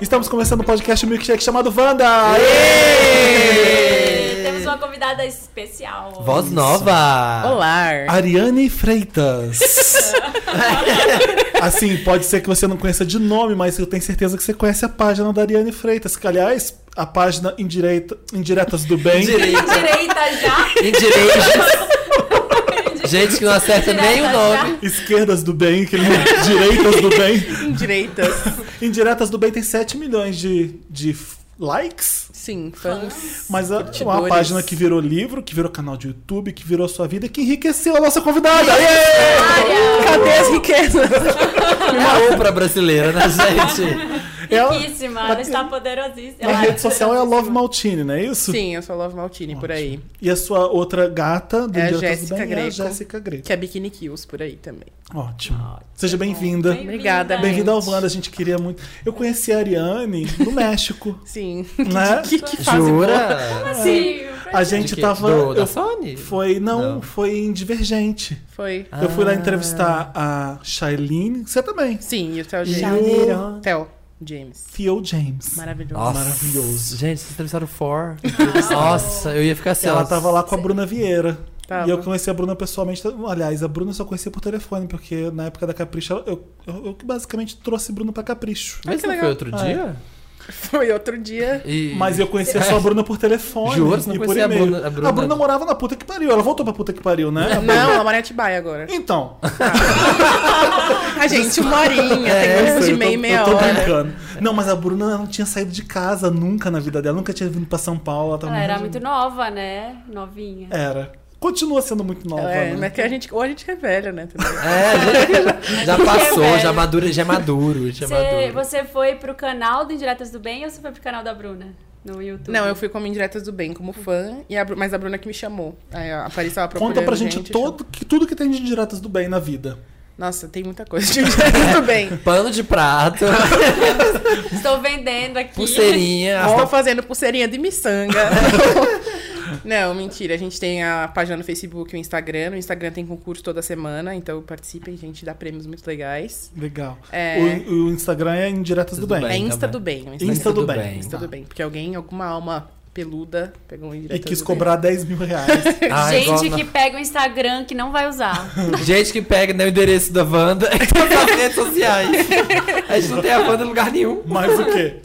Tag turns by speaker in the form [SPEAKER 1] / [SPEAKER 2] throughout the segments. [SPEAKER 1] Estamos começando o podcast Milkshake chamado Wanda!
[SPEAKER 2] Temos uma convidada especial. hoje.
[SPEAKER 3] Voz nova!
[SPEAKER 4] Olá!
[SPEAKER 1] Ariane Freitas. assim, pode ser que você não conheça de nome, mas eu tenho certeza que você conhece a página da Ariane Freitas, que aliás, a página Indireita, Indiretas do Bem.
[SPEAKER 3] Direito,
[SPEAKER 2] Direita já.
[SPEAKER 3] indireito. Gente que não acerta nem o
[SPEAKER 2] Indireta
[SPEAKER 3] nome.
[SPEAKER 1] Esquerdas do Bem, que ele Direitas do Bem.
[SPEAKER 4] Direitas.
[SPEAKER 1] Indiretas do Bem tem 7 milhões de, de f- likes.
[SPEAKER 4] Sim, fãs.
[SPEAKER 1] Mas a, uma
[SPEAKER 4] Curtidores.
[SPEAKER 1] página que virou livro, que virou canal de YouTube, que virou sua vida, que enriqueceu a nossa convidada. Aê!
[SPEAKER 4] Cadê as riquezas?
[SPEAKER 3] É pra brasileira, né, gente?
[SPEAKER 1] Ela-
[SPEAKER 2] Riquíssima. Ela está poderosíssima.
[SPEAKER 1] Na
[SPEAKER 2] Ela
[SPEAKER 1] rede social é a Love Maltini, não é isso?
[SPEAKER 4] Sim, eu sou a Love Maltini por aí.
[SPEAKER 1] E a sua outra gata do
[SPEAKER 4] É a
[SPEAKER 1] Dia das
[SPEAKER 4] Jéssica
[SPEAKER 1] Mães é a
[SPEAKER 4] Greco.
[SPEAKER 1] Jéssica Greco.
[SPEAKER 4] Que é Bikini Kills por aí também.
[SPEAKER 1] Ótimo. Seja bem-vinda.
[SPEAKER 2] Bem-vinda.
[SPEAKER 4] Obrigada,
[SPEAKER 1] Bem-vinda ao
[SPEAKER 4] gente.
[SPEAKER 1] Wanda, a gente queria muito. Eu conheci a Ariane no México.
[SPEAKER 4] Sim.
[SPEAKER 1] Né?
[SPEAKER 4] Que, que fase boa.
[SPEAKER 3] Jura?
[SPEAKER 2] Sim.
[SPEAKER 1] A
[SPEAKER 3] De
[SPEAKER 1] gente
[SPEAKER 3] quê?
[SPEAKER 1] tava.
[SPEAKER 3] Do, da
[SPEAKER 1] eu-
[SPEAKER 3] Sony?
[SPEAKER 1] foi, não,
[SPEAKER 3] Não. Ah.
[SPEAKER 1] foi em Divergente.
[SPEAKER 4] Foi.
[SPEAKER 1] Eu fui lá entrevistar a Shailene, você também.
[SPEAKER 4] Sim, e o Theo
[SPEAKER 1] E
[SPEAKER 4] James.
[SPEAKER 1] o
[SPEAKER 4] Theo James.
[SPEAKER 1] Theo James.
[SPEAKER 4] Maravilhoso.
[SPEAKER 3] Nossa.
[SPEAKER 1] Maravilhoso.
[SPEAKER 3] Gente, vocês entrevistaram o For. Nossa, eu ia ficar assim.
[SPEAKER 1] Ela
[SPEAKER 3] ó,
[SPEAKER 1] tava lá com a Bruna Vieira.
[SPEAKER 4] Tava.
[SPEAKER 1] E eu conheci a Bruna pessoalmente. Aliás, a Bruna eu só conhecia por telefone, porque na época da Capricho, ela- eu, eu, eu que basicamente trouxe Bruna pra Capricho.
[SPEAKER 3] Mas
[SPEAKER 4] que
[SPEAKER 3] não foi
[SPEAKER 4] legal.
[SPEAKER 3] outro
[SPEAKER 1] Ah,
[SPEAKER 3] dia?
[SPEAKER 4] Foi outro dia.
[SPEAKER 3] E-
[SPEAKER 1] É. Mas eu conhecia só a Bruna por telefone.
[SPEAKER 3] É. Juro, você não
[SPEAKER 1] e por
[SPEAKER 3] conhecia a
[SPEAKER 1] e-mail.
[SPEAKER 3] Bruna- a Bruna?
[SPEAKER 1] morava na puta que pariu. Ela voltou pra puta que pariu, né? A Bruna.
[SPEAKER 4] Não, ela mora em Atibaia agora.
[SPEAKER 1] Então.
[SPEAKER 4] A gente, uma horinha,
[SPEAKER 3] É,
[SPEAKER 4] tem
[SPEAKER 1] eu
[SPEAKER 4] grupo
[SPEAKER 1] sei,
[SPEAKER 4] de
[SPEAKER 1] eu tô-
[SPEAKER 4] meia e meia
[SPEAKER 1] eu tô
[SPEAKER 4] hora.
[SPEAKER 1] brincando. Não, mas a Bruna ela não tinha saído de casa nunca na vida dela. Nunca tinha vindo pra São Paulo. Ela, tava
[SPEAKER 2] Ela era
[SPEAKER 1] morrendo
[SPEAKER 2] muito nova, né? Novinha.
[SPEAKER 1] de- Era. Continua sendo muito nova.
[SPEAKER 4] É,
[SPEAKER 1] né?
[SPEAKER 4] mas que a gente, ou a gente que é velha, né? também.
[SPEAKER 3] É, gente, já passou, já maduro, já é maduro. Já é
[SPEAKER 2] Você,
[SPEAKER 3] maduro.
[SPEAKER 2] você foi pro canal do Indiretas do Bem ou você foi pro canal da Bruna? No YouTube?
[SPEAKER 4] Não, eu fui como Indiretas do Bem, como fã, e a, Bru- mas a Bruna que me chamou. Aí a Paris tava procurando
[SPEAKER 1] Conta pra gente,
[SPEAKER 4] chamou.
[SPEAKER 1] todo, que, tudo que tem de indiretas do bem na vida.
[SPEAKER 4] Nossa, tem muita coisa de Indiretas do Bem.
[SPEAKER 3] Pano de prato,
[SPEAKER 2] Estou vendendo aqui.
[SPEAKER 3] pulseirinha.
[SPEAKER 4] Estou fazendo pulseirinha de miçanga. Não, mentira. A gente tem a página no Facebook e o Instagram. O Instagram tem concurso toda semana, então participem, gente, dá prêmios muito legais.
[SPEAKER 1] Legal.
[SPEAKER 4] É.
[SPEAKER 1] O, o Instagram é indiretas do
[SPEAKER 3] Tudo
[SPEAKER 1] bem.
[SPEAKER 3] bem.
[SPEAKER 4] É
[SPEAKER 3] Ainda
[SPEAKER 4] Insta
[SPEAKER 3] bem.
[SPEAKER 4] do Bem. o Instagram.
[SPEAKER 1] Insta do
[SPEAKER 3] Tudo
[SPEAKER 1] bem.
[SPEAKER 3] bem. Ah,
[SPEAKER 4] Insta do Bem. Porque alguém, alguma alma peluda, pegou um
[SPEAKER 3] É
[SPEAKER 1] E
[SPEAKER 4] Indiretas
[SPEAKER 1] quis
[SPEAKER 4] do Bem.
[SPEAKER 1] cobrar 10 mil reais.
[SPEAKER 3] Ai, Ah, igual
[SPEAKER 2] Gente
[SPEAKER 3] na-
[SPEAKER 2] que pega o Instagram que não vai usar.
[SPEAKER 3] Gente que pega né, o endereço da Wanda e todas as redes sociais. A gente não tem a Wanda em lugar nenhum.
[SPEAKER 1] Mas o quê?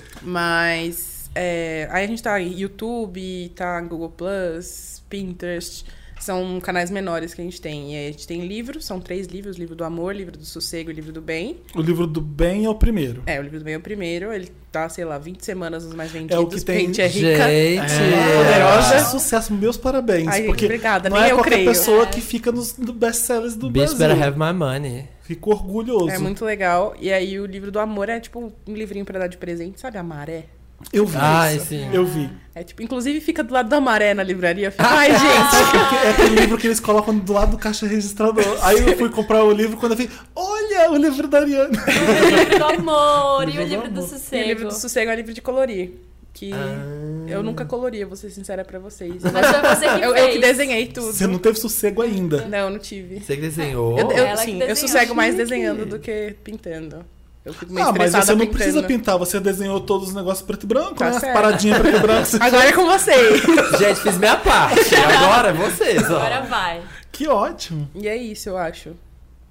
[SPEAKER 4] Mas é, aí a gente tá em YouTube, tá em Google Plus, Pinterest. São canais menores que a gente tem. E aí a gente tem livros, são três livros: livro do amor, livro do sossego e livro do bem.
[SPEAKER 1] O livro do bem é o primeiro.
[SPEAKER 4] É, o livro do bem é o primeiro, ele tá, sei lá, 20 semanas nos mais vendidos.
[SPEAKER 1] É o que
[SPEAKER 4] porque
[SPEAKER 1] tem-
[SPEAKER 4] A gente é rica.
[SPEAKER 3] Gente.
[SPEAKER 1] Poderosa.
[SPEAKER 4] Poderosa.
[SPEAKER 1] Sucesso, meus parabéns.
[SPEAKER 4] Ai,
[SPEAKER 1] porque
[SPEAKER 4] obrigada,
[SPEAKER 1] não
[SPEAKER 4] nem
[SPEAKER 1] é
[SPEAKER 4] eu
[SPEAKER 1] qualquer
[SPEAKER 4] creio.
[SPEAKER 1] pessoa
[SPEAKER 2] É.
[SPEAKER 1] que fica nos no best-sellers do
[SPEAKER 3] Bitch better
[SPEAKER 1] Brasil.
[SPEAKER 3] have my money.
[SPEAKER 1] Fico orgulhoso.
[SPEAKER 4] É muito legal. E aí o livro do amor é tipo um livrinho pra dar de presente, sabe? A maré.
[SPEAKER 1] Eu vi
[SPEAKER 3] Ai,
[SPEAKER 1] isso.
[SPEAKER 3] sim.
[SPEAKER 1] Eu vi.
[SPEAKER 4] É tipo, inclusive fica do lado da maré na livraria. eu fico, Ai, gente!
[SPEAKER 1] Porque é aquele livro que eles colocam do lado do caixa registrador. Aí eu fui comprar o livro quando eu vi, olha o livro da Ariane.
[SPEAKER 2] o livro do amor e o
[SPEAKER 1] Livro do
[SPEAKER 2] livro
[SPEAKER 1] amor.
[SPEAKER 2] do
[SPEAKER 4] E o
[SPEAKER 2] sossego.
[SPEAKER 4] livro do sossego é um livro de colorir. Que
[SPEAKER 1] Ah.
[SPEAKER 4] eu nunca coloria, vou ser sincera pra vocês.
[SPEAKER 2] Mas foi você que
[SPEAKER 4] eu, eu
[SPEAKER 2] fez.
[SPEAKER 4] que desenhei tudo.
[SPEAKER 1] Você não teve sossego ainda.
[SPEAKER 4] Não, eu não tive.
[SPEAKER 3] Você que desenhou.
[SPEAKER 4] Eu, eu,
[SPEAKER 2] Ela que
[SPEAKER 4] sim,
[SPEAKER 2] desenhou.
[SPEAKER 4] eu sossego mais
[SPEAKER 2] Chique.
[SPEAKER 4] desenhando do que pintando. Eu fico meio
[SPEAKER 1] Ah, mas
[SPEAKER 4] estressada
[SPEAKER 1] você não
[SPEAKER 4] pintando.
[SPEAKER 1] precisa pintar, você desenhou todos os negócios preto e branco,
[SPEAKER 4] Tá
[SPEAKER 1] né? As
[SPEAKER 4] certo.
[SPEAKER 1] paradinhas preto e branco. você-
[SPEAKER 4] Agora é com vocês.
[SPEAKER 3] Gente, fiz minha parte. Agora é vocês, ó.
[SPEAKER 2] Agora vai.
[SPEAKER 1] Que ótimo.
[SPEAKER 4] e é isso, eu acho.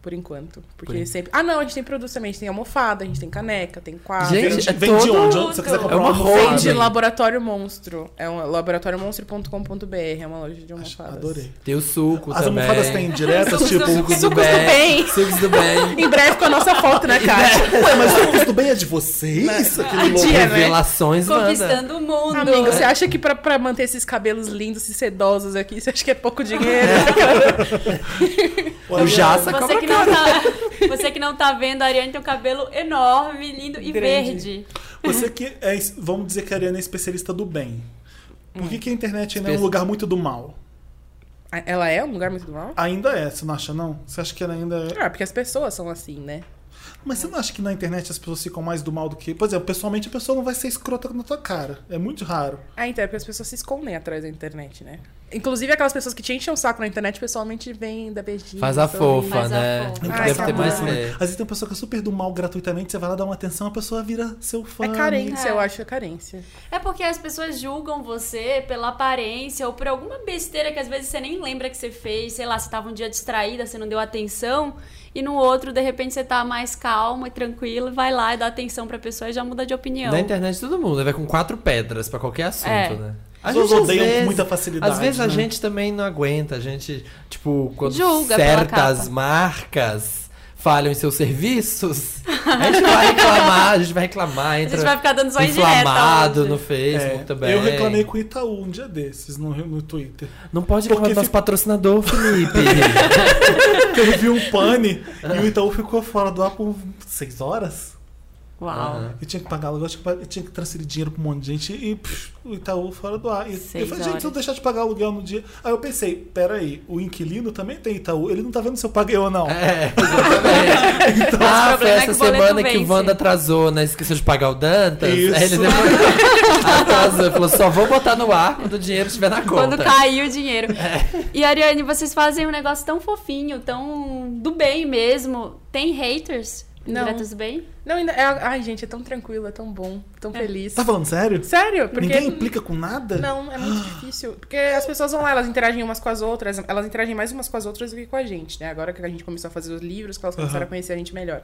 [SPEAKER 4] por enquanto. Porque sempre. Ah, não, a gente tem produto também. A gente tem almofada, a gente tem caneca, tem quadro.
[SPEAKER 3] Gente,
[SPEAKER 1] Vende,
[SPEAKER 3] é
[SPEAKER 1] vende de
[SPEAKER 3] todo-
[SPEAKER 1] onde? Onde você quiser comprar
[SPEAKER 3] É uma
[SPEAKER 1] almofada?
[SPEAKER 3] roda.
[SPEAKER 4] Vende Laboratório Monstro. É um laboratoriomonstro.com.br, é uma loja de almofadas.
[SPEAKER 1] Adorei.
[SPEAKER 3] Tem o suco
[SPEAKER 1] As
[SPEAKER 3] também.
[SPEAKER 1] almofadas têm diretas,
[SPEAKER 2] Sucos
[SPEAKER 1] tipo.
[SPEAKER 2] do-
[SPEAKER 3] Sucos do
[SPEAKER 4] Sucos do bem.
[SPEAKER 3] bem. Sucos do bem.
[SPEAKER 4] Em breve com a nossa foto, né, cara?
[SPEAKER 1] Ué, mas o custo bem é de vocês? Aquele
[SPEAKER 4] Tia,
[SPEAKER 1] logo.
[SPEAKER 4] né?
[SPEAKER 3] Revelações, manda.
[SPEAKER 2] Conquistando o mundo.
[SPEAKER 4] Amigo, você acha que pra, pra manter esses cabelos lindos, esses sedosos aqui, você acha que é pouco dinheiro?
[SPEAKER 3] O Jaça
[SPEAKER 2] Você
[SPEAKER 3] cobra
[SPEAKER 2] que, não tá, você que não tá vendo, a Ariane tem um cabelo enorme, lindo e
[SPEAKER 4] Grande.
[SPEAKER 2] verde.
[SPEAKER 1] Você que é. es- Vamos dizer que a Ariana é especialista do bem. Por que, que a internet ainda é um
[SPEAKER 3] Espe-
[SPEAKER 1] lugar muito do mal?
[SPEAKER 4] Ela é um lugar muito mal?
[SPEAKER 1] Ainda é, você não acha, não? Você acha que ela ainda é.
[SPEAKER 4] Ah, porque as pessoas são assim, né?
[SPEAKER 1] Mas você não acha que na internet as pessoas ficam mais do mal do que. Por exemplo, pessoalmente a pessoa não vai ser escrota na tua cara. É muito raro.
[SPEAKER 4] Ah, então é porque as pessoas se escondem atrás da internet, né? Inclusive aquelas pessoas que te enchem o saco na internet, pessoalmente vem da beijinho.
[SPEAKER 3] Faz a
[SPEAKER 4] sorri.
[SPEAKER 3] fofa,
[SPEAKER 2] Faz a
[SPEAKER 3] né?
[SPEAKER 2] fofa.
[SPEAKER 1] Muito
[SPEAKER 4] Ai,
[SPEAKER 3] Deve
[SPEAKER 4] tá
[SPEAKER 3] ter
[SPEAKER 1] saboroso,
[SPEAKER 3] mais
[SPEAKER 4] bom.
[SPEAKER 1] né?
[SPEAKER 3] é.
[SPEAKER 1] Às vezes tem uma pessoa que é super do mal gratuitamente, você vai lá dar uma atenção, a pessoa vira seu fã.
[SPEAKER 4] É carência,
[SPEAKER 2] É.
[SPEAKER 4] eu acho, é carência.
[SPEAKER 2] É porque as pessoas julgam você pela aparência ou por alguma besteira que às vezes você nem lembra que você fez. Sei lá, você tava um dia distraída, você não deu atenção. E no outro, de repente, você tá mais calma e tranquila, vai lá e dá atenção pra pessoa e já muda de opinião.
[SPEAKER 3] Na internet todo mundo né? vai com quatro pedras pra qualquer assunto,
[SPEAKER 2] É.
[SPEAKER 3] né?
[SPEAKER 1] As
[SPEAKER 3] A
[SPEAKER 1] pessoas
[SPEAKER 3] gente, às
[SPEAKER 1] odeiam com
[SPEAKER 3] vezes-
[SPEAKER 1] muita facilidade,
[SPEAKER 3] Às vezes a
[SPEAKER 1] né?
[SPEAKER 3] gente também não aguenta. A gente, tipo, quando
[SPEAKER 2] Julga pela
[SPEAKER 3] certas
[SPEAKER 2] capa.
[SPEAKER 3] marcas falham em seus serviços, a gente vai reclamar, a gente vai reclamar,
[SPEAKER 2] a
[SPEAKER 3] entra
[SPEAKER 2] gente vai ficar dando só indireta.
[SPEAKER 3] inflamado
[SPEAKER 2] hoje.
[SPEAKER 3] no Facebook
[SPEAKER 1] É,
[SPEAKER 3] também.
[SPEAKER 1] Eu reclamei com o Itaú um dia desses no, no Twitter.
[SPEAKER 3] Não pode
[SPEAKER 1] Porque
[SPEAKER 3] reclamar do nosso
[SPEAKER 1] fica-
[SPEAKER 3] patrocinador, Felipe.
[SPEAKER 1] Porque eu vi um pane e o Itaú ficou fora do ar por seis horas.
[SPEAKER 2] Uau.
[SPEAKER 3] Aham.
[SPEAKER 1] Eu tinha que pagar aluguel, eu tinha que pa- eu tinha que transferir dinheiro pra um monte de gente e pff, o Itaú fora do ar. E eu
[SPEAKER 2] Seis
[SPEAKER 1] falei, gente, se eu
[SPEAKER 2] horas.
[SPEAKER 1] deixar de pagar aluguel no dia. Aí eu pensei, peraí, o inquilino também tem Itaú, ele não tá vendo se eu paguei ou não.
[SPEAKER 3] É, exatamente. ah, foi
[SPEAKER 2] problema é que
[SPEAKER 3] essa
[SPEAKER 2] o boleto
[SPEAKER 3] semana que o
[SPEAKER 2] vence.
[SPEAKER 3] Wanda atrasou, né? Esqueceu de pagar o Dantas.
[SPEAKER 1] Isso.
[SPEAKER 3] Aí ele depois atrasou. Ele falou, só vou botar no ar quando o dinheiro estiver na conta.
[SPEAKER 2] Quando caiu o dinheiro. E Ariane, vocês fazem um negócio tão fofinho, tão do bem mesmo. Tem haters?
[SPEAKER 4] Não.
[SPEAKER 2] Diretas do bem?
[SPEAKER 4] Não, ainda. é- ai, gente, é tão tranquilo, é tão bom, tão feliz.
[SPEAKER 1] Tá falando sério?
[SPEAKER 4] Sério, porque.
[SPEAKER 1] Ninguém implica com nada?
[SPEAKER 4] Não, é muito difícil. Porque as pessoas vão lá, elas interagem umas com as outras, elas interagem mais umas com as outras do que com a gente, né? Agora que a gente começou a fazer os livros, que elas começaram
[SPEAKER 1] Aham.
[SPEAKER 4] a conhecer a gente melhor.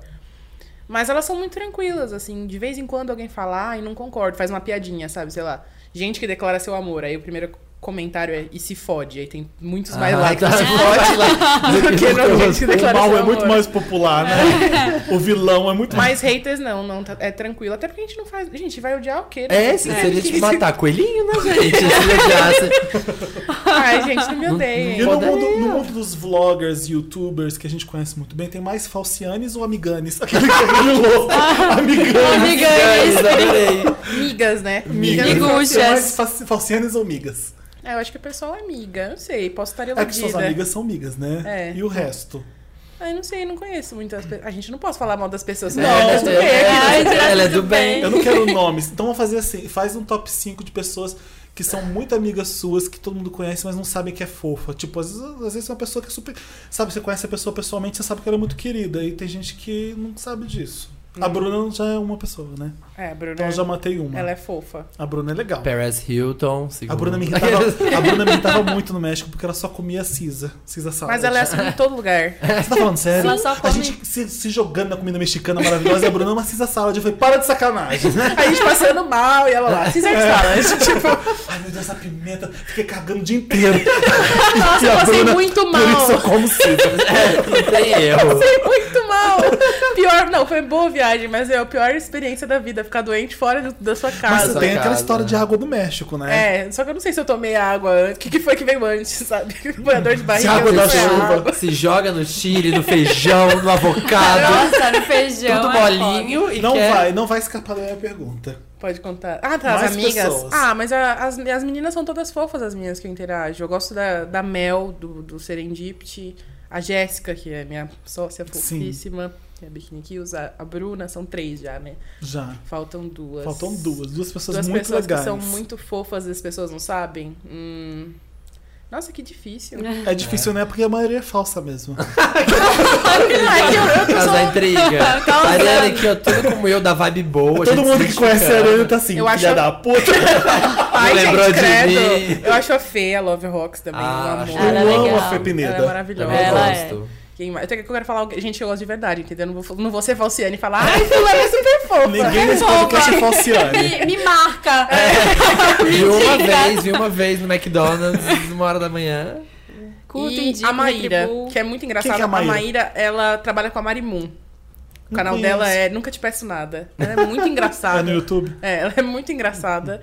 [SPEAKER 4] Mas elas são muito tranquilas, assim, de vez em quando alguém fala, e não concordo, faz uma piadinha, sabe? Sei lá, gente que declara seu amor, aí o primeiro comentário é e se fode, aí tem muitos mais
[SPEAKER 3] Ah,
[SPEAKER 4] likes.
[SPEAKER 3] tá. Pode lá.
[SPEAKER 4] Do que não, gente,
[SPEAKER 1] O
[SPEAKER 4] declara
[SPEAKER 1] mal
[SPEAKER 4] seu
[SPEAKER 1] é muito
[SPEAKER 4] amor.
[SPEAKER 1] mais popular, né? O vilão é muito mais.
[SPEAKER 4] Mas haters não, não tá- é tranquilo. Até porque a gente não faz. Gente, vai odiar o quê? né?
[SPEAKER 3] É, se
[SPEAKER 4] Não
[SPEAKER 3] seria
[SPEAKER 4] difícil.
[SPEAKER 3] tipo matar coelhinho, né, gente? Se odiasse.
[SPEAKER 4] Ai, gente, não me odeiem.
[SPEAKER 1] E no
[SPEAKER 3] Poderia.
[SPEAKER 1] mundo, no mundo dos vloggers, youtubers que a gente conhece muito bem, tem mais falcianes ou amiganes? Aquele que é louco. Amiganes.
[SPEAKER 3] é
[SPEAKER 2] Amigas!
[SPEAKER 3] Adorei.
[SPEAKER 4] Migas, né?
[SPEAKER 1] Migas.
[SPEAKER 4] Migas.
[SPEAKER 2] Miguxas.
[SPEAKER 1] Tem mais falci- Falcianes ou migas?
[SPEAKER 4] É, eu acho que o pessoal é amiga. Eu não sei, posso estar iludida.
[SPEAKER 1] É que suas amigas são migas, né?
[SPEAKER 4] É.
[SPEAKER 1] E o resto?
[SPEAKER 4] Ah, eu não sei, eu não conheço muitas pessoas. A gente não pode falar mal das pessoas.
[SPEAKER 3] Não,
[SPEAKER 4] né? Mas tudo
[SPEAKER 3] ela
[SPEAKER 4] bem.
[SPEAKER 3] é do-
[SPEAKER 2] Ai,
[SPEAKER 3] ela é
[SPEAKER 2] tudo
[SPEAKER 3] do bem.
[SPEAKER 2] bem.
[SPEAKER 1] Eu não quero nomes. Então vamos fazer assim: faz um top 5 de pessoas que são muito amigas suas, que todo mundo conhece, mas não sabem que é fofa. Tipo, às vezes, às vezes é uma pessoa que é super. Sabe, você conhece a pessoa pessoalmente, você sabe que ela é muito querida. E tem gente que não sabe disso. A Bruna já é uma pessoa, né?
[SPEAKER 4] Uhum. É, a Bruna.
[SPEAKER 1] Então eu já matei uma.
[SPEAKER 4] Ela é fofa.
[SPEAKER 1] A Bruna é legal.
[SPEAKER 3] Paris Hilton, segundo.
[SPEAKER 1] A Bruna, me irritava, a Bruna me irritava muito no México porque ela só comia cisa, cisa salada.
[SPEAKER 4] Mas ela é assim em todo lugar.
[SPEAKER 1] Você tá falando sério?
[SPEAKER 2] Ela só
[SPEAKER 1] A
[SPEAKER 2] come-
[SPEAKER 1] gente se, se jogando na comida mexicana maravilhosa e a Bruna é uma cisa salada. Eu falei, para de sacanagem.
[SPEAKER 4] A gente passando mal e ela lá. Cinza de sala. A gente, tipo,
[SPEAKER 1] Ai, meu Deus, essa pimenta. Fiquei cagando o dia inteiro.
[SPEAKER 4] nossa,
[SPEAKER 1] E
[SPEAKER 4] eu
[SPEAKER 1] a
[SPEAKER 4] passei
[SPEAKER 1] Bruna,
[SPEAKER 4] muito
[SPEAKER 1] Por isso eu
[SPEAKER 4] mal.
[SPEAKER 1] como cisa.
[SPEAKER 3] É, Não tem erro.
[SPEAKER 4] Passei muito mal. Pior, não, foi boa viagem, mas é a pior experiência da vida. Ficar doente fora do- da sua
[SPEAKER 1] Mas
[SPEAKER 4] casa.
[SPEAKER 1] você tem aquela
[SPEAKER 3] Sacada,
[SPEAKER 1] história
[SPEAKER 3] né?
[SPEAKER 1] de água do México, né?
[SPEAKER 4] É, só que eu não sei se eu tomei água. antes. O que, que foi que veio antes, sabe? Foi a dor de barriga.
[SPEAKER 1] água
[SPEAKER 4] não
[SPEAKER 1] da
[SPEAKER 4] foi a
[SPEAKER 1] chuva.
[SPEAKER 4] água.
[SPEAKER 3] Se joga no chile, no feijão, no avocado.
[SPEAKER 2] Nossa, no feijão.
[SPEAKER 3] Tudo
[SPEAKER 2] é foda.
[SPEAKER 3] molinho e
[SPEAKER 1] Não
[SPEAKER 3] quer...
[SPEAKER 1] vai, não vai escapar da minha pergunta.
[SPEAKER 4] Pode contar. Ah, tá,
[SPEAKER 1] Mais
[SPEAKER 4] as amigas.
[SPEAKER 1] pessoas.
[SPEAKER 4] Ah, mas a- as, as meninas são todas fofas, as meninas que eu interajo. Eu gosto da, da Mel, do, do Serendipity, a Jéssica, que é minha sócia fofíssima, que é a Bikini Kills, a, a Bruna, são três já, né?
[SPEAKER 1] Já.
[SPEAKER 4] Faltam duas.
[SPEAKER 1] Faltam duas. Duas pessoas
[SPEAKER 4] Duas
[SPEAKER 1] muito
[SPEAKER 4] pessoas
[SPEAKER 1] legais.
[SPEAKER 4] que são muito fofas e as pessoas não sabem. Hum. Nossa, que difícil.
[SPEAKER 1] É difícil, né? Porque a maioria é falsa mesmo.
[SPEAKER 3] Causar intriga. A Ariana aqui, ó, tudo como eu, da vibe boa. a
[SPEAKER 1] Todo
[SPEAKER 3] gente
[SPEAKER 1] mundo
[SPEAKER 3] se
[SPEAKER 1] que conhece a
[SPEAKER 3] identificando.
[SPEAKER 1] Ariana tá assim,
[SPEAKER 4] Eu
[SPEAKER 1] filha
[SPEAKER 4] acho-
[SPEAKER 1] da puta.
[SPEAKER 4] Ai,
[SPEAKER 3] lembrou
[SPEAKER 4] gente,
[SPEAKER 3] de
[SPEAKER 4] credo.
[SPEAKER 3] mim.
[SPEAKER 4] Eu acho a feia, a Love Rocks também,
[SPEAKER 3] Ah,
[SPEAKER 4] meu
[SPEAKER 3] acho
[SPEAKER 4] amor.
[SPEAKER 2] Ela é
[SPEAKER 1] Eu amo
[SPEAKER 2] legal.
[SPEAKER 1] a Fê Pineda.
[SPEAKER 4] Ela é
[SPEAKER 3] Também
[SPEAKER 4] maravilhosa.
[SPEAKER 2] Ela é.
[SPEAKER 3] Então gosto.
[SPEAKER 4] O que Quem mais? Até que eu quero falar, gente, que eu gosto de verdade, entendeu? Não vou, não vou ser falciane e falar, ai, fulano é super fofa.
[SPEAKER 1] Ninguém nesse podcast é falciane.
[SPEAKER 2] Me, me marca.
[SPEAKER 3] Vi uma vez, vi uma vez no McDonald's, uma hora da manhã.
[SPEAKER 2] Curta,
[SPEAKER 4] e
[SPEAKER 2] indica,
[SPEAKER 4] a Maíra,
[SPEAKER 2] retribua.
[SPEAKER 4] que é muito engraçada.
[SPEAKER 1] Quem que é a
[SPEAKER 4] a, Maíra?
[SPEAKER 1] Maíra?
[SPEAKER 4] ela trabalha com a Marimun. O
[SPEAKER 1] Não
[SPEAKER 4] canal
[SPEAKER 1] conheço.
[SPEAKER 4] dela é Nunca Te Peço Nada. Ela é muito engraçada.
[SPEAKER 1] É no YouTube?
[SPEAKER 4] É, ela é muito engraçada.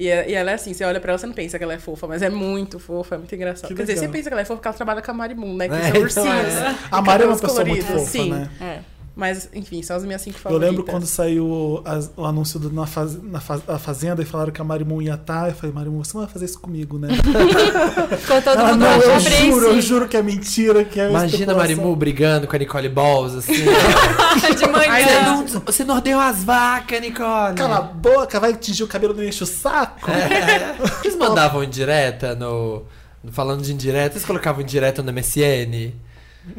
[SPEAKER 4] E, é- e ela é assim, você olha pra ela, você não pensa que ela é fofa, mas é muito fofa, é muito engraçada.
[SPEAKER 1] Que
[SPEAKER 4] Quer dizer,
[SPEAKER 1] legal.
[SPEAKER 4] você pensa que ela é fofa porque ela trabalha com a Marimun, né? Que
[SPEAKER 3] É,
[SPEAKER 4] são
[SPEAKER 3] então
[SPEAKER 4] ursinhos.
[SPEAKER 3] é.
[SPEAKER 1] A Mari é uma
[SPEAKER 4] cabelos
[SPEAKER 1] pessoa muito
[SPEAKER 4] coloridos.
[SPEAKER 1] fofa,
[SPEAKER 4] Sim.
[SPEAKER 1] né?
[SPEAKER 4] É. Mas, enfim, são as minhas cinco
[SPEAKER 1] Eu
[SPEAKER 4] favoritas.
[SPEAKER 1] lembro quando saiu o, as- o anúncio do, na, faz, na faz- a Fazenda e falaram que a Marimun ia estar. Eu falei, Marimun, você não vai fazer isso comigo, né?
[SPEAKER 2] Ficou todo
[SPEAKER 1] Ela,
[SPEAKER 2] mundo
[SPEAKER 1] não, eu
[SPEAKER 2] apreensivo.
[SPEAKER 1] juro, eu juro que é mentira, que é
[SPEAKER 3] Imagina a
[SPEAKER 1] especulação."
[SPEAKER 3] Marimu brigando com a Nicole Balls, assim.
[SPEAKER 2] de manhã.
[SPEAKER 4] Ai,
[SPEAKER 3] você, não, você não ordenhou as vacas, Nicole.
[SPEAKER 1] Cala a boca, vai tingir o cabelo, não enche o saco.
[SPEAKER 3] Eles mandavam indireta no. no- Falando de indireta, eles colocavam indireta no MSN?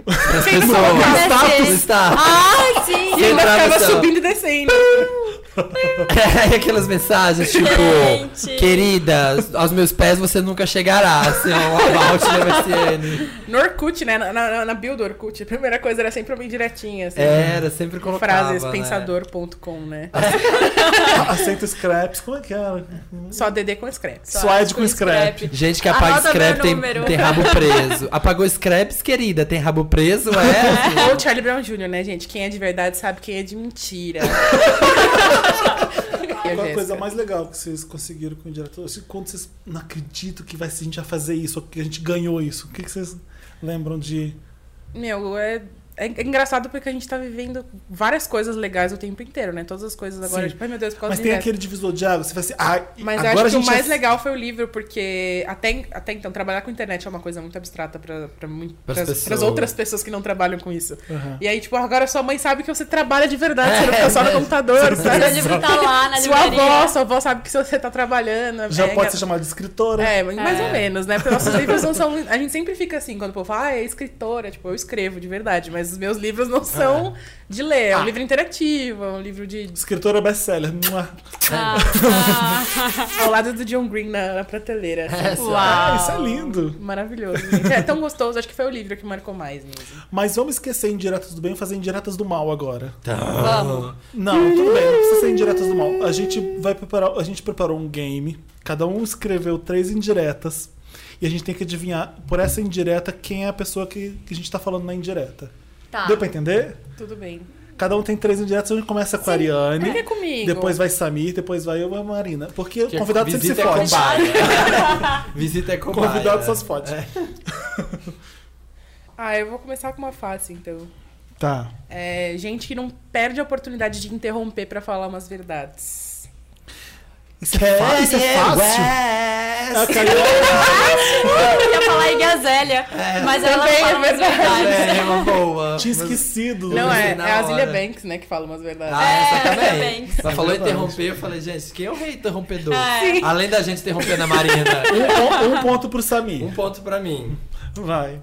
[SPEAKER 3] As pessoas.
[SPEAKER 2] MSN?
[SPEAKER 3] Status, status. assim,
[SPEAKER 2] Ah, sim.
[SPEAKER 4] E ainda
[SPEAKER 3] Lembrava
[SPEAKER 4] ficava
[SPEAKER 3] dessa-
[SPEAKER 4] subindo e descendo.
[SPEAKER 3] e É, aquelas mensagens tipo:
[SPEAKER 2] Gente.
[SPEAKER 3] Querida, aos meus pés você nunca chegará. Assim, um about no MSN.
[SPEAKER 4] No Orkut, né? Na, na, na bio do Orkut, a primeira coisa era sempre uma indiretinha, assim.
[SPEAKER 3] Era, sempre É, colocava. né?
[SPEAKER 4] Frasespensador.com, né?
[SPEAKER 1] Aceita scraps, como é que era?
[SPEAKER 4] Só DD com scraps.
[SPEAKER 1] Suede com scrap.
[SPEAKER 3] Gente que apaga
[SPEAKER 2] Anota
[SPEAKER 3] scrap
[SPEAKER 2] meu
[SPEAKER 3] tem,
[SPEAKER 2] número.
[SPEAKER 3] tem rabo preso. Apagou scraps, querida, tem rabo preso, é?
[SPEAKER 4] Ou o Charlie Brown Jr., né, gente? Quem é de verdade sabe quem é de mentira. E a
[SPEAKER 1] Qual a
[SPEAKER 4] Jéssica?
[SPEAKER 1] coisa mais legal que vocês conseguiram com o diretor? Assim, Quando vocês não acreditam que vai, a gente vai fazer isso, ou que a gente ganhou isso, o que, que vocês lembram de.
[SPEAKER 4] Meu, é, é engraçado porque a gente tá vivendo várias coisas legais o tempo inteiro, né? Todas as coisas agora,
[SPEAKER 1] Sim.
[SPEAKER 4] tipo, ai meu Deus, por causa
[SPEAKER 1] Mas
[SPEAKER 4] de
[SPEAKER 1] tem
[SPEAKER 4] neto.
[SPEAKER 1] aquele divisor de água, você vai assim, ah,
[SPEAKER 4] Mas eu
[SPEAKER 1] agora
[SPEAKER 4] acho que
[SPEAKER 1] a
[SPEAKER 4] o
[SPEAKER 1] gente
[SPEAKER 4] mais
[SPEAKER 1] é-
[SPEAKER 4] legal foi o livro, porque até, até então, trabalhar com internet é uma coisa muito abstrata pra, pra, mui-
[SPEAKER 3] Pras
[SPEAKER 4] pras- pras
[SPEAKER 3] pessoas.
[SPEAKER 4] outras pessoas que não trabalham com isso.
[SPEAKER 1] Aham.
[SPEAKER 4] E aí, tipo, agora sua mãe sabe que você trabalha de verdade, você não
[SPEAKER 3] É,
[SPEAKER 4] fica só no
[SPEAKER 3] né?
[SPEAKER 4] computador,
[SPEAKER 2] Seu
[SPEAKER 4] sabe?
[SPEAKER 2] livro tá lá na
[SPEAKER 4] Sua avó,
[SPEAKER 2] livraria.
[SPEAKER 4] sua avó sabe que você tá trabalhando.
[SPEAKER 1] Já
[SPEAKER 4] é
[SPEAKER 1] pode ser
[SPEAKER 4] engra-
[SPEAKER 1] chamado de escritora.
[SPEAKER 4] É, mas mais
[SPEAKER 2] É.
[SPEAKER 4] ou menos, né? Porque nossos livros não são. A gente sempre fica assim, quando o povo fala, ah, é escritora, tipo, eu escrevo de verdade, mas os meus livros não são de ler. É um
[SPEAKER 1] Ah.
[SPEAKER 4] livro interativo, é um livro de.
[SPEAKER 1] Escritora best-seller. Mua.
[SPEAKER 2] Ah,
[SPEAKER 4] ao lado do John Green na, na prateleira. assim.
[SPEAKER 2] ah,
[SPEAKER 1] Ah,
[SPEAKER 2] uau.
[SPEAKER 1] isso é lindo.
[SPEAKER 4] Maravilhoso. gente. É tão gostoso, acho que foi o livro que marcou mais mesmo.
[SPEAKER 1] Mas vamos esquecer indiretas do bem e fazer indiretas do mal agora.
[SPEAKER 2] Vamos.
[SPEAKER 1] Não, tudo bem, não precisa ser indiretas do mal. A gente vai preparar, a gente preparou um game, cada um escreveu três indiretas e a gente tem que adivinhar por essa indireta quem é a pessoa que, que a gente tá falando na indireta.
[SPEAKER 2] Tá.
[SPEAKER 1] Deu pra entender?
[SPEAKER 4] Tudo bem.
[SPEAKER 1] Cada um tem três indiretas, a gente começa com a
[SPEAKER 4] Fica
[SPEAKER 1] Ariane,
[SPEAKER 4] comigo.
[SPEAKER 1] É. depois vai Samir, depois vai eu e a Marina. Porque o
[SPEAKER 3] Que
[SPEAKER 1] convidado sempre se
[SPEAKER 3] visita é
[SPEAKER 1] fode.
[SPEAKER 3] cobaia. Visita é cobaia.
[SPEAKER 1] Convidado só se fode.
[SPEAKER 4] Ah, eu vou começar com uma fácil, então.
[SPEAKER 1] Tá.
[SPEAKER 4] É, gente que não perde a oportunidade de interromper pra falar umas verdades.
[SPEAKER 1] Isso é, fa- isso é fácil? É,
[SPEAKER 3] fácil.
[SPEAKER 1] Carioca.
[SPEAKER 2] Eu ia falar Igazélia, mas ela
[SPEAKER 4] Também
[SPEAKER 2] fala
[SPEAKER 4] é
[SPEAKER 2] as verdades.
[SPEAKER 3] É, é uma boa.
[SPEAKER 1] Tinha
[SPEAKER 3] Mas-
[SPEAKER 1] esquecido.
[SPEAKER 4] Não, é,
[SPEAKER 3] na
[SPEAKER 4] é a Zilia
[SPEAKER 3] hora.
[SPEAKER 4] Banks, né, que fala umas verdades.
[SPEAKER 3] Ah, essa
[SPEAKER 2] É,
[SPEAKER 3] também.
[SPEAKER 2] também.
[SPEAKER 3] Ela falou
[SPEAKER 1] É verdade.
[SPEAKER 3] interromper, eu falei, gente, quem é o rei interrompedor?
[SPEAKER 2] É. Sim.
[SPEAKER 3] Além da gente interrompendo a Marina.
[SPEAKER 1] Um, um ponto pro Samir.
[SPEAKER 3] Um ponto pra mim.
[SPEAKER 1] Vai.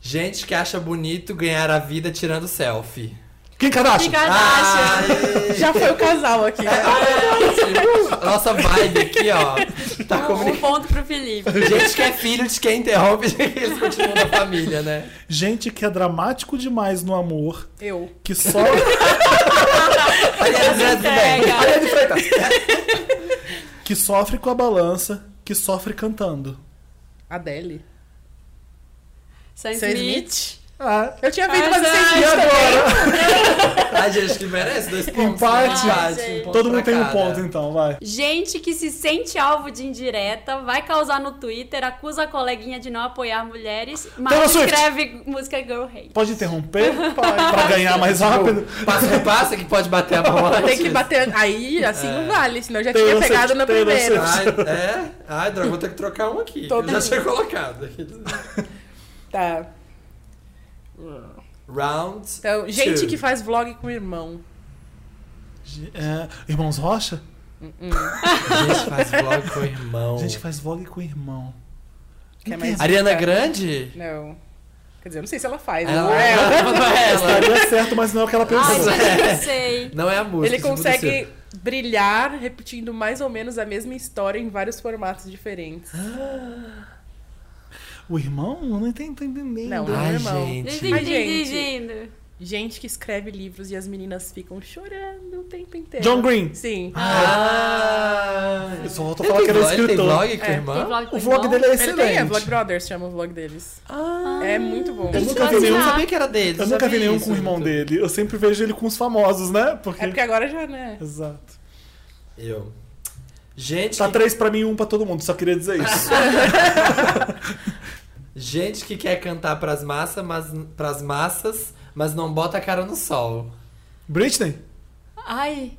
[SPEAKER 3] Gente que acha bonito ganhar a vida tirando selfie.
[SPEAKER 1] Quem
[SPEAKER 2] Que
[SPEAKER 1] Kardashian?
[SPEAKER 2] Kardashian.
[SPEAKER 3] Ah.
[SPEAKER 4] Já foi o casal aqui. né?
[SPEAKER 3] Ai, Nossa vibe aqui, ó. Tá
[SPEAKER 2] Um,
[SPEAKER 3] comunicando.
[SPEAKER 2] um ponto pro Felipe.
[SPEAKER 3] Gente que é filho de quem interrompe, eles continuam na família, né?
[SPEAKER 1] Gente que é dramático demais no amor,
[SPEAKER 4] Eu.
[SPEAKER 1] que só.
[SPEAKER 3] Aliás, é bem.
[SPEAKER 2] Pega.
[SPEAKER 1] que sofre com a balança, que sofre cantando.
[SPEAKER 4] Adele.
[SPEAKER 2] Sam
[SPEAKER 4] Sam
[SPEAKER 2] Smith.
[SPEAKER 4] Smith.
[SPEAKER 1] Ah,
[SPEAKER 4] Eu tinha feito
[SPEAKER 2] Ah,
[SPEAKER 4] uma de Sam
[SPEAKER 2] Sam.
[SPEAKER 4] Smith também.
[SPEAKER 3] Ai, É gente, que merece dois pontos.
[SPEAKER 1] Empate. Ah,
[SPEAKER 3] né?
[SPEAKER 2] Ai,
[SPEAKER 3] Empate,
[SPEAKER 2] gente.
[SPEAKER 3] ponto
[SPEAKER 1] todo
[SPEAKER 3] pra
[SPEAKER 1] mundo tem um
[SPEAKER 3] cada.
[SPEAKER 1] ponto então, vai.
[SPEAKER 2] Gente que se sente alvo de indireta, vai causar no Twitter, acusa a coleguinha de não apoiar mulheres,
[SPEAKER 1] Taylor
[SPEAKER 2] mas
[SPEAKER 1] Swift.
[SPEAKER 2] escreve música Girl Hate.
[SPEAKER 1] Pode interromper pra pra ganhar mais rápido.
[SPEAKER 3] Passa que passa que pode bater a bola.
[SPEAKER 4] Tem que bater. Aí, assim não vale, senão eu já
[SPEAKER 1] Taylor
[SPEAKER 4] tinha pegado
[SPEAKER 1] Swift,
[SPEAKER 4] na
[SPEAKER 1] Taylor
[SPEAKER 4] primeira.
[SPEAKER 1] Swift.
[SPEAKER 3] Ai, é? Ai, droga, vou ter que trocar um aqui.
[SPEAKER 4] Todo
[SPEAKER 3] Eu já
[SPEAKER 4] mundo.
[SPEAKER 3] tinha colocado.
[SPEAKER 4] Tá.
[SPEAKER 3] Round.
[SPEAKER 4] Então, gente
[SPEAKER 3] two.
[SPEAKER 4] que faz vlog com o irmão.
[SPEAKER 1] É, irmãos Rocha?
[SPEAKER 3] Gente faz vlog com o irmão.
[SPEAKER 1] Gente que faz vlog com o irmão.
[SPEAKER 4] Quer
[SPEAKER 1] Não
[SPEAKER 4] mais?
[SPEAKER 1] tem-
[SPEAKER 3] Ariana Grande?
[SPEAKER 4] Não. Quer dizer, eu não sei se ela faz.
[SPEAKER 3] Ela-
[SPEAKER 4] né? Ela-
[SPEAKER 3] não é ela.
[SPEAKER 1] Daria certo, mas não é o que ela pensou.
[SPEAKER 2] Ai, gente, eu não sei.
[SPEAKER 3] Não é a música.
[SPEAKER 4] Ele
[SPEAKER 3] isso muda o
[SPEAKER 4] consegue brilhar repetindo mais ou menos a mesma história em vários formatos diferentes.
[SPEAKER 1] O irmão? Eu não entendi, tô entendendo.
[SPEAKER 4] Não, é,
[SPEAKER 1] Ah,
[SPEAKER 3] Ai,
[SPEAKER 4] irmão.
[SPEAKER 3] gente.
[SPEAKER 4] Ai, gente.
[SPEAKER 2] Dirigindo.
[SPEAKER 4] Gente que escreve livros e as meninas ficam chorando o tempo inteiro.
[SPEAKER 1] John Green. Ah,
[SPEAKER 4] Sim.
[SPEAKER 3] Ah!
[SPEAKER 1] Eu só volto a
[SPEAKER 3] Ele
[SPEAKER 1] falar
[SPEAKER 3] tem
[SPEAKER 1] que ele é
[SPEAKER 3] vlog, ele tem
[SPEAKER 1] escritor.
[SPEAKER 3] vlog com
[SPEAKER 4] É,
[SPEAKER 3] a irmã?
[SPEAKER 2] Tem vlog com
[SPEAKER 1] O vlog
[SPEAKER 2] irmão?
[SPEAKER 1] dele é
[SPEAKER 4] Ele tem, é Vlog
[SPEAKER 1] excelente.
[SPEAKER 4] Brothers, chama o vlog deles.
[SPEAKER 3] Ah,
[SPEAKER 4] É muito bom.
[SPEAKER 1] Eu nunca
[SPEAKER 2] Ah,
[SPEAKER 1] vi
[SPEAKER 3] eu não
[SPEAKER 1] nenhum,
[SPEAKER 3] sabia que era dele.
[SPEAKER 1] eu
[SPEAKER 3] sabia
[SPEAKER 1] nunca vi nenhum
[SPEAKER 3] isso,
[SPEAKER 1] com o irmão
[SPEAKER 3] Vitor.
[SPEAKER 1] dele. Eu sempre vejo ele com os famosos, né? Porque...
[SPEAKER 4] É porque agora já, né?
[SPEAKER 1] Exato.
[SPEAKER 3] Eu. Gente,
[SPEAKER 1] Tá
[SPEAKER 3] que-
[SPEAKER 1] três pra mim e um pra todo mundo, só queria dizer isso.
[SPEAKER 3] gente que quer cantar pras massas, mas pras massas, mas não bota a cara no sol.
[SPEAKER 1] Britney, é-
[SPEAKER 2] Ai,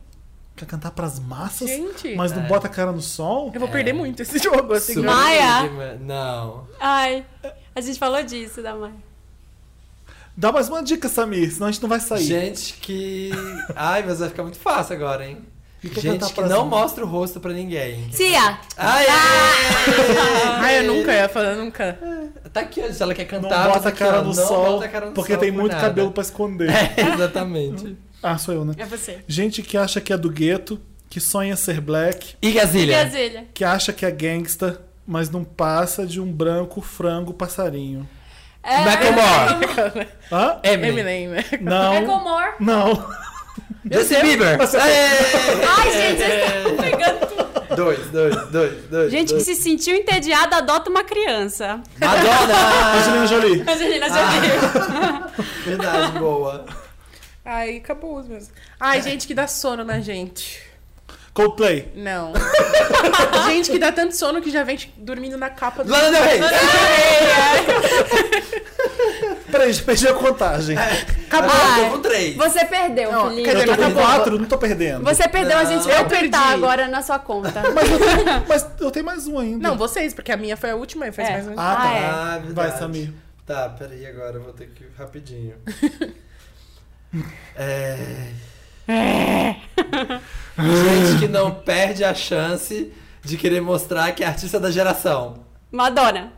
[SPEAKER 1] quer cantar pras massas,
[SPEAKER 4] Gente,
[SPEAKER 1] mas não
[SPEAKER 3] É.
[SPEAKER 1] bota a cara no sol?
[SPEAKER 4] eu vou
[SPEAKER 3] É.
[SPEAKER 4] perder muito esse jogo, assim.
[SPEAKER 3] Super
[SPEAKER 4] né?
[SPEAKER 2] Maia.
[SPEAKER 3] digna- Não.
[SPEAKER 2] ai. A gente falou disso da mãe.
[SPEAKER 1] Dá mais uma dica, Samir, senão a gente não vai sair.
[SPEAKER 3] Gente que. Ai, mas vai ficar muito fácil agora, hein?
[SPEAKER 1] E quer
[SPEAKER 3] gente
[SPEAKER 1] é cantar Ah!
[SPEAKER 3] que
[SPEAKER 1] pras
[SPEAKER 3] não
[SPEAKER 1] massas?
[SPEAKER 3] mostra o rosto pra ninguém.
[SPEAKER 2] Cia!
[SPEAKER 3] Ai,
[SPEAKER 4] Ai, Ah, eu nunca ia falar, nunca.
[SPEAKER 3] Tá aqui, ó, se ela quer
[SPEAKER 1] Não
[SPEAKER 3] cantar,
[SPEAKER 1] bota a
[SPEAKER 3] tá aqui,
[SPEAKER 1] cara
[SPEAKER 3] ó,
[SPEAKER 1] no
[SPEAKER 3] não
[SPEAKER 1] sol,
[SPEAKER 3] bota a cara no
[SPEAKER 1] porque
[SPEAKER 3] sol
[SPEAKER 1] tem
[SPEAKER 3] por
[SPEAKER 1] muito
[SPEAKER 3] nada.
[SPEAKER 1] cabelo pra esconder.
[SPEAKER 3] É, exatamente.
[SPEAKER 1] Ah, sou eu, né?
[SPEAKER 2] É você.
[SPEAKER 1] Gente que acha que é do gueto, que sonha ser black,
[SPEAKER 3] E Gazilha?
[SPEAKER 2] Brasília.
[SPEAKER 1] que acha que é gangsta, mas não passa de um branco frango passarinho.
[SPEAKER 2] É,
[SPEAKER 3] Macklemore.
[SPEAKER 1] Hã?
[SPEAKER 3] Eminem.
[SPEAKER 4] Eminem, né?
[SPEAKER 2] É
[SPEAKER 1] Não.
[SPEAKER 2] Comor.
[SPEAKER 1] Não.
[SPEAKER 3] Justin Bieber.
[SPEAKER 2] Ai, gente, vocês estão pegando tudo.
[SPEAKER 3] Dois, dois, dois, dois.
[SPEAKER 2] Gente que
[SPEAKER 3] dois.
[SPEAKER 2] se sentiu entediada, adota uma criança.
[SPEAKER 3] Madonna!
[SPEAKER 1] Angelina Jolie.
[SPEAKER 2] Angelina Jolie.
[SPEAKER 1] Ah.
[SPEAKER 3] Verdade, boa.
[SPEAKER 4] Ai, acabou os meus. Ai, gente que dá sono na gente.
[SPEAKER 1] Coldplay.
[SPEAKER 4] Não. gente que dá tanto sono que já vem tipo, dormindo na capa do.
[SPEAKER 3] Lana Del Rey!
[SPEAKER 1] Peraí, já perdi a contagem.
[SPEAKER 3] É, Acabou,
[SPEAKER 2] Ai.
[SPEAKER 3] Ah, eu tô com três.
[SPEAKER 2] Você
[SPEAKER 3] é,
[SPEAKER 2] perdeu,
[SPEAKER 4] Não,
[SPEAKER 2] Felipe.
[SPEAKER 4] quer
[SPEAKER 1] Eu tô
[SPEAKER 4] Mas
[SPEAKER 1] com
[SPEAKER 4] acabou.
[SPEAKER 1] quatro, não tô perdendo.
[SPEAKER 2] Você perdeu, a gente
[SPEAKER 3] Não.
[SPEAKER 2] vai
[SPEAKER 4] Eu perdi.
[SPEAKER 2] apertar agora na sua conta.
[SPEAKER 1] Mas eu tenho mais um ainda.
[SPEAKER 4] Não, vocês, porque a minha foi a última e fez
[SPEAKER 2] É.
[SPEAKER 4] mais um.
[SPEAKER 1] Ah, tá.
[SPEAKER 2] Ah, é.
[SPEAKER 3] verdade.
[SPEAKER 1] Vai, Samir.
[SPEAKER 3] Tá, peraí, agora eu vou ter que ir rapidinho. é... Gente que não perde a chance de querer mostrar que é artista da geração.
[SPEAKER 2] Madonna.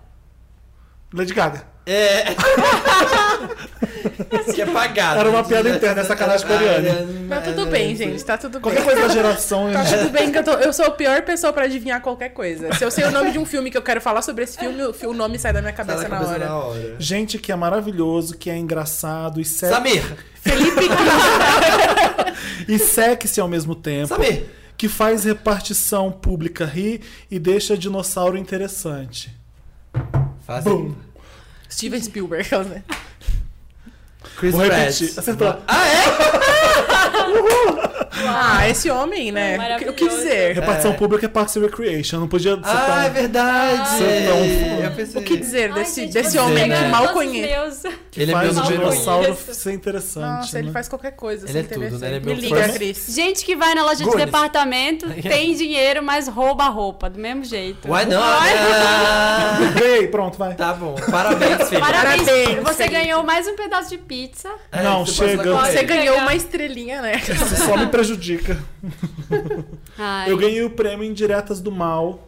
[SPEAKER 1] Lady Gaga.
[SPEAKER 3] É. Isso que é pagado.
[SPEAKER 1] Era uma piada interna, é sacanagem coreana.
[SPEAKER 4] Tá tudo bem, gente. Tá tudo bem.
[SPEAKER 1] Qualquer coisa da geração.
[SPEAKER 4] Tá
[SPEAKER 1] gente.
[SPEAKER 4] tudo bem que eu tô. Eu sou a pior pessoa pra adivinhar qualquer coisa. Se eu sei o nome de um filme que eu quero falar sobre esse filme, o fi- o nome sai da minha
[SPEAKER 3] Tá
[SPEAKER 4] cabeça,
[SPEAKER 3] na cabeça
[SPEAKER 4] na
[SPEAKER 3] na
[SPEAKER 4] hora.
[SPEAKER 3] hora.
[SPEAKER 1] Gente que é maravilhoso, que é engraçado e sexy.
[SPEAKER 3] Samir!
[SPEAKER 4] Felipe
[SPEAKER 1] E sexy ao mesmo tempo.
[SPEAKER 3] Samir!
[SPEAKER 1] Que faz repartição pública rir e deixa dinossauro interessante.
[SPEAKER 3] Faz
[SPEAKER 1] Bum.
[SPEAKER 4] Steven Spielberg, aquelas, né?
[SPEAKER 3] Chris
[SPEAKER 1] Vou
[SPEAKER 3] Pratt.
[SPEAKER 1] repetir. Acertou.
[SPEAKER 3] Ah, é?
[SPEAKER 4] Ah, esse homem, né? O que- O que
[SPEAKER 2] Maravilhoso.
[SPEAKER 4] dizer?
[SPEAKER 1] Repartição
[SPEAKER 3] É.
[SPEAKER 1] pública é Parks and Recreation. Não podia
[SPEAKER 3] Ah, é
[SPEAKER 1] citar.
[SPEAKER 3] verdade!
[SPEAKER 1] um Santão.
[SPEAKER 3] Eu pensei-
[SPEAKER 4] O que dizer
[SPEAKER 2] Ai,
[SPEAKER 4] desse,
[SPEAKER 2] gente,
[SPEAKER 4] desse
[SPEAKER 2] vocês
[SPEAKER 4] homem que
[SPEAKER 2] pegaram
[SPEAKER 4] mal
[SPEAKER 2] todos os
[SPEAKER 4] conheço?
[SPEAKER 2] meus.
[SPEAKER 1] que
[SPEAKER 3] Ele é meu
[SPEAKER 1] faz
[SPEAKER 2] número um.
[SPEAKER 1] dinossauro
[SPEAKER 2] Isso.
[SPEAKER 1] ser interessante.
[SPEAKER 4] Nossa, ele
[SPEAKER 1] né?
[SPEAKER 4] faz qualquer coisa.
[SPEAKER 3] Ele
[SPEAKER 4] assim,
[SPEAKER 3] é tudo,
[SPEAKER 4] interessante.
[SPEAKER 3] né? Ele é
[SPEAKER 4] Me
[SPEAKER 3] meu
[SPEAKER 4] liga,
[SPEAKER 3] fã.
[SPEAKER 4] Cris.
[SPEAKER 2] Gente que vai na loja de
[SPEAKER 3] Goonies.
[SPEAKER 2] departamento, tem dinheiro, mas rouba a roupa, do mesmo jeito.
[SPEAKER 3] Why not? Ah,
[SPEAKER 1] Ganhei, pronto, vai.
[SPEAKER 3] tá bom. Parabéns, filho.
[SPEAKER 2] Parabéns,
[SPEAKER 4] Parabéns,
[SPEAKER 2] você
[SPEAKER 4] Felipe.
[SPEAKER 2] ganhou mais um pedaço de pizza.
[SPEAKER 3] É,
[SPEAKER 1] Não,
[SPEAKER 3] você pode
[SPEAKER 1] chega.
[SPEAKER 3] falar com
[SPEAKER 4] Você
[SPEAKER 3] ele.
[SPEAKER 4] ganhou
[SPEAKER 2] Pegar.
[SPEAKER 4] uma estrelinha, né?
[SPEAKER 1] Isso só me prejudica.
[SPEAKER 2] Ai.
[SPEAKER 1] Eu ganhei o prêmio Indiretas do Mal.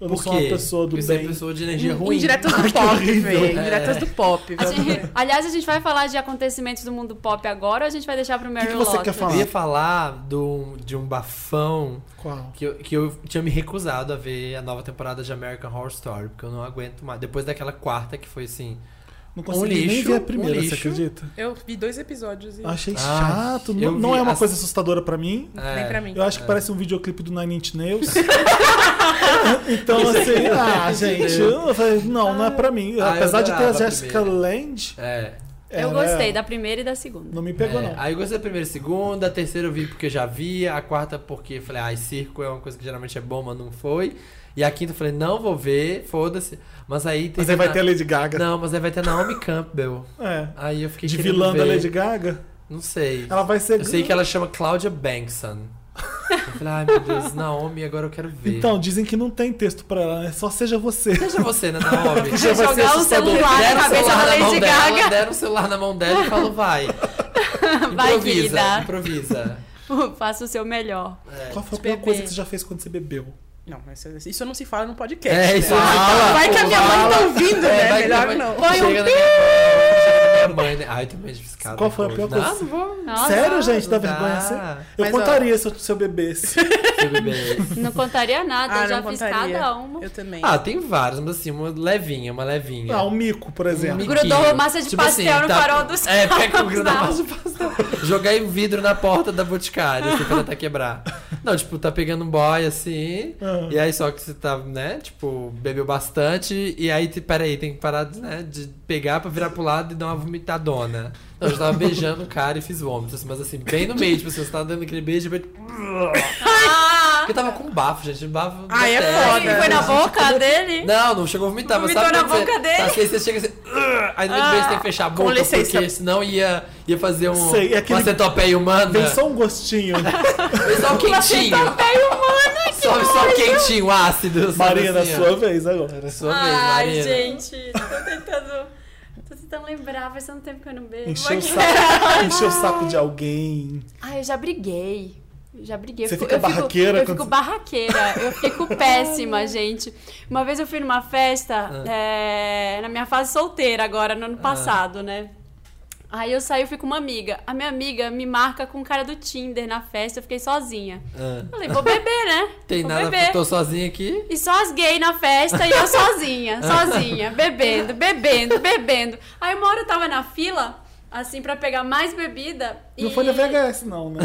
[SPEAKER 1] Eu não
[SPEAKER 3] Por
[SPEAKER 1] sou uma
[SPEAKER 3] quê?
[SPEAKER 1] pessoa do
[SPEAKER 3] Porque você é
[SPEAKER 1] bem.
[SPEAKER 3] uma pessoa de energia ruim.
[SPEAKER 4] Indiretas
[SPEAKER 1] Ai,
[SPEAKER 4] do
[SPEAKER 1] que
[SPEAKER 4] pop,
[SPEAKER 1] horrível.
[SPEAKER 4] velho. Indiretas
[SPEAKER 3] É.
[SPEAKER 4] do pop,
[SPEAKER 2] A gente-
[SPEAKER 4] velho.
[SPEAKER 2] aliás, a gente vai falar de acontecimentos do mundo pop agora ou a gente vai deixar pro
[SPEAKER 1] O que,
[SPEAKER 2] Mary
[SPEAKER 1] que você quer
[SPEAKER 3] Eu
[SPEAKER 1] falar?
[SPEAKER 3] ia falar do, de um bafão
[SPEAKER 1] Qual?
[SPEAKER 3] que eu, que eu tinha me recusado a ver a nova temporada de American Horror Story, porque eu não aguento mais. Depois daquela quarta que foi assim.
[SPEAKER 1] Não consegui nem
[SPEAKER 3] lixo,
[SPEAKER 1] ver a
[SPEAKER 3] um
[SPEAKER 1] primeira, você
[SPEAKER 3] lixo.
[SPEAKER 1] acredita?
[SPEAKER 4] Eu vi dois episódios e
[SPEAKER 1] Eu Achei
[SPEAKER 3] Ah,
[SPEAKER 1] chato. Não,
[SPEAKER 3] eu
[SPEAKER 1] não
[SPEAKER 3] vi
[SPEAKER 1] é uma
[SPEAKER 3] as- É.
[SPEAKER 1] coisa assustadora pra mim.
[SPEAKER 4] nem pra mim.
[SPEAKER 1] Eu acho que parece um videoclipe do Nine Inch Nails. então, assim, ah, gente, eu falei, não, não é pra mim.
[SPEAKER 3] é Ah, eu
[SPEAKER 1] Apesar de ter a
[SPEAKER 3] adorava a
[SPEAKER 1] Jessica Lange,
[SPEAKER 3] É.
[SPEAKER 2] Eu
[SPEAKER 1] era-
[SPEAKER 2] gostei da primeira e da segunda.
[SPEAKER 1] né? Não me pegou,
[SPEAKER 3] é.
[SPEAKER 1] não.
[SPEAKER 3] Aí eu gostei da primeira e segunda, a terceira eu vi porque eu já via, a quarta porque eu falei, ai, circo é uma coisa que geralmente é bom, mas não foi. E a quinta eu falei, não vou ver, foda-se. Mas aí tem.
[SPEAKER 1] Mas aí vai ter a Lady Gaga.
[SPEAKER 3] Não, mas aí vai ter Naomi Campbell.
[SPEAKER 1] É.
[SPEAKER 3] Aí eu fiquei
[SPEAKER 1] De
[SPEAKER 3] querendo
[SPEAKER 1] vilã da
[SPEAKER 3] ver.
[SPEAKER 1] Lady Gaga,
[SPEAKER 3] Não sei.
[SPEAKER 1] ela vai ser.
[SPEAKER 3] Eu sei que ela chama Claudia Bankson. Eu falei, ai meu Deus, Naomi, agora eu quero ver.
[SPEAKER 1] Então, dizem que não tem texto pra ela, né? Só seja você.
[SPEAKER 3] Seja você, né, Naomi?
[SPEAKER 1] Já vai ser
[SPEAKER 2] Jogar o
[SPEAKER 1] assustador.
[SPEAKER 2] celular na cabeça da
[SPEAKER 3] mão
[SPEAKER 2] Lady
[SPEAKER 3] dela,
[SPEAKER 2] Gaga.
[SPEAKER 3] deram o celular na mão dela e falou, vai.
[SPEAKER 2] Vai,
[SPEAKER 3] improvisa,
[SPEAKER 2] querida.
[SPEAKER 3] improvisa.
[SPEAKER 2] Faça o seu melhor.
[SPEAKER 3] É.
[SPEAKER 1] Qual foi a pior
[SPEAKER 2] Bebê.
[SPEAKER 1] coisa que você já fez quando você bebeu?
[SPEAKER 4] Não, mas isso- isso não se fala no podcast.
[SPEAKER 3] É,
[SPEAKER 4] né?
[SPEAKER 3] isso-
[SPEAKER 4] Vai que a minha mãe tá
[SPEAKER 3] Fala.
[SPEAKER 4] ouvindo,
[SPEAKER 3] É,
[SPEAKER 4] né?
[SPEAKER 3] vai que minha
[SPEAKER 4] Melhor
[SPEAKER 3] mãe-
[SPEAKER 4] não. Ah,
[SPEAKER 2] Põe um
[SPEAKER 3] Chega na minha mãe, chega na minha mãe, nem. Ai, tô meio de fiscal.
[SPEAKER 1] Qual foi a pior
[SPEAKER 3] depois.
[SPEAKER 1] coisa?
[SPEAKER 3] Não, não vou.
[SPEAKER 2] Nossa,
[SPEAKER 1] Sério, gente? Dá
[SPEAKER 3] não dá.
[SPEAKER 1] vergonha assim? Eu
[SPEAKER 4] Mas, ó-
[SPEAKER 1] contaria se eu, se eu bebesse.
[SPEAKER 3] Seu bebê.
[SPEAKER 2] Não contaria nada,
[SPEAKER 4] Ah,
[SPEAKER 2] eu já
[SPEAKER 4] não
[SPEAKER 2] fiz
[SPEAKER 4] contaria.
[SPEAKER 2] cada uma.
[SPEAKER 4] Eu também.
[SPEAKER 3] Ah, tem várias, mas assim, uma levinha, uma levinha.
[SPEAKER 1] Ah, um mico, por exemplo.
[SPEAKER 3] Mico.
[SPEAKER 2] Grudou massa de
[SPEAKER 3] Tipo assim,
[SPEAKER 2] pastel no
[SPEAKER 3] tá-
[SPEAKER 2] farol dos
[SPEAKER 3] É, porque com
[SPEAKER 2] carros,
[SPEAKER 3] grudar
[SPEAKER 2] não.
[SPEAKER 3] massa de pastel. Joguei um vidro na porta da boticária, assim, pra tentar quebrar. Não, tipo, tá pegando um boy, assim,
[SPEAKER 1] Ah.
[SPEAKER 3] e aí só que você tá, né, tipo, bebeu bastante, e aí, te- peraí, tem que parar, né, de pegar pra virar pro lado e dar uma vomitadona. Não, eu já tava beijando o cara e fiz vômito, assim, mas assim, bem no meio, tipo, assim, você tava dando aquele beijo e... de repente-
[SPEAKER 2] Ah,
[SPEAKER 3] Porque tava com bafo, gente, bafo...
[SPEAKER 4] Ah, é
[SPEAKER 3] até-
[SPEAKER 4] foda.
[SPEAKER 2] foi na boca dele?
[SPEAKER 3] Não, não chegou a vomitar, mas
[SPEAKER 2] Vomitou
[SPEAKER 3] sabe
[SPEAKER 2] na
[SPEAKER 3] quando
[SPEAKER 2] boca
[SPEAKER 3] você,
[SPEAKER 2] dele?
[SPEAKER 3] Tá, assim, você chega assim, "Ugh", aí no meio do beijo tem que fechar a boca,
[SPEAKER 4] licença.
[SPEAKER 3] porque senão ia, ia fazer um,
[SPEAKER 1] Sei, é aquele-
[SPEAKER 3] uma centopeia humana.
[SPEAKER 1] Vem só um gostinho.
[SPEAKER 3] Vem só o quentinho.
[SPEAKER 2] Centopeia
[SPEAKER 4] um
[SPEAKER 2] humana, que
[SPEAKER 3] Só, só o quentinho, ácido. sabe
[SPEAKER 1] Marina,
[SPEAKER 3] assim, ó.
[SPEAKER 1] sua vez agora.
[SPEAKER 3] Sua vez,
[SPEAKER 2] Ai,
[SPEAKER 3] Marina.
[SPEAKER 2] gente, tô tentando. Tô tentando lembrar, faz tanto tempo que eu não bebo.
[SPEAKER 1] Encher o
[SPEAKER 2] Aqui.
[SPEAKER 1] saco, encher o saco de alguém.
[SPEAKER 2] Ai, Ah, eu já briguei. Eu Já briguei. Eu
[SPEAKER 1] Você
[SPEAKER 2] fico-
[SPEAKER 1] fica
[SPEAKER 2] eu fico-
[SPEAKER 1] barraqueira
[SPEAKER 2] Eu
[SPEAKER 1] quando
[SPEAKER 2] fico
[SPEAKER 1] você-
[SPEAKER 2] barraqueira. Eu fico péssima, gente. Uma vez eu fui numa festa,
[SPEAKER 1] Ah.
[SPEAKER 2] é, na minha fase solteira agora, no ano passado, né? Aí eu saí, eu fui com uma amiga. A minha amiga me marca com o cara do Tinder na festa, eu fiquei sozinha.
[SPEAKER 3] Ah,
[SPEAKER 2] Falei, vou beber, né?
[SPEAKER 3] tem
[SPEAKER 2] vou
[SPEAKER 3] nada,
[SPEAKER 2] beber.
[SPEAKER 3] tô sozinha aqui.
[SPEAKER 2] E só as gays na festa e eu sozinha, sozinha, bebendo, bebendo, bebendo. Aí uma hora eu tava na fila, assim, pra pegar mais bebida. E...
[SPEAKER 1] Não foi na VHS, não, né?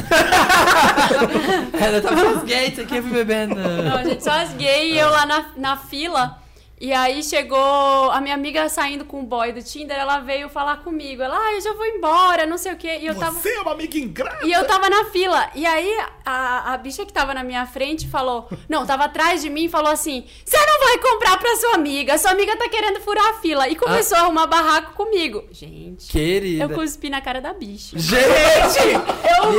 [SPEAKER 3] Ela tava com os gays aqui, eu fui bebendo.
[SPEAKER 2] Não, gente, só as gays
[SPEAKER 3] É.
[SPEAKER 2] e eu lá na, na fila. E aí chegou a minha amiga saindo com o boy do Tinder, ela veio falar comigo. Ela, ah, eu já vou embora, não sei o quê. E eu tava.
[SPEAKER 1] Você é uma amiga ingrata.
[SPEAKER 2] E eu tava na fila. E aí a, a bicha que tava na minha frente falou. Não, tava atrás de mim e falou assim: Você não vai comprar pra sua amiga, sua amiga tá querendo furar a fila. E começou a arrumar barraco comigo. Gente.
[SPEAKER 3] Querida.
[SPEAKER 2] Eu cuspi na cara da bicha.
[SPEAKER 3] Gente! Meu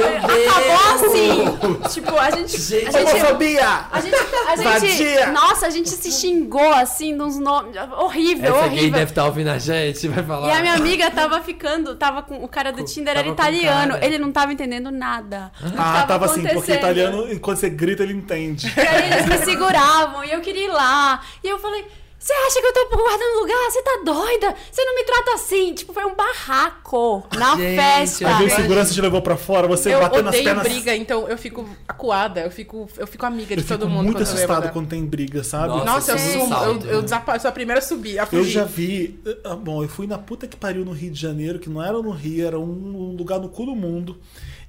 [SPEAKER 2] Acabou assim! Tipo, a gente.
[SPEAKER 3] Gente,
[SPEAKER 2] a gente
[SPEAKER 1] Homofobia!
[SPEAKER 2] a gente, a gente-
[SPEAKER 1] Vadia.
[SPEAKER 2] nossa, a gente se xingou assim, de uns nomes. Horrível,
[SPEAKER 3] Essa gay
[SPEAKER 2] horrível.
[SPEAKER 3] deve estar ouvindo a gente, vai falar. Ah,
[SPEAKER 2] E a minha amiga tava ficando, tava com. O cara do Tinder era
[SPEAKER 3] tava com
[SPEAKER 2] italiano.
[SPEAKER 3] cara.
[SPEAKER 2] Ele não tava entendendo nada. do que
[SPEAKER 1] Ah, tava assim, porque
[SPEAKER 2] acontecendo.
[SPEAKER 1] italiano, enquanto você grita, ele entende.
[SPEAKER 2] E aí eles me seguravam e eu queria ir lá. E eu falei. Você acha que eu tô guardando lugar? Você tá doida? Você não me trata assim. Tipo, foi um barraco na
[SPEAKER 3] Gente, é
[SPEAKER 2] festa.
[SPEAKER 3] eu
[SPEAKER 1] Aí veio
[SPEAKER 3] Ai,
[SPEAKER 1] segurança te levou pra fora, você
[SPEAKER 4] Eu
[SPEAKER 1] bateu nas
[SPEAKER 4] odeio
[SPEAKER 1] pernas.
[SPEAKER 4] briga, então eu fico acuada, eu fico, eu fico amiga de
[SPEAKER 1] Eu fico
[SPEAKER 4] todo mundo
[SPEAKER 1] muito
[SPEAKER 4] quando
[SPEAKER 1] assustado
[SPEAKER 4] eu lembro.
[SPEAKER 1] quando tem briga, sabe?
[SPEAKER 3] Nossa,
[SPEAKER 4] Nossa, eu
[SPEAKER 3] Sim.
[SPEAKER 4] sumo, eu,
[SPEAKER 3] Salto,
[SPEAKER 4] eu
[SPEAKER 3] né?
[SPEAKER 4] desapareço, sou a primeira a subir, a
[SPEAKER 1] Eu
[SPEAKER 4] fugir.
[SPEAKER 1] já vi. ah, Bom, eu fui na puta que pariu no Rio de Janeiro, que não era no Rio, era um, um lugar no cu do mundo.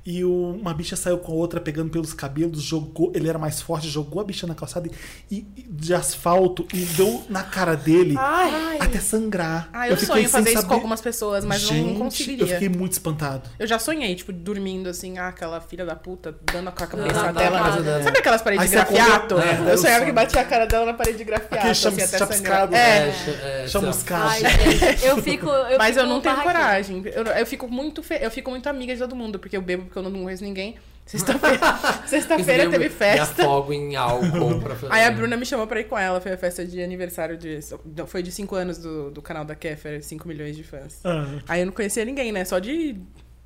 [SPEAKER 1] E o- uma bicha saiu com a outra pegando pelos cabelos, jogou. Ele era mais forte, jogou a bicha na calçada e, e- de asfalto e deu na cara dele
[SPEAKER 4] Ai,
[SPEAKER 1] até sangrar.
[SPEAKER 4] ai, Ah, eu,
[SPEAKER 1] fiquei
[SPEAKER 4] sonho em
[SPEAKER 1] sem
[SPEAKER 4] fazer isso
[SPEAKER 1] saber-
[SPEAKER 4] com algumas pessoas, mas não-
[SPEAKER 1] Gente,
[SPEAKER 4] não conseguiria.
[SPEAKER 1] Eu fiquei muito espantado.
[SPEAKER 4] Eu já sonhei, tipo, dormindo assim, ah, aquela filha da puta, dando com a
[SPEAKER 3] Ah,
[SPEAKER 4] cabeça
[SPEAKER 3] tá
[SPEAKER 4] na tela.
[SPEAKER 3] casa dela.
[SPEAKER 4] Sabe aquelas paredes
[SPEAKER 1] Aí
[SPEAKER 4] de
[SPEAKER 1] você acordou-
[SPEAKER 4] grafiato?
[SPEAKER 1] É, era
[SPEAKER 4] eu
[SPEAKER 1] o
[SPEAKER 4] sonhava
[SPEAKER 1] sonho.
[SPEAKER 4] que batia a cara dela na parede de grafiato,
[SPEAKER 1] Aquele
[SPEAKER 4] assim,
[SPEAKER 1] chamus-
[SPEAKER 4] até sangrar.
[SPEAKER 1] chapiscado,
[SPEAKER 4] É,
[SPEAKER 1] né?
[SPEAKER 3] É, é,
[SPEAKER 1] Chama os
[SPEAKER 3] sei lá.
[SPEAKER 1] caras.
[SPEAKER 2] Ai, gente, eu fico. Eu
[SPEAKER 4] mas eu
[SPEAKER 2] fico
[SPEAKER 4] não tenho
[SPEAKER 2] barraqueira.
[SPEAKER 4] coragem. Eu, eu fico muito fe- eu fico muito amiga de todo mundo, porque eu bebo porque eu não conheço ninguém. Sexta-feira sexta-feira teve
[SPEAKER 3] Me
[SPEAKER 4] festa.
[SPEAKER 3] afogo em álcool pra fazer.
[SPEAKER 4] Aí a Bruna me chamou pra ir com ela, foi a festa de aniversário de. não, Foi de 5 anos do, do canal da Kéfera, 5 milhões de fãs.
[SPEAKER 1] Ah,
[SPEAKER 4] Aí eu não conhecia ninguém, né? Só de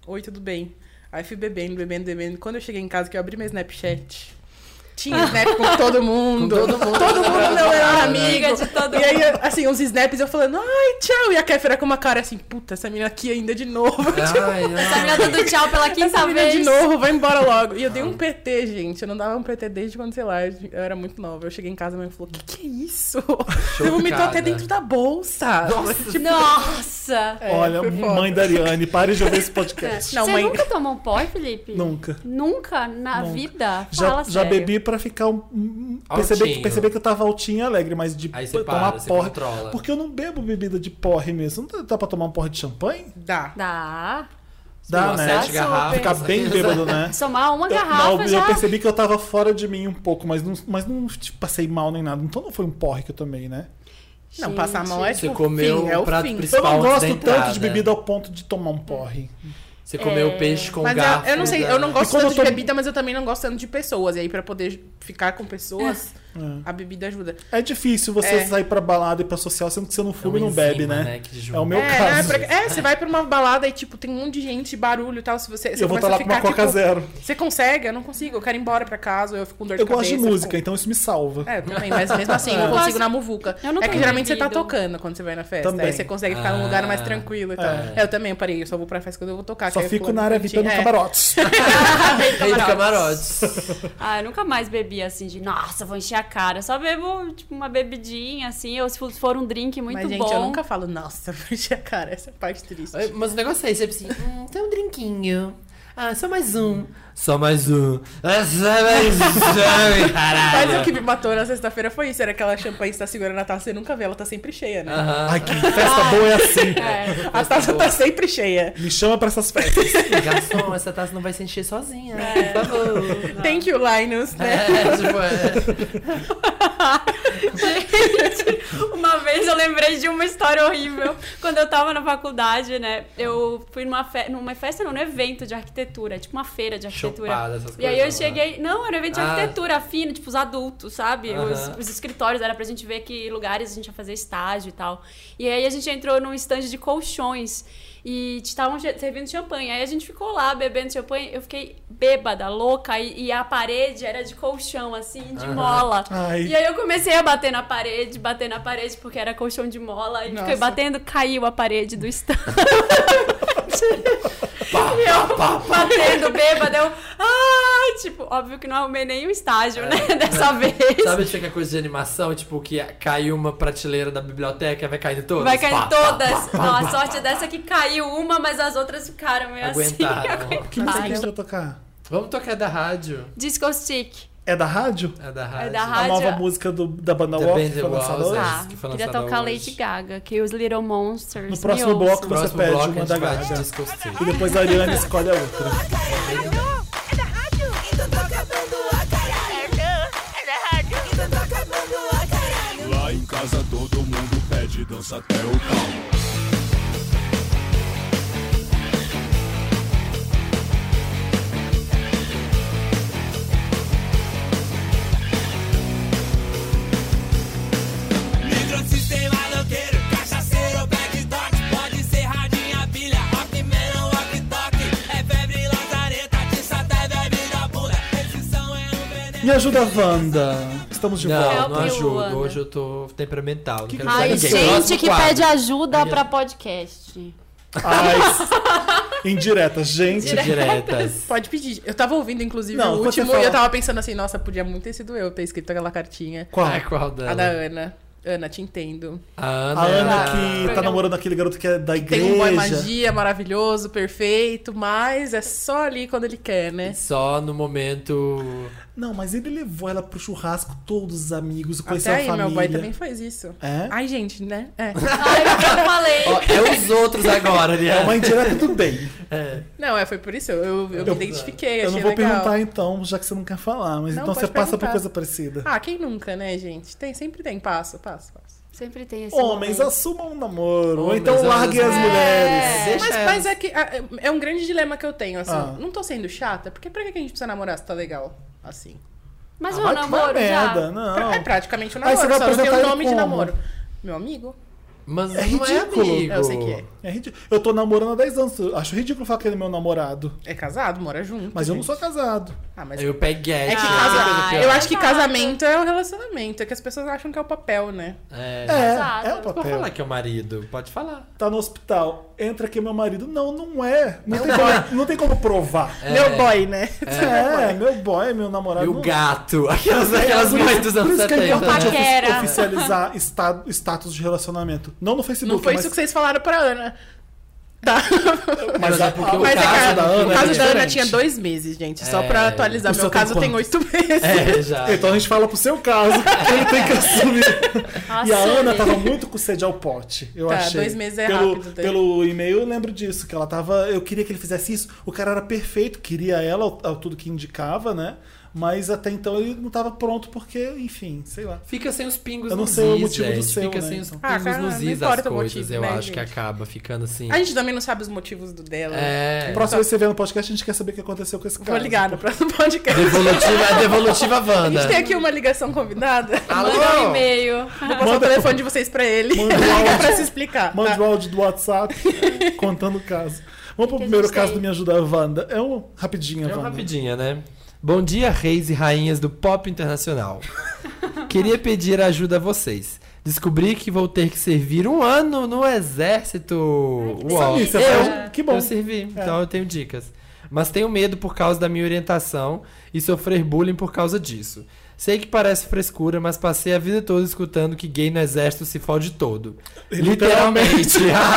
[SPEAKER 4] oi, tudo bem. Aí fui bebendo, bebendo, bebendo. Quando eu cheguei em casa, que eu abri meu Snapchat. Tinha Snap com todo mundo.
[SPEAKER 3] Ah. Com todo mundo.
[SPEAKER 4] Todo mundo meu melhor
[SPEAKER 2] Amiga
[SPEAKER 4] amigo.
[SPEAKER 2] de todo
[SPEAKER 4] é E aí, assim, uns snaps eu falando, ai, tchau. E a Kéfera com uma cara assim, puta, essa menina aqui ainda de novo. Tipo,
[SPEAKER 3] Ai, ai.
[SPEAKER 2] Essa menina dando tchau pela
[SPEAKER 4] Essa
[SPEAKER 2] quinta
[SPEAKER 4] menina
[SPEAKER 2] vez.
[SPEAKER 4] de novo, vai embora logo. E eu
[SPEAKER 3] Ah.
[SPEAKER 4] dei um PT, gente. Eu não dava um PT desde quando, sei lá, eu era muito nova. Eu cheguei em casa e minha mãe falou, que que é isso? Você vomitou até dentro da bolsa. Tipo,
[SPEAKER 3] Nossa,
[SPEAKER 2] Nossa!
[SPEAKER 4] É,
[SPEAKER 1] Olha,
[SPEAKER 4] foi foda.
[SPEAKER 1] mãe da Ariane, pare de ouvir esse podcast.
[SPEAKER 4] Não,
[SPEAKER 2] Você
[SPEAKER 4] mãe.
[SPEAKER 2] nunca tomou um pó, Felipe?
[SPEAKER 1] Nunca.
[SPEAKER 2] Nunca na
[SPEAKER 1] Nunca.
[SPEAKER 2] vida?
[SPEAKER 1] Já,
[SPEAKER 2] Fala
[SPEAKER 1] já
[SPEAKER 2] sério.
[SPEAKER 1] bebi pra ficar um- um.
[SPEAKER 3] Altinho.
[SPEAKER 1] Perceber que, perceber que eu tava altinho e alegre, mas de
[SPEAKER 3] Aí você
[SPEAKER 1] p-
[SPEAKER 3] para,
[SPEAKER 1] tomar
[SPEAKER 3] você
[SPEAKER 1] porre.
[SPEAKER 3] controla.
[SPEAKER 1] Porque eu não bebo bebida de porre mesmo. Não dá- dá pra tomar um porre de champanhe?
[SPEAKER 4] Dá.
[SPEAKER 2] Dá.
[SPEAKER 1] Dá,
[SPEAKER 3] Umas
[SPEAKER 1] né?
[SPEAKER 3] sete
[SPEAKER 2] Dá
[SPEAKER 3] garrafas.
[SPEAKER 1] Ficar bem bêbado, né?
[SPEAKER 2] Somar uma
[SPEAKER 1] Eu-
[SPEAKER 2] garrafa
[SPEAKER 1] não, eu
[SPEAKER 2] já.
[SPEAKER 1] percebi que eu tava fora de mim um pouco, mas não, mas não tipo, passei mal nem nada. Então não foi um porre que eu tomei, né?
[SPEAKER 4] Não,
[SPEAKER 2] Gente.
[SPEAKER 4] passar mal é
[SPEAKER 3] Você
[SPEAKER 4] tipo,
[SPEAKER 3] comeu
[SPEAKER 4] fim, é
[SPEAKER 3] o
[SPEAKER 4] o
[SPEAKER 3] prato
[SPEAKER 4] fim.
[SPEAKER 1] Eu
[SPEAKER 3] principal.
[SPEAKER 1] não
[SPEAKER 3] Pau né?
[SPEAKER 1] gosto
[SPEAKER 3] da
[SPEAKER 1] tanto
[SPEAKER 3] entrada.
[SPEAKER 1] de bebida ao ponto de tomar um porre.
[SPEAKER 3] Você comeu peixe com
[SPEAKER 4] Mas eu-
[SPEAKER 3] garfo.
[SPEAKER 4] eu, não sei, eu não
[SPEAKER 1] E
[SPEAKER 4] gosto
[SPEAKER 1] quando
[SPEAKER 4] tanto
[SPEAKER 1] eu tô-
[SPEAKER 4] de bebida, mas eu também não gosto tanto de pessoas. E aí, pra poder ficar com pessoas, A bebida ajuda.
[SPEAKER 1] É difícil você
[SPEAKER 4] É.
[SPEAKER 1] sair pra balada e pra social, sendo que você não
[SPEAKER 3] É uma
[SPEAKER 1] fuma e não bebe,
[SPEAKER 3] enzima,
[SPEAKER 1] né?
[SPEAKER 3] que junta.
[SPEAKER 1] É o meu
[SPEAKER 4] é,
[SPEAKER 1] caso.
[SPEAKER 4] né, pra- é, você vai pra uma balada e, tipo, tem um monte de gente, barulho e tal. Se você, você
[SPEAKER 1] eu vou
[SPEAKER 4] começa
[SPEAKER 1] estar lá
[SPEAKER 4] a
[SPEAKER 1] com
[SPEAKER 4] ficar,
[SPEAKER 1] uma Coca
[SPEAKER 4] tipo,
[SPEAKER 1] Zero.
[SPEAKER 4] Você consegue? Eu não consigo. Eu quero ir embora pra casa, eu fico com dor de
[SPEAKER 1] Eu gosto
[SPEAKER 4] cabeça.
[SPEAKER 1] de música,
[SPEAKER 4] fico-
[SPEAKER 1] então isso me salva.
[SPEAKER 4] É, também, mas mesmo assim, eu não
[SPEAKER 2] Eu
[SPEAKER 4] consigo
[SPEAKER 2] gosto-
[SPEAKER 4] na muvuca.
[SPEAKER 2] eu não
[SPEAKER 4] é que
[SPEAKER 2] tenho
[SPEAKER 4] geralmente você tá
[SPEAKER 2] bebido.
[SPEAKER 4] tocando quando você vai na festa.
[SPEAKER 1] Também.
[SPEAKER 4] Aí você consegue ficar num lugar mais tranquilo e tal.
[SPEAKER 1] É.
[SPEAKER 4] É, eu também, eu parei, eu só vou pra festa quando eu vou tocar. que
[SPEAKER 1] Só
[SPEAKER 4] aí eu
[SPEAKER 1] fico
[SPEAKER 4] lá
[SPEAKER 1] na área
[SPEAKER 4] cantinho.
[SPEAKER 1] VIP no
[SPEAKER 4] É.
[SPEAKER 1] camarote.
[SPEAKER 3] Rei do camarote.
[SPEAKER 2] Ah, eu nunca mais bebi assim de, nossa, vou encher a cara. Eu só bebo, tipo, uma bebidinha, assim, ou se for- se for um drink muito
[SPEAKER 4] Mas, gente,
[SPEAKER 2] bom.
[SPEAKER 4] eu nunca falo, nossa, puxa, cara, essa parte triste.
[SPEAKER 3] É, Mas o negócio é esse, é assim, hum, tem um drinquinho. Ah, só mais um. Só mais um. Ah, Só mais um,
[SPEAKER 4] Mas o que
[SPEAKER 3] caralho.
[SPEAKER 4] me matou na sexta-feira foi isso. Era aquela champanhe que você tá segurando a taça, você nunca vê, ela tá sempre cheia, né?
[SPEAKER 3] Aham.
[SPEAKER 1] Ai, que festa boa é assim.
[SPEAKER 2] É.
[SPEAKER 4] a taça tá sempre cheia.
[SPEAKER 1] Me chama pra essas festas.
[SPEAKER 3] Garçom, essa taça não vai se encher sozinha.
[SPEAKER 4] É.
[SPEAKER 3] Por favor.
[SPEAKER 4] Thank you, Linus, né?
[SPEAKER 3] É, tipo, é.
[SPEAKER 2] Gente, uma vez eu lembrei de uma história horrível. Quando eu tava na faculdade, né? Eu fui numa, fe numa festa, não, num evento de arquitetura, tipo uma feira de arquitetura.
[SPEAKER 3] Chupada, essas
[SPEAKER 2] E aí eu
[SPEAKER 3] coisas, né?
[SPEAKER 2] cheguei. Não, era um evento de
[SPEAKER 3] Ah.
[SPEAKER 2] arquitetura fino, tipo os adultos, sabe? Os,
[SPEAKER 3] Aham.
[SPEAKER 2] os escritórios, era pra gente ver que lugares a gente ia fazer estágio e tal. E aí a gente entrou num estande de colchões e estavam ge- servindo champanhe. Aí a gente ficou lá bebendo champanhe, eu fiquei bêbada, louca, e, e a parede era de colchão, assim, de mola.
[SPEAKER 1] Ai.
[SPEAKER 2] E aí eu comecei a bater na parede, bater na parede, porque era colchão de mola, e
[SPEAKER 4] Nossa.
[SPEAKER 2] fiquei batendo, caiu a parede do estante. E eu batendo bêbada, eu. Ah, tipo, óbvio que não arrumei nenhum estágio, né? Dessa vez.
[SPEAKER 3] É. Sabe tipo, que é coisa de animação? Tipo, que caiu uma prateleira da biblioteca, vai caindo todas.
[SPEAKER 2] Vai cair
[SPEAKER 3] Pá,
[SPEAKER 2] todas.
[SPEAKER 3] pá, pá,
[SPEAKER 2] não,
[SPEAKER 3] pá,
[SPEAKER 2] a sorte dessa é que caiu uma, mas as outras ficaram meio
[SPEAKER 3] Aguentaram.
[SPEAKER 2] É assim.
[SPEAKER 1] O que você
[SPEAKER 2] Ai.
[SPEAKER 1] quis pra tocar?
[SPEAKER 3] Vamos tocar da rádio.
[SPEAKER 2] Disco Stick.
[SPEAKER 1] É da rádio?
[SPEAKER 3] É da rádio.
[SPEAKER 2] da
[SPEAKER 1] A
[SPEAKER 2] Rádio-
[SPEAKER 1] nova música do, da banda
[SPEAKER 3] The
[SPEAKER 1] Walk
[SPEAKER 3] Band
[SPEAKER 1] que foi
[SPEAKER 3] The
[SPEAKER 1] lançada
[SPEAKER 3] Walls,
[SPEAKER 1] hoje.
[SPEAKER 3] é.
[SPEAKER 2] Tá,
[SPEAKER 3] que foi
[SPEAKER 2] queria
[SPEAKER 3] lançada
[SPEAKER 2] tocar
[SPEAKER 3] hoje.
[SPEAKER 2] Lady Gaga, que os Little Monsters.
[SPEAKER 1] No
[SPEAKER 2] me
[SPEAKER 1] próximo
[SPEAKER 2] ouçam.
[SPEAKER 1] bloco você
[SPEAKER 3] Próximo
[SPEAKER 1] pede
[SPEAKER 3] bloco,
[SPEAKER 1] uma
[SPEAKER 3] a gente
[SPEAKER 1] da
[SPEAKER 3] vai de
[SPEAKER 1] Gaga.
[SPEAKER 3] Disco Stick.
[SPEAKER 4] Ah.
[SPEAKER 1] E depois a Ariana escolhe a outra.
[SPEAKER 5] Lá em casa todo mundo pede dança até o pau.
[SPEAKER 6] Microsistema loqueiro, cachaceiro, black dog Pode ser radinha, pilha, rock, melon, walk, toque É febre, lazareta, tiça até bebe da bunda Rescisão é um veneno
[SPEAKER 1] Me ajuda, Wanda. Estamos de volta.
[SPEAKER 3] Não,
[SPEAKER 2] Help
[SPEAKER 3] não
[SPEAKER 2] you,
[SPEAKER 3] ajuda.
[SPEAKER 2] Ana.
[SPEAKER 3] Hoje eu tô temperamental. Que não quero
[SPEAKER 2] Ai,
[SPEAKER 3] ajudar ninguém.
[SPEAKER 2] gente
[SPEAKER 3] Próximo
[SPEAKER 2] que
[SPEAKER 3] quadro.
[SPEAKER 2] pede ajuda pra podcast.
[SPEAKER 1] Ai, s- indireta, gente.
[SPEAKER 3] Diretas.
[SPEAKER 4] Pode pedir. Eu tava ouvindo, inclusive,
[SPEAKER 1] Não,
[SPEAKER 4] o
[SPEAKER 1] quando você
[SPEAKER 4] último
[SPEAKER 1] fala-
[SPEAKER 4] e eu tava pensando assim, nossa, podia muito ter sido eu ter escrito aquela cartinha.
[SPEAKER 1] Qual?
[SPEAKER 3] Ai, qual
[SPEAKER 4] A da
[SPEAKER 3] dela?
[SPEAKER 4] Ana. Ana, te entendo.
[SPEAKER 3] A Ana.
[SPEAKER 1] A Ana
[SPEAKER 3] era-
[SPEAKER 1] que tá
[SPEAKER 2] programa-
[SPEAKER 1] namorando aquele garoto que é da
[SPEAKER 4] Tem um boy
[SPEAKER 1] igreja.
[SPEAKER 4] magia, maravilhoso, perfeito, mas é só ali quando ele quer, né?
[SPEAKER 3] Só no momento.
[SPEAKER 1] Não, mas ele levou ela pro churrasco, todos os amigos, conheceu
[SPEAKER 4] Até
[SPEAKER 1] a
[SPEAKER 4] aí,
[SPEAKER 1] família.
[SPEAKER 4] meu boy também faz isso.
[SPEAKER 1] É?
[SPEAKER 4] Ai, gente, né? É.
[SPEAKER 2] Ai, eu falei.
[SPEAKER 3] Ó, é os outros agora, né?
[SPEAKER 1] É uma indireta do bem.
[SPEAKER 3] É.
[SPEAKER 4] Não, é, foi por isso. Eu, eu, me identifiquei,
[SPEAKER 1] Eu
[SPEAKER 4] achei
[SPEAKER 1] não vou
[SPEAKER 4] legal.
[SPEAKER 1] perguntar então, já que você não quer falar. Mas
[SPEAKER 4] Não,
[SPEAKER 1] então
[SPEAKER 4] pode
[SPEAKER 1] você passa por
[SPEAKER 4] perguntar.
[SPEAKER 1] coisa parecida.
[SPEAKER 4] Ah, quem nunca, né, gente? Tem, sempre tem. Passo, passo, passo.
[SPEAKER 2] Sempre tem
[SPEAKER 4] é
[SPEAKER 2] esse.
[SPEAKER 1] Homens,
[SPEAKER 2] momento.
[SPEAKER 1] assumam um namoro. Ou
[SPEAKER 3] Homens,
[SPEAKER 1] então
[SPEAKER 3] homens,
[SPEAKER 1] larguem as
[SPEAKER 3] homens.
[SPEAKER 1] mulheres.
[SPEAKER 3] Deixa
[SPEAKER 4] Mas,
[SPEAKER 3] elas.
[SPEAKER 4] mas é que ah, é um grande dilema que eu tenho, assim.
[SPEAKER 1] Ah.
[SPEAKER 4] Não tô sendo chata, porque pra que a gente precisa namorar se tá legal? Assim.
[SPEAKER 2] Mas
[SPEAKER 1] Ah,
[SPEAKER 2] o
[SPEAKER 1] vai tomar
[SPEAKER 2] namoro já.
[SPEAKER 1] merda, não.
[SPEAKER 4] É praticamente um
[SPEAKER 1] Aí
[SPEAKER 4] namoro,
[SPEAKER 1] você vai
[SPEAKER 4] só não tem o
[SPEAKER 1] apresentar
[SPEAKER 4] nome
[SPEAKER 1] ele
[SPEAKER 4] de
[SPEAKER 1] como?
[SPEAKER 4] namoro. Meu amigo?
[SPEAKER 3] Mas
[SPEAKER 1] É
[SPEAKER 3] não é
[SPEAKER 1] ridículo.
[SPEAKER 3] amigo.
[SPEAKER 4] Eu sei que é.
[SPEAKER 1] É ridículo. Eu tô namorando há 10 anos. eu Acho ridículo falar que ele é meu namorado.
[SPEAKER 4] É casado, mora junto.
[SPEAKER 1] Mas eu não
[SPEAKER 4] gente.
[SPEAKER 1] sou casado.
[SPEAKER 4] Ah, mas...
[SPEAKER 3] Eu peguei.
[SPEAKER 4] É que
[SPEAKER 3] essa
[SPEAKER 4] casa-
[SPEAKER 3] coisa pior.
[SPEAKER 4] eu acho que
[SPEAKER 2] Exato.
[SPEAKER 4] casamento é um relacionamento. É que as pessoas acham que é o papel, né?
[SPEAKER 3] É.
[SPEAKER 1] É,
[SPEAKER 2] Casado.
[SPEAKER 1] é o
[SPEAKER 3] Vou
[SPEAKER 1] papel.
[SPEAKER 3] falar que é o marido. Pode falar.
[SPEAKER 1] Tá no hospital, entra aqui meu marido. Não, não é. Não, tem, como, não tem como provar.
[SPEAKER 4] Meu boy, né?
[SPEAKER 1] É, meu boy, meu namorado.
[SPEAKER 3] E o
[SPEAKER 1] não-
[SPEAKER 3] gato. Aquelas,
[SPEAKER 1] É,
[SPEAKER 3] aquelas
[SPEAKER 1] por
[SPEAKER 3] mães
[SPEAKER 1] isso-
[SPEAKER 3] dos
[SPEAKER 1] por
[SPEAKER 3] anos
[SPEAKER 1] isso que
[SPEAKER 3] 70.
[SPEAKER 1] é importante
[SPEAKER 3] né?
[SPEAKER 1] ofi-
[SPEAKER 2] Paquera.
[SPEAKER 1] oficializar esta- status de relacionamento. Não no Facebook,
[SPEAKER 4] Não foi
[SPEAKER 1] mas,
[SPEAKER 4] isso que vocês falaram pra Ana. Tá.
[SPEAKER 1] mas
[SPEAKER 3] Mas é
[SPEAKER 1] a-
[SPEAKER 3] porque
[SPEAKER 1] a-
[SPEAKER 3] o
[SPEAKER 1] mas
[SPEAKER 4] é
[SPEAKER 1] a
[SPEAKER 3] caso
[SPEAKER 1] cara-
[SPEAKER 3] da
[SPEAKER 4] o
[SPEAKER 3] Ana
[SPEAKER 4] caso
[SPEAKER 3] é
[SPEAKER 4] da Ana
[SPEAKER 3] diferente.
[SPEAKER 4] tinha dois meses, gente. Só
[SPEAKER 3] É.
[SPEAKER 4] pra atualizar.
[SPEAKER 1] O seu
[SPEAKER 4] meu
[SPEAKER 1] tem
[SPEAKER 4] caso tem
[SPEAKER 1] quanto?
[SPEAKER 4] oito meses.
[SPEAKER 3] É, já.
[SPEAKER 1] Então a gente fala pro seu caso, ele tem que assumir. E a
[SPEAKER 2] Assume.
[SPEAKER 1] Ana tá tava muito com sede ao pote, eu
[SPEAKER 4] Tá,
[SPEAKER 1] achei.
[SPEAKER 4] dois meses é
[SPEAKER 1] pelo,
[SPEAKER 4] rápido, tá?
[SPEAKER 1] Pelo e-mail eu lembro disso, que ela tava... Eu queria que ele fizesse isso. O cara era perfeito, queria ela, ao- ao tudo que indicava, né? Mas até então ele não tava pronto porque, enfim, sei lá.
[SPEAKER 3] Fica sem os pingos
[SPEAKER 1] Eu não
[SPEAKER 3] nos
[SPEAKER 1] sei o
[SPEAKER 3] is,
[SPEAKER 1] motivo do
[SPEAKER 3] gente.
[SPEAKER 1] seu,
[SPEAKER 3] Fica
[SPEAKER 1] né,
[SPEAKER 3] sem os
[SPEAKER 1] então.
[SPEAKER 3] pingos
[SPEAKER 4] Ah, cara,
[SPEAKER 3] nos
[SPEAKER 4] não
[SPEAKER 3] is das
[SPEAKER 4] importa o
[SPEAKER 3] coisas,
[SPEAKER 4] motivo,
[SPEAKER 3] eu
[SPEAKER 4] né,
[SPEAKER 3] acho que
[SPEAKER 4] gente?
[SPEAKER 3] acaba ficando assim.
[SPEAKER 4] A gente também não sabe os motivos do dela.
[SPEAKER 3] É.
[SPEAKER 1] Próxima vez que você vier no podcast, a gente quer saber o que aconteceu com esse cara.
[SPEAKER 4] Vou ligar no próximo podcast.
[SPEAKER 3] Devolutiva, é devolutiva
[SPEAKER 4] A
[SPEAKER 3] Wanda.
[SPEAKER 4] gente tem aqui uma ligação convidada.
[SPEAKER 3] Ah.
[SPEAKER 2] Manda um e-mail.
[SPEAKER 4] Vou passar o telefone de vocês pra ele.
[SPEAKER 1] Manda um áudio.
[SPEAKER 4] pra se explicar.
[SPEAKER 1] Mande o
[SPEAKER 4] Tá.
[SPEAKER 1] áudio do WhatsApp contando o caso. Vamos pro
[SPEAKER 2] Que a
[SPEAKER 1] primeiro
[SPEAKER 2] gente
[SPEAKER 1] caso
[SPEAKER 2] tem.
[SPEAKER 1] do Me Ajuda Wanda. É um rapidinho,
[SPEAKER 3] É uma
[SPEAKER 1] Wanda.
[SPEAKER 3] rapidinha, né? Bom dia, reis e rainhas do pop internacional. Queria pedir ajuda a vocês. Descobri que vou ter que servir um ano no exército. Uau.
[SPEAKER 1] delícia,
[SPEAKER 3] eu,
[SPEAKER 1] Fran. Que bom. É.
[SPEAKER 3] eu servi, então eu tenho dicas. Mas tenho medo por causa da minha orientação e sofrer bullying por causa disso. Sei que parece frescura, mas passei a vida toda escutando que gay no exército se fode todo.
[SPEAKER 1] Literalmente.
[SPEAKER 3] Literalmente.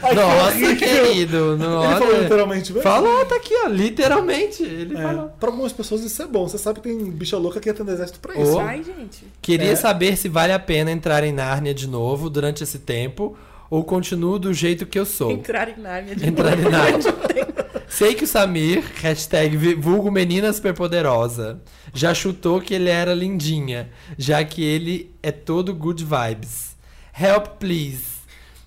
[SPEAKER 1] Ai, que
[SPEAKER 3] Nossa,
[SPEAKER 1] horrível.
[SPEAKER 3] querido.
[SPEAKER 1] Ele
[SPEAKER 3] Nossa.
[SPEAKER 1] falou literalmente mesmo?
[SPEAKER 3] Falou, tá aqui, ó. Literalmente. Ele
[SPEAKER 1] É,
[SPEAKER 3] falou.
[SPEAKER 1] pra algumas pessoas isso é bom. Você sabe que tem bicha louca que entra no exército pra isso.
[SPEAKER 3] Ô.
[SPEAKER 4] Ai, gente.
[SPEAKER 3] Queria
[SPEAKER 1] É.
[SPEAKER 3] saber se vale a pena entrar em Nárnia de novo durante esse tempo ou continuo do jeito que eu
[SPEAKER 1] Então,
[SPEAKER 3] sou.
[SPEAKER 4] Entrar em Nárnia de
[SPEAKER 3] Entrar em
[SPEAKER 4] novo.
[SPEAKER 3] Nárnia. Sei que o Samir, hashtag vi- vulgo menina superpoderosa, já chutou que ele era lindinha, já que ele é todo good vibes. Help, please.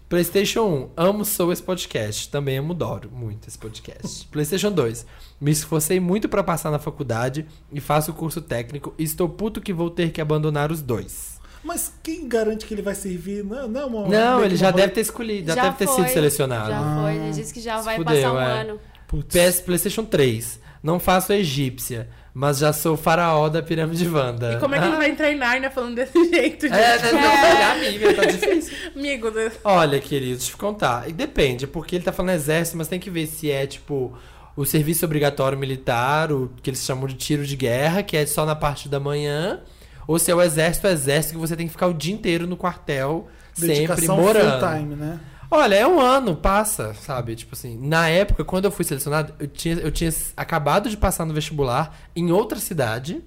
[SPEAKER 3] PlayStation 1, amo sou esse podcast. Também amo Doro, muito esse podcast. PlayStation 2, me esforcei muito pra passar na faculdade e faço curso técnico e estou puto que vou ter que abandonar os dois.
[SPEAKER 1] Mas quem garante que ele vai servir? Não, não, uma- meio
[SPEAKER 3] Não,
[SPEAKER 1] que
[SPEAKER 3] ele já
[SPEAKER 1] uma
[SPEAKER 3] deve ter escolhido, já, deve ter
[SPEAKER 2] foi,
[SPEAKER 3] sido selecionado.
[SPEAKER 2] Já foi, ele disse que já vai
[SPEAKER 3] Fudeu,
[SPEAKER 2] passar um
[SPEAKER 3] é.
[SPEAKER 2] ano.
[SPEAKER 1] Putz.
[SPEAKER 3] PS PlayStation 3. Não faço egípcia, mas já sou faraó da pirâmide Wanda.
[SPEAKER 4] E como é que ele vai entrar em Nárnia falando desse jeito, gente?
[SPEAKER 3] Ah. É, né, não, amiga, tá difícil.
[SPEAKER 4] Amigo, É
[SPEAKER 3] Olha, querido, deixa eu te contar. E Depende, porque ele tá falando exército, mas tem que ver se é tipo o serviço obrigatório militar, o que eles chamam de tiro de guerra, que é só na parte da manhã, ou se é o exército, exército que você tem que ficar o dia inteiro no quartel, sempre
[SPEAKER 1] dedicação
[SPEAKER 3] morando.
[SPEAKER 1] full time, né?
[SPEAKER 3] Olha, é um ano, passa, sabe? Tipo assim, na época, quando eu fui selecionado, eu tinha, eu tinha s- acabado de passar no vestibular em outra cidade.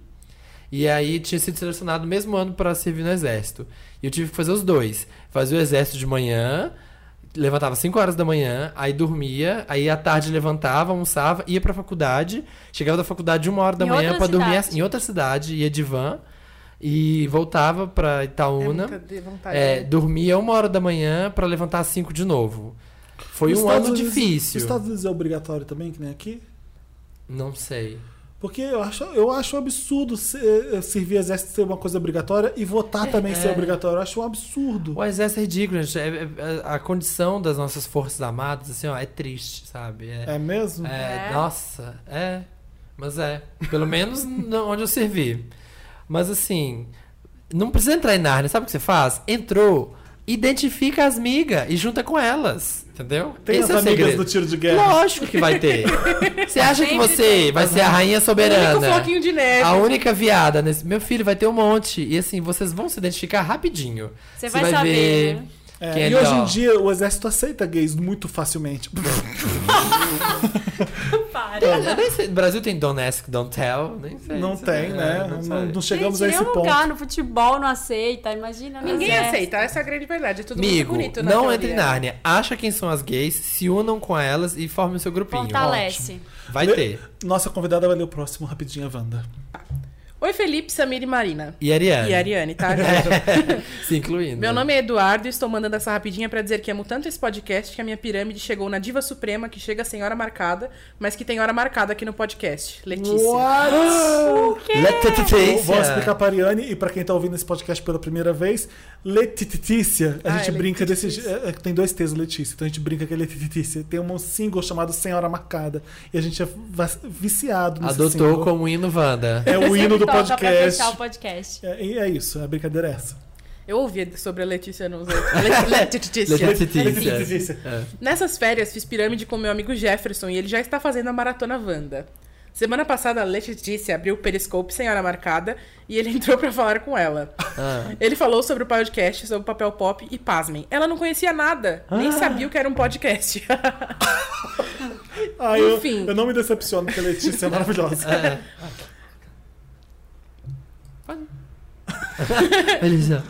[SPEAKER 3] E aí tinha sido selecionado no mesmo ano pra servir no exército. E eu tive que fazer os dois. Fazia o exército de manhã, levantava 5 horas da manhã, aí dormia, aí à tarde levantava, almoçava, ia pra faculdade, chegava da faculdade uma hora da
[SPEAKER 2] Em
[SPEAKER 3] manhã
[SPEAKER 2] outra
[SPEAKER 3] pra dormir
[SPEAKER 2] cidade.
[SPEAKER 3] as- em outra cidade, ia de van e voltava
[SPEAKER 2] É
[SPEAKER 3] pra Itaúna.
[SPEAKER 4] muita de vontade. né?
[SPEAKER 3] É, dormia uma hora da manhã pra levantar às cinco de novo. Foi
[SPEAKER 1] Nos
[SPEAKER 3] um
[SPEAKER 1] Estados
[SPEAKER 3] ano
[SPEAKER 1] Unidos-
[SPEAKER 3] difícil.
[SPEAKER 1] Nos Estados Unidos é obrigatório também, que nem aqui?
[SPEAKER 3] Não sei.
[SPEAKER 1] Porque eu acho, eu acho um absurdo ser- eh, servir exército ser uma coisa obrigatória e
[SPEAKER 3] É,
[SPEAKER 1] votar também ser obrigatório. Eu acho um absurdo.
[SPEAKER 3] O exército é ridículo, gente. É- é- a condição das nossas forças armadas, assim, ó, é triste, sabe? É,
[SPEAKER 1] É mesmo?
[SPEAKER 3] é,
[SPEAKER 4] É.
[SPEAKER 3] Nossa, é. Mas é. Pelo menos n- onde eu servi. Mas assim, não precisa entrar em Narnia. Sabe o que você faz? Entrou, identifica as migas e junta com elas. Entendeu?
[SPEAKER 1] Tem as
[SPEAKER 3] Esse é o
[SPEAKER 1] amigas do
[SPEAKER 3] segredo.
[SPEAKER 1] tiro de guerra.
[SPEAKER 3] Lógico que vai ter. Você acha que
[SPEAKER 2] Sempre
[SPEAKER 3] você vai ser a rainha
[SPEAKER 4] O único
[SPEAKER 3] soberana?
[SPEAKER 4] floquinho um de neve.
[SPEAKER 3] A única viada nesse. Meu filho vai ter um monte. E assim, vocês vão se identificar rapidinho.
[SPEAKER 2] Você vai saber,
[SPEAKER 3] ver.
[SPEAKER 2] né?
[SPEAKER 1] É,
[SPEAKER 3] quem é
[SPEAKER 1] e hoje em
[SPEAKER 3] melhor.
[SPEAKER 1] dia o exército aceita gays muito facilmente.
[SPEAKER 2] Para.
[SPEAKER 3] Eu nem sei, No Brasil tem Don't Ask, Don't Tell. Nem sei.
[SPEAKER 1] não
[SPEAKER 3] sei
[SPEAKER 1] tem,
[SPEAKER 3] lá,
[SPEAKER 1] né?
[SPEAKER 3] é, não sei.
[SPEAKER 1] Não, não chegamos a
[SPEAKER 2] Gente, é um
[SPEAKER 1] esse
[SPEAKER 2] nenhum
[SPEAKER 1] ponto.
[SPEAKER 2] lugar no futebol não aceita, imagina. no
[SPEAKER 4] Ninguém
[SPEAKER 2] exército.
[SPEAKER 4] aceita, essa é a grande verdade. É tudo
[SPEAKER 3] Amigo,
[SPEAKER 4] muito bonito, na
[SPEAKER 3] não
[SPEAKER 4] teoria.
[SPEAKER 3] entre em Nárnia. Acha quem são as gays, se unam com elas e formem o seu grupinho.
[SPEAKER 2] Fortalece.
[SPEAKER 3] Ótimo. Vai
[SPEAKER 1] Le-
[SPEAKER 3] ter.
[SPEAKER 1] Nossa convidada vai ler o próximo rapidinho, a Wanda.
[SPEAKER 4] Oi, Felipe, Samir e Marina.
[SPEAKER 3] E Ariane.
[SPEAKER 4] E Ariane, tá? junto.
[SPEAKER 3] Se incluindo.
[SPEAKER 4] Meu nome é Eduardo e estou mandando essa rapidinha pra dizer que amo tanto esse podcast que a minha pirâmide chegou na diva suprema que chega sem hora marcada, mas que tem hora marcada aqui no podcast. Letícia.
[SPEAKER 1] Vou, vou explicar
[SPEAKER 3] Ah! Letícia.
[SPEAKER 1] pra Ariane e pra quem tá ouvindo esse podcast pela primeira vez. Letitícia, a
[SPEAKER 4] Ah,
[SPEAKER 1] gente
[SPEAKER 4] é
[SPEAKER 1] brinca desse. je- é, é que tem dois T's, Letícia, então a gente brinca que é Letitícia. Tem um single chamado Senhora Marcada e a gente é va- viciado nesse
[SPEAKER 3] Adotou
[SPEAKER 1] single.
[SPEAKER 3] como hino Wanda.
[SPEAKER 1] É o
[SPEAKER 2] Sempre
[SPEAKER 1] hino do
[SPEAKER 2] toca Pra
[SPEAKER 1] podcast.
[SPEAKER 2] fechar o podcast.
[SPEAKER 1] É, e é isso, a brincadeira é essa.
[SPEAKER 4] Eu ouvi sobre a Letícia nos outros. Le- Letícia.
[SPEAKER 3] Letícia.
[SPEAKER 4] Nessas férias, fiz pirâmide com meu amigo Jefferson e ele já está fazendo a maratona Wanda. Semana passada, a Letícia abriu o Periscope sem hora marcada e ele entrou pra falar com ela.
[SPEAKER 3] Ah.
[SPEAKER 4] Ele falou sobre o podcast, sobre o papel pop e pasmem. Ela não conhecia nada, nem sabia o que era um podcast.
[SPEAKER 1] Ah, eu,
[SPEAKER 4] Enfim.
[SPEAKER 1] eu não me decepciono, porque a Letícia é maravilhosa. É.
[SPEAKER 3] Olha só.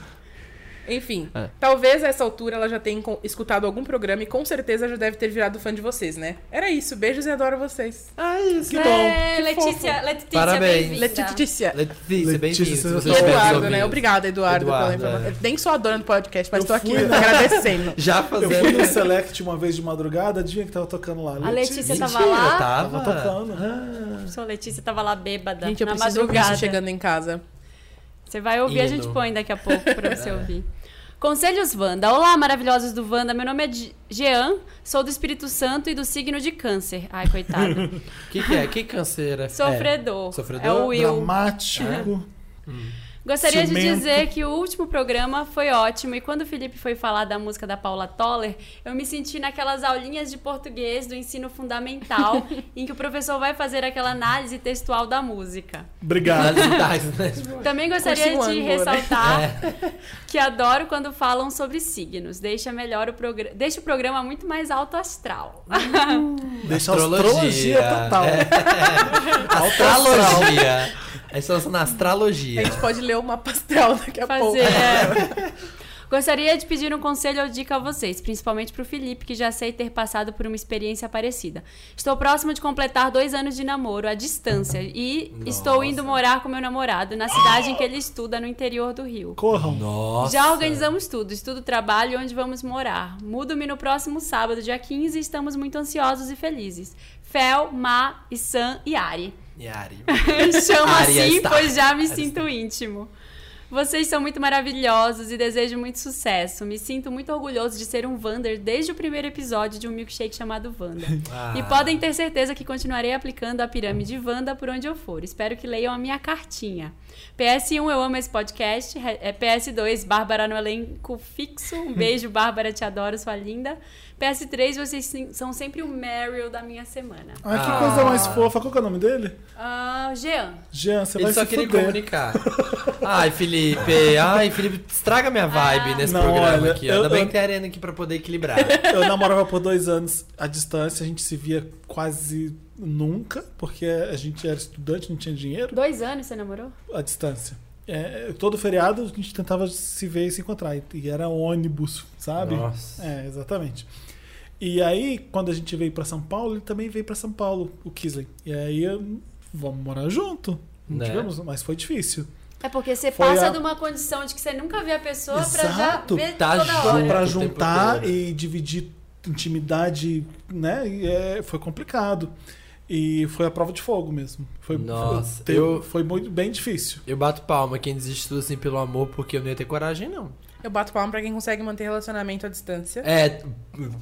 [SPEAKER 4] Enfim,
[SPEAKER 3] É.
[SPEAKER 4] talvez a essa altura ela já tenha encon- escutado algum programa e com certeza já deve ter virado fã de vocês, né? Era isso, beijos e adoro vocês.
[SPEAKER 3] Ah, isso.
[SPEAKER 1] Que bom.
[SPEAKER 2] É,
[SPEAKER 4] que
[SPEAKER 2] Letícia,
[SPEAKER 4] fofo.
[SPEAKER 2] Letícia, é
[SPEAKER 3] Parabéns.
[SPEAKER 2] bem-vinda.
[SPEAKER 4] Letícia.
[SPEAKER 3] Letícia,
[SPEAKER 1] Letícia, tá
[SPEAKER 3] bem-vindo. se você
[SPEAKER 1] Eduardo,
[SPEAKER 3] estiver nos
[SPEAKER 4] Eduardo, né?
[SPEAKER 3] ouvindo.
[SPEAKER 4] Obrigada, Eduardo, pela
[SPEAKER 3] Eduardo,
[SPEAKER 4] informação.
[SPEAKER 3] é.
[SPEAKER 4] Nem sou a dona do podcast, mas
[SPEAKER 1] Eu
[SPEAKER 4] tô aqui
[SPEAKER 1] fui, né?
[SPEAKER 4] agradecendo.
[SPEAKER 3] Já
[SPEAKER 1] Eu fui no
[SPEAKER 3] fazendo.
[SPEAKER 1] Select uma vez de madrugada, dia que tava tocando lá.
[SPEAKER 2] A Letícia
[SPEAKER 1] Letícia
[SPEAKER 2] tava Ah, lá.
[SPEAKER 1] tava tocando.
[SPEAKER 2] Sou Letícia, tava lá bêbada
[SPEAKER 4] Gente, eu
[SPEAKER 2] na
[SPEAKER 4] preciso ouvir isso
[SPEAKER 2] madrugada.
[SPEAKER 4] chegando em casa.
[SPEAKER 2] Você vai ouvir, a
[SPEAKER 3] Hino.
[SPEAKER 2] gente põe daqui a pouco pra
[SPEAKER 3] É.
[SPEAKER 2] você ouvir. Conselhos Wanda. Olá, maravilhosos do Wanda. Meu nome é Di- Jean, sou do Espírito Santo e do signo de câncer. Ai, coitado.
[SPEAKER 3] O que, que é? Que câncer é?
[SPEAKER 2] Sofredor.
[SPEAKER 3] Sofredor?
[SPEAKER 2] É o Will.
[SPEAKER 1] Dramático.
[SPEAKER 2] Gostaria de
[SPEAKER 1] Ciumento.
[SPEAKER 2] dizer que o último programa foi ótimo e quando o Felipe foi falar da música da Paula Toller, eu me senti naquelas aulinhas de português do ensino fundamental em que o professor vai fazer aquela análise textual da música.
[SPEAKER 1] Obrigado.
[SPEAKER 3] Análise, né? Tipo,
[SPEAKER 2] Também gostaria
[SPEAKER 4] Cursinho
[SPEAKER 2] de
[SPEAKER 4] Anglo, né?
[SPEAKER 2] ressaltar que adoro quando falam sobre signos. Deixa melhor o programa, deixa o programa muito mais alto astral.
[SPEAKER 1] Deixa a astrologia total.
[SPEAKER 3] É.
[SPEAKER 1] né?
[SPEAKER 3] Astrologia. Aí só na astrologia.
[SPEAKER 4] A gente pode ler o mapa astral daqui a pouco.
[SPEAKER 2] Fazer. é. Gostaria de pedir um conselho ou dica a vocês, principalmente pro Felipe, que já sei ter passado por uma experiência parecida. Estou próximo de completar dois anos de namoro à distância e estou indo morar com meu namorado na cidade em que ele estuda, no interior do Rio.
[SPEAKER 1] Corram.
[SPEAKER 3] Nossa.
[SPEAKER 2] Já organizamos tudo, estudo, trabalho e onde vamos morar. Mudo-me no próximo sábado, dia 15, e estamos muito ansiosos e felizes. Fel, Ma, Issan e Ari.
[SPEAKER 3] Yari.
[SPEAKER 2] Chamo
[SPEAKER 3] Ari
[SPEAKER 2] assim,
[SPEAKER 3] está.
[SPEAKER 2] pois já me
[SPEAKER 3] Ari
[SPEAKER 2] sinto íntimo. Vocês são muito maravilhosos e desejo muito sucesso. Me sinto muito orgulhoso de ser um Wander desde o primeiro episódio de um milkshake chamado Wanda.
[SPEAKER 3] Ah.
[SPEAKER 2] E podem ter certeza que continuarei aplicando a pirâmide Wanda por onde eu for. Espero que leiam a minha cartinha. PS1, eu amo esse podcast. Re- é PS2, Bárbara no elenco fixo. Um beijo, Bárbara, te adoro, sua linda. PS3, vocês sim- são sempre o Meryl da minha semana.
[SPEAKER 1] Ai, que
[SPEAKER 3] Ah.
[SPEAKER 1] coisa mais fofa. Qual que é o nome dele?
[SPEAKER 2] Ah, Jean.
[SPEAKER 1] Jean, você
[SPEAKER 3] Ele
[SPEAKER 1] vai
[SPEAKER 3] só
[SPEAKER 1] se
[SPEAKER 3] queria
[SPEAKER 1] fuder.
[SPEAKER 3] comunicar. Ai, Felipe. Ai, Felipe, estraga minha
[SPEAKER 2] Ah.
[SPEAKER 3] vibe nesse
[SPEAKER 1] Não,
[SPEAKER 3] programa
[SPEAKER 1] olha,
[SPEAKER 3] aqui. ó. Ainda
[SPEAKER 1] eu-
[SPEAKER 3] bem
[SPEAKER 1] eu-
[SPEAKER 3] que tem arena aqui pra poder equilibrar.
[SPEAKER 1] Eu namorava por dois anos à distância, a gente se via quase nunca, porque a gente era estudante, não tinha dinheiro,
[SPEAKER 2] Dois anos você namorou?
[SPEAKER 1] à distância. É, todo feriado a gente tentava se ver e se encontrar, e- e era ônibus, sabe?
[SPEAKER 3] Nossa.
[SPEAKER 1] É, exatamente. E aí, quando a gente veio pra São Paulo, ele também veio pra São Paulo, o Kisley. E aí, eu- vamos morar junto. Não
[SPEAKER 3] Né?
[SPEAKER 1] tivemos, mas foi difícil.
[SPEAKER 2] É porque você
[SPEAKER 1] Foi
[SPEAKER 2] passa
[SPEAKER 1] a-
[SPEAKER 2] de uma condição de que você nunca vê a pessoa pra já
[SPEAKER 1] Exato.
[SPEAKER 2] ver
[SPEAKER 3] Tá
[SPEAKER 2] toda
[SPEAKER 3] junto.
[SPEAKER 2] hora.
[SPEAKER 1] pra
[SPEAKER 3] o
[SPEAKER 1] juntar
[SPEAKER 3] tempo né? todo.
[SPEAKER 1] e dividir intimidade, né? E, é, foi complicado. E foi a prova de fogo mesmo. Foi,
[SPEAKER 3] Nossa,
[SPEAKER 1] foi,
[SPEAKER 3] eu-
[SPEAKER 1] foi muito bem difícil.
[SPEAKER 3] Eu bato palma quem desistiu assim pelo amor, porque eu não ia ter coragem, não.
[SPEAKER 4] Eu bato palma pra quem consegue manter relacionamento à distância.
[SPEAKER 3] É,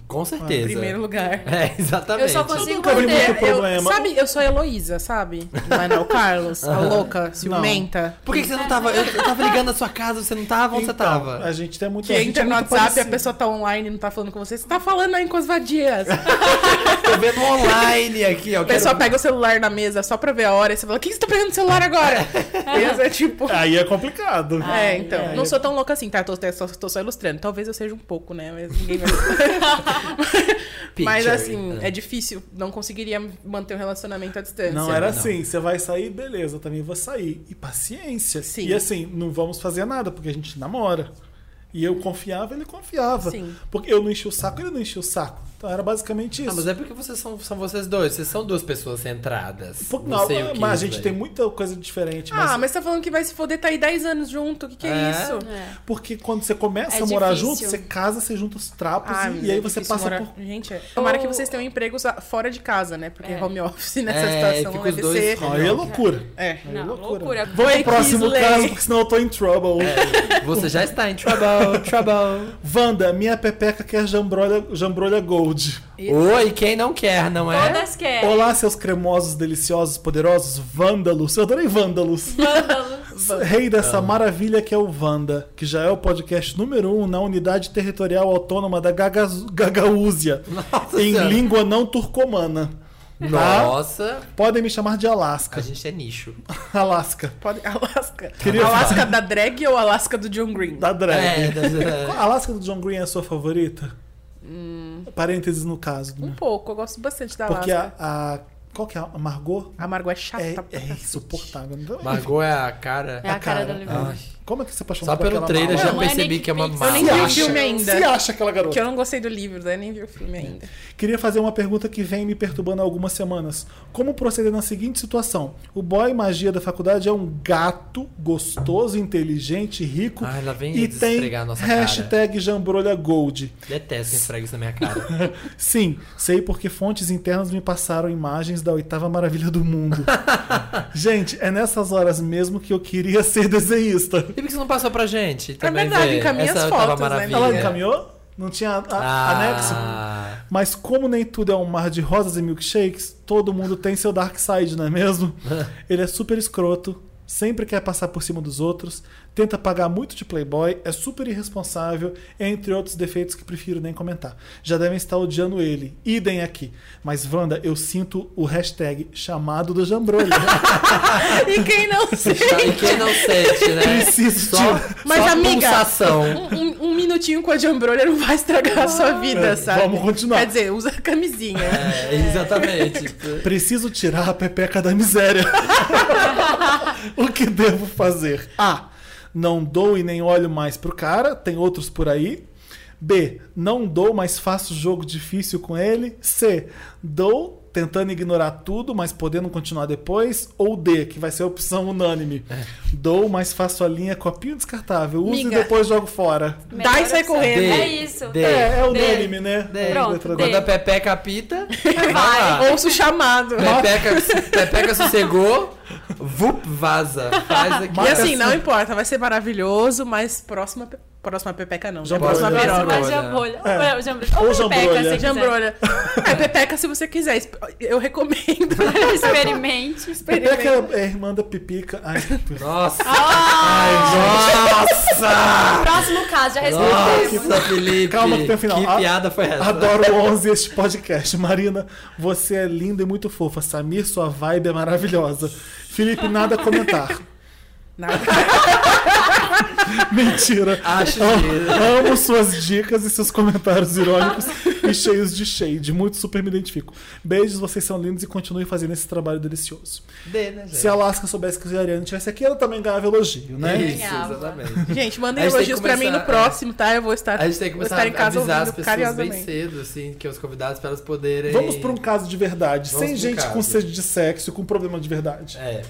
[SPEAKER 3] com certeza.
[SPEAKER 4] Em primeiro lugar.
[SPEAKER 3] É, exatamente.
[SPEAKER 2] Eu só consigo
[SPEAKER 1] nunca vi muito
[SPEAKER 2] manter.
[SPEAKER 1] tempo. problema.
[SPEAKER 4] Eu, sabe, eu sou a Heloísa, sabe? Mas não, o Carlos, a louca, ciumenta.
[SPEAKER 3] Por que, que você não tava? Eu, eu tava ligando na sua casa, você não tava? Onde você
[SPEAKER 1] Então,
[SPEAKER 3] tava?
[SPEAKER 1] A gente tem muito
[SPEAKER 4] Que
[SPEAKER 1] a gente
[SPEAKER 4] entra
[SPEAKER 1] é
[SPEAKER 4] no
[SPEAKER 1] muito
[SPEAKER 4] WhatsApp,
[SPEAKER 1] parecido.
[SPEAKER 4] a pessoa tá online e não tá falando com você. Você tá falando aí com as vadias.
[SPEAKER 3] Tô vendo online aqui, ó.
[SPEAKER 4] O pessoal pega o celular na mesa só pra ver a hora e você fala, quem que você tá pegando o celular agora? Essa é tipo...
[SPEAKER 1] Aí é complicado.
[SPEAKER 4] É, então,
[SPEAKER 1] é.
[SPEAKER 4] não sou tão louca assim, tá? Tô, tô- só- tô só ilustrando. Talvez eu seja um pouco, né? Mas ninguém vai. Mas
[SPEAKER 3] Picture,
[SPEAKER 4] assim,
[SPEAKER 3] né?
[SPEAKER 4] é difícil. Não conseguiria manter um relacionamento à distância.
[SPEAKER 1] Não era
[SPEAKER 3] não.
[SPEAKER 1] assim, você vai sair, beleza, eu também vou sair. E paciência.
[SPEAKER 4] Sim.
[SPEAKER 1] E assim, não vamos fazer nada, porque a gente namora. E eu confiava, ele confiava.
[SPEAKER 4] Sim.
[SPEAKER 1] Porque eu não enchi o saco, ele não enchia o saco. Então era basicamente isso.
[SPEAKER 3] Ah, mas é porque vocês são, são vocês dois. Vocês são duas pessoas centradas.
[SPEAKER 1] Pô,
[SPEAKER 3] não,
[SPEAKER 1] não,
[SPEAKER 3] sei o que
[SPEAKER 1] mas a
[SPEAKER 3] isso
[SPEAKER 1] gente
[SPEAKER 3] aí.
[SPEAKER 1] tem muita coisa diferente. Mas
[SPEAKER 4] Ah, mas você tá falando que vai se foder, tá aí 10 anos junto. O que, que é,
[SPEAKER 3] É?
[SPEAKER 4] isso?
[SPEAKER 2] É.
[SPEAKER 1] Porque quando você começa
[SPEAKER 2] É
[SPEAKER 1] a morar
[SPEAKER 2] difícil.
[SPEAKER 1] junto, você casa, você junta os trapos
[SPEAKER 4] Ah,
[SPEAKER 1] e,
[SPEAKER 4] mas
[SPEAKER 1] e aí
[SPEAKER 4] é
[SPEAKER 1] você
[SPEAKER 4] difícil
[SPEAKER 1] passa
[SPEAKER 4] morar-
[SPEAKER 1] por.
[SPEAKER 4] Gente, é- tomara
[SPEAKER 2] Ou-
[SPEAKER 4] que vocês tenham empregos a- fora de casa, né? Porque
[SPEAKER 2] É.
[SPEAKER 4] home office nessa
[SPEAKER 3] É,
[SPEAKER 4] situação
[SPEAKER 3] fica
[SPEAKER 4] não
[SPEAKER 3] os
[SPEAKER 4] deve
[SPEAKER 3] dois
[SPEAKER 4] ser.
[SPEAKER 3] com-
[SPEAKER 1] Aí é loucura.
[SPEAKER 4] É.
[SPEAKER 1] Aí é
[SPEAKER 2] Não,
[SPEAKER 1] loucura.
[SPEAKER 2] loucura.
[SPEAKER 1] Vou pro próximo
[SPEAKER 4] Kisley.
[SPEAKER 1] caso, porque senão eu tô em trouble.
[SPEAKER 3] Você já está em trouble, trouble.
[SPEAKER 1] Wanda, minha pepeca quer jambrolha, jambrolha gold.
[SPEAKER 3] Oi, quem não quer, não é?
[SPEAKER 2] Todas querem.
[SPEAKER 1] Olá, seus cremosos, deliciosos, poderosos vândalos. Eu adorei vândalos.
[SPEAKER 2] Vândalos.
[SPEAKER 1] Rei dessa maravilha que é o Wanda, que já é o podcast número um na unidade territorial autônoma da Gagaz- Gagaúzia,
[SPEAKER 3] Nossa
[SPEAKER 1] em
[SPEAKER 3] Senhora.
[SPEAKER 1] língua não turcomana. tá?
[SPEAKER 3] Nossa,
[SPEAKER 1] Podem me chamar de
[SPEAKER 3] a
[SPEAKER 1] Alasca.
[SPEAKER 3] gente é nicho.
[SPEAKER 1] Alasca.
[SPEAKER 4] Pode... Alaska.
[SPEAKER 1] Queria
[SPEAKER 4] Alaska da drag ou Alaska do John Green?
[SPEAKER 1] Da drag.
[SPEAKER 3] É, da- da-
[SPEAKER 1] A Alaska do John Green é a sua favorita? Parênteses no caso.
[SPEAKER 4] Um
[SPEAKER 1] Né?
[SPEAKER 4] pouco, eu gosto bastante da Hum. Alaska.
[SPEAKER 1] Porque a, a- Qual que é? A Margot?
[SPEAKER 4] A Margot é chata.
[SPEAKER 1] É,
[SPEAKER 4] pra
[SPEAKER 1] é
[SPEAKER 4] cacete.
[SPEAKER 1] insuportável. Então,
[SPEAKER 3] Margot é a cara.
[SPEAKER 2] É a cara,
[SPEAKER 1] cara.
[SPEAKER 2] da Oliveira.
[SPEAKER 3] Ai,
[SPEAKER 1] Como é que você apaixonou
[SPEAKER 3] Só
[SPEAKER 1] por
[SPEAKER 3] pelo
[SPEAKER 1] aquela
[SPEAKER 3] trailer
[SPEAKER 1] mala?
[SPEAKER 3] já
[SPEAKER 2] Não,
[SPEAKER 3] percebi
[SPEAKER 2] é
[SPEAKER 3] que é uma
[SPEAKER 2] Nick
[SPEAKER 3] mala.
[SPEAKER 4] Eu nem vi o
[SPEAKER 1] Se
[SPEAKER 4] filme
[SPEAKER 1] acha,
[SPEAKER 4] ainda.
[SPEAKER 1] Se acha aquela
[SPEAKER 4] Porque
[SPEAKER 1] garota.
[SPEAKER 4] eu não gostei do livro, daí nem vi o filme ainda.
[SPEAKER 1] Queria fazer uma pergunta que vem me perturbando há algumas semanas. Como proceder na seguinte situação? O boy magia da faculdade é um gato gostoso, inteligente, rico
[SPEAKER 3] Ai, lá Ah, vem
[SPEAKER 1] e tem
[SPEAKER 3] esfregar a nossa cara.
[SPEAKER 1] hashtag jambrolha gold.
[SPEAKER 3] Detesto quem esfrega isso na minha cara.
[SPEAKER 1] Sim, sei porque fontes internas me passaram imagens da oitava maravilha do mundo. Gente, é nessas horas mesmo que eu queria ser desenhista.
[SPEAKER 3] E por que você não passou pra gente? Também
[SPEAKER 4] verdade,
[SPEAKER 3] ver
[SPEAKER 4] encaminha
[SPEAKER 3] essa
[SPEAKER 4] as
[SPEAKER 3] oitava
[SPEAKER 4] fotos, né?
[SPEAKER 3] maravilha.
[SPEAKER 1] Ela encaminhou? Não tinha a- a- anexo?
[SPEAKER 3] Ah,
[SPEAKER 1] Mas como nem tudo é um mar de rosas e milkshakes, todo mundo tem seu dark side, não é mesmo? Ele é super escroto, sempre quer passar por cima dos outros, tenta pagar muito de playboy, é super irresponsável, entre outros defeitos que prefiro nem comentar. Já devem estar odiando ele. Idem aqui. Mas, Wanda, eu sinto o hashtag chamado do jambrolho. Ah.
[SPEAKER 4] E quem não sei?
[SPEAKER 3] tá, e
[SPEAKER 1] é.
[SPEAKER 3] quem não sente, né?
[SPEAKER 1] Preciso
[SPEAKER 3] só,
[SPEAKER 1] de-
[SPEAKER 4] Mas,
[SPEAKER 3] só
[SPEAKER 4] amiga,
[SPEAKER 3] pulsação.
[SPEAKER 4] Um, um- um minutinho com a jambrolha não vai estragar a sua vida, sabe?
[SPEAKER 1] Ah. É, vamos continuar.
[SPEAKER 4] Quer dizer, usa a camisinha.
[SPEAKER 3] É, exatamente.
[SPEAKER 1] Preciso tirar a pepeca da miséria. o que devo fazer? A. Não dou e nem olho mais pro cara, tem outros por aí. B. Não dou, mas faço jogo difícil com ele. C. Dou, tentando ignorar tudo, mas podendo continuar depois. Ou D, que vai ser a opção unânime. Dou, mas faço a linha copinho descartável. Uso
[SPEAKER 4] Miga.
[SPEAKER 1] e depois jogo fora.
[SPEAKER 2] Ah.
[SPEAKER 4] Dá e sai
[SPEAKER 2] Melhor opção.
[SPEAKER 4] correndo.
[SPEAKER 2] É
[SPEAKER 3] D,
[SPEAKER 2] isso.
[SPEAKER 1] É,
[SPEAKER 3] D.
[SPEAKER 1] é
[SPEAKER 2] D.
[SPEAKER 1] unânime, né?
[SPEAKER 3] D.
[SPEAKER 2] Pronto,
[SPEAKER 1] Letra
[SPEAKER 2] D.
[SPEAKER 1] D.
[SPEAKER 3] Quando a Pepeca apita, vai.
[SPEAKER 1] Ah.
[SPEAKER 4] Ouça o chamado.
[SPEAKER 3] Pepeca, Pepeca sossegou, vup, vaza. Faz aqui.
[SPEAKER 4] E
[SPEAKER 1] Marca
[SPEAKER 4] assim, não
[SPEAKER 1] assim.
[SPEAKER 4] importa, vai ser maravilhoso, mas próxima, pe- próxima pepeca não.
[SPEAKER 1] Já
[SPEAKER 4] próxima
[SPEAKER 1] pode.
[SPEAKER 4] piroca.
[SPEAKER 2] Próxima
[SPEAKER 3] Jambrolha.
[SPEAKER 2] jambolha.
[SPEAKER 1] É.
[SPEAKER 2] Ou jambrolha. Ou
[SPEAKER 1] Ou
[SPEAKER 2] pepeca,
[SPEAKER 1] jambrolha.
[SPEAKER 2] se quiser.
[SPEAKER 4] Jambrolha. É, pepeca se você quiser. Esp- Eu recomendo.
[SPEAKER 2] Experimente.
[SPEAKER 1] Pepeca é irmã da pipica. Ai,
[SPEAKER 3] Nossa,
[SPEAKER 2] Próximo caso, já respondeu.
[SPEAKER 3] nossa, Felipe.
[SPEAKER 1] Calma que tem um final.
[SPEAKER 3] Que
[SPEAKER 1] A-
[SPEAKER 3] piada foi essa?
[SPEAKER 1] Adoro o 11 este podcast. Marina, você é linda e muito fofa. Samir, sua vibe é maravilhosa. Felipe, nada a comentar.
[SPEAKER 4] Nada.
[SPEAKER 1] Mentira.
[SPEAKER 3] Acho que-
[SPEAKER 1] Amo, amo suas dicas e seus comentários irônicos e cheios de shade. Muito super me identifico. Beijos, vocês são lindos e continuem fazendo esse trabalho delicioso.
[SPEAKER 3] D, né, gente?
[SPEAKER 1] Se a Alaska soubesse que o Ariane tivesse aqui, ela também ganhava elogio, né?
[SPEAKER 3] Isso,
[SPEAKER 2] Ganhava.
[SPEAKER 3] exatamente.
[SPEAKER 4] Gente, mandem
[SPEAKER 3] A gente tem que
[SPEAKER 4] elogios pra mim
[SPEAKER 3] começar, né?
[SPEAKER 4] no próximo, tá? Eu vou estar,
[SPEAKER 3] A gente tem que
[SPEAKER 4] vou
[SPEAKER 3] começar
[SPEAKER 4] estar em
[SPEAKER 3] a
[SPEAKER 4] casa
[SPEAKER 3] avisar as
[SPEAKER 4] ouvindo
[SPEAKER 3] pessoas bem
[SPEAKER 4] carinhosamente.
[SPEAKER 3] cedo, assim, que os convidados para elas poderem.
[SPEAKER 1] Vamos pra um caso de verdade,
[SPEAKER 3] É. Vamos
[SPEAKER 1] sem
[SPEAKER 3] pro
[SPEAKER 1] gente
[SPEAKER 3] caso.
[SPEAKER 1] com sede de sexo, e com problema de verdade.
[SPEAKER 3] É.